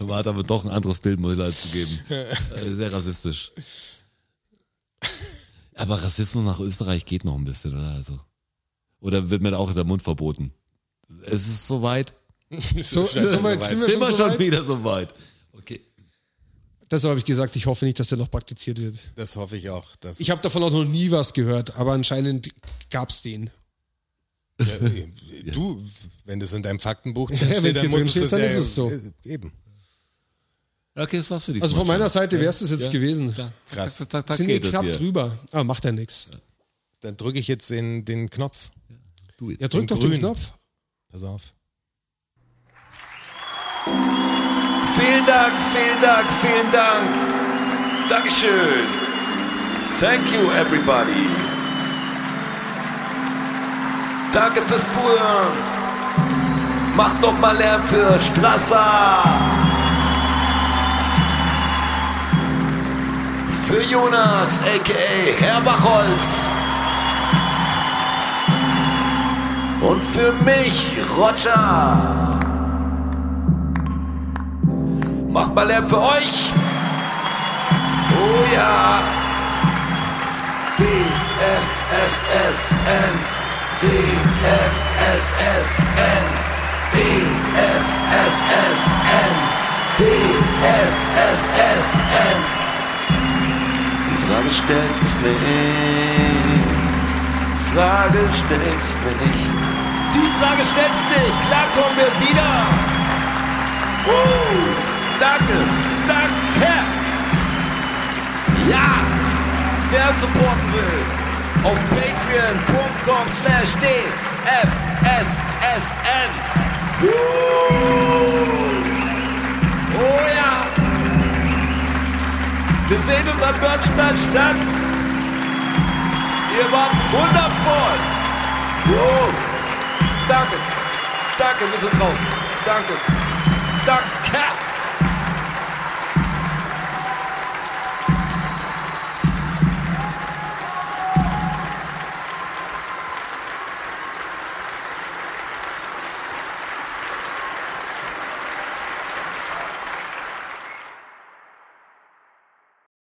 Speaker 2: War hat aber doch ein anderes Bild, muss ich leider zugeben. Äh, Sehr rassistisch. Aber Rassismus nach Österreich geht noch ein bisschen, oder? Also. Oder wird mir da auch der Mund verboten? Es ist soweit.
Speaker 4: So,
Speaker 3: schon
Speaker 4: so weit
Speaker 3: soweit.
Speaker 4: sind wir
Speaker 2: Sind
Speaker 4: schon,
Speaker 2: wir
Speaker 4: so
Speaker 2: schon
Speaker 4: weit?
Speaker 2: wieder soweit? Okay.
Speaker 4: Deshalb habe ich gesagt, ich hoffe nicht, dass der noch praktiziert wird.
Speaker 3: Das hoffe ich auch. dass
Speaker 4: Ich habe
Speaker 3: es-
Speaker 4: davon auch noch nie was gehört, aber anscheinend gab's den.
Speaker 3: Ja, du, wenn das in deinem Faktenbuch drin
Speaker 4: wenn's
Speaker 3: steht,
Speaker 4: hier
Speaker 3: dann muss es
Speaker 4: drin steht,
Speaker 3: das
Speaker 4: dann
Speaker 3: ja
Speaker 4: ist es so.
Speaker 3: äh, eben.
Speaker 2: Okay, das war's für dich.
Speaker 4: Also von meiner Seite wäre es das jetzt gewesen.
Speaker 2: Krass. Zack, zack, zack,
Speaker 4: Sind wir
Speaker 2: geht das
Speaker 4: knapp
Speaker 2: hier.
Speaker 4: drüber. Ah, macht ja nichts.
Speaker 3: Dann drücke ich jetzt den, den Knopf.
Speaker 2: Du jetzt.
Speaker 4: Ja, drück
Speaker 3: Den
Speaker 4: doch den
Speaker 3: grünen.
Speaker 4: Knopf.
Speaker 3: Pass auf.
Speaker 7: Vielen Dank, vielen Dank, vielen Dank. Dankeschön. Thank you, everybody. Danke fürs Zuhören. Macht noch mal Lärm für Strasser. Für Jonas, a.k.a. Herr Bachholz. Und für mich, Roger. Macht mal Lärm für euch. Oh ja. DFSSN. DFSSN. DFSSN. DFSSN. Die Frage stellt sich nicht. Die Frage stellt sich nicht. Die Frage stellt sich nicht. Klar kommen wir wieder. Uh, danke, danke. Ja, wer uns supporten will, auf patreon.com slash dfssn. Uh, oh ja. Wir sehen uns am Börnstein statt. Ihr wart wundervoll. Wow. Danke. Danke, wir sind draußen. Danke. Danke.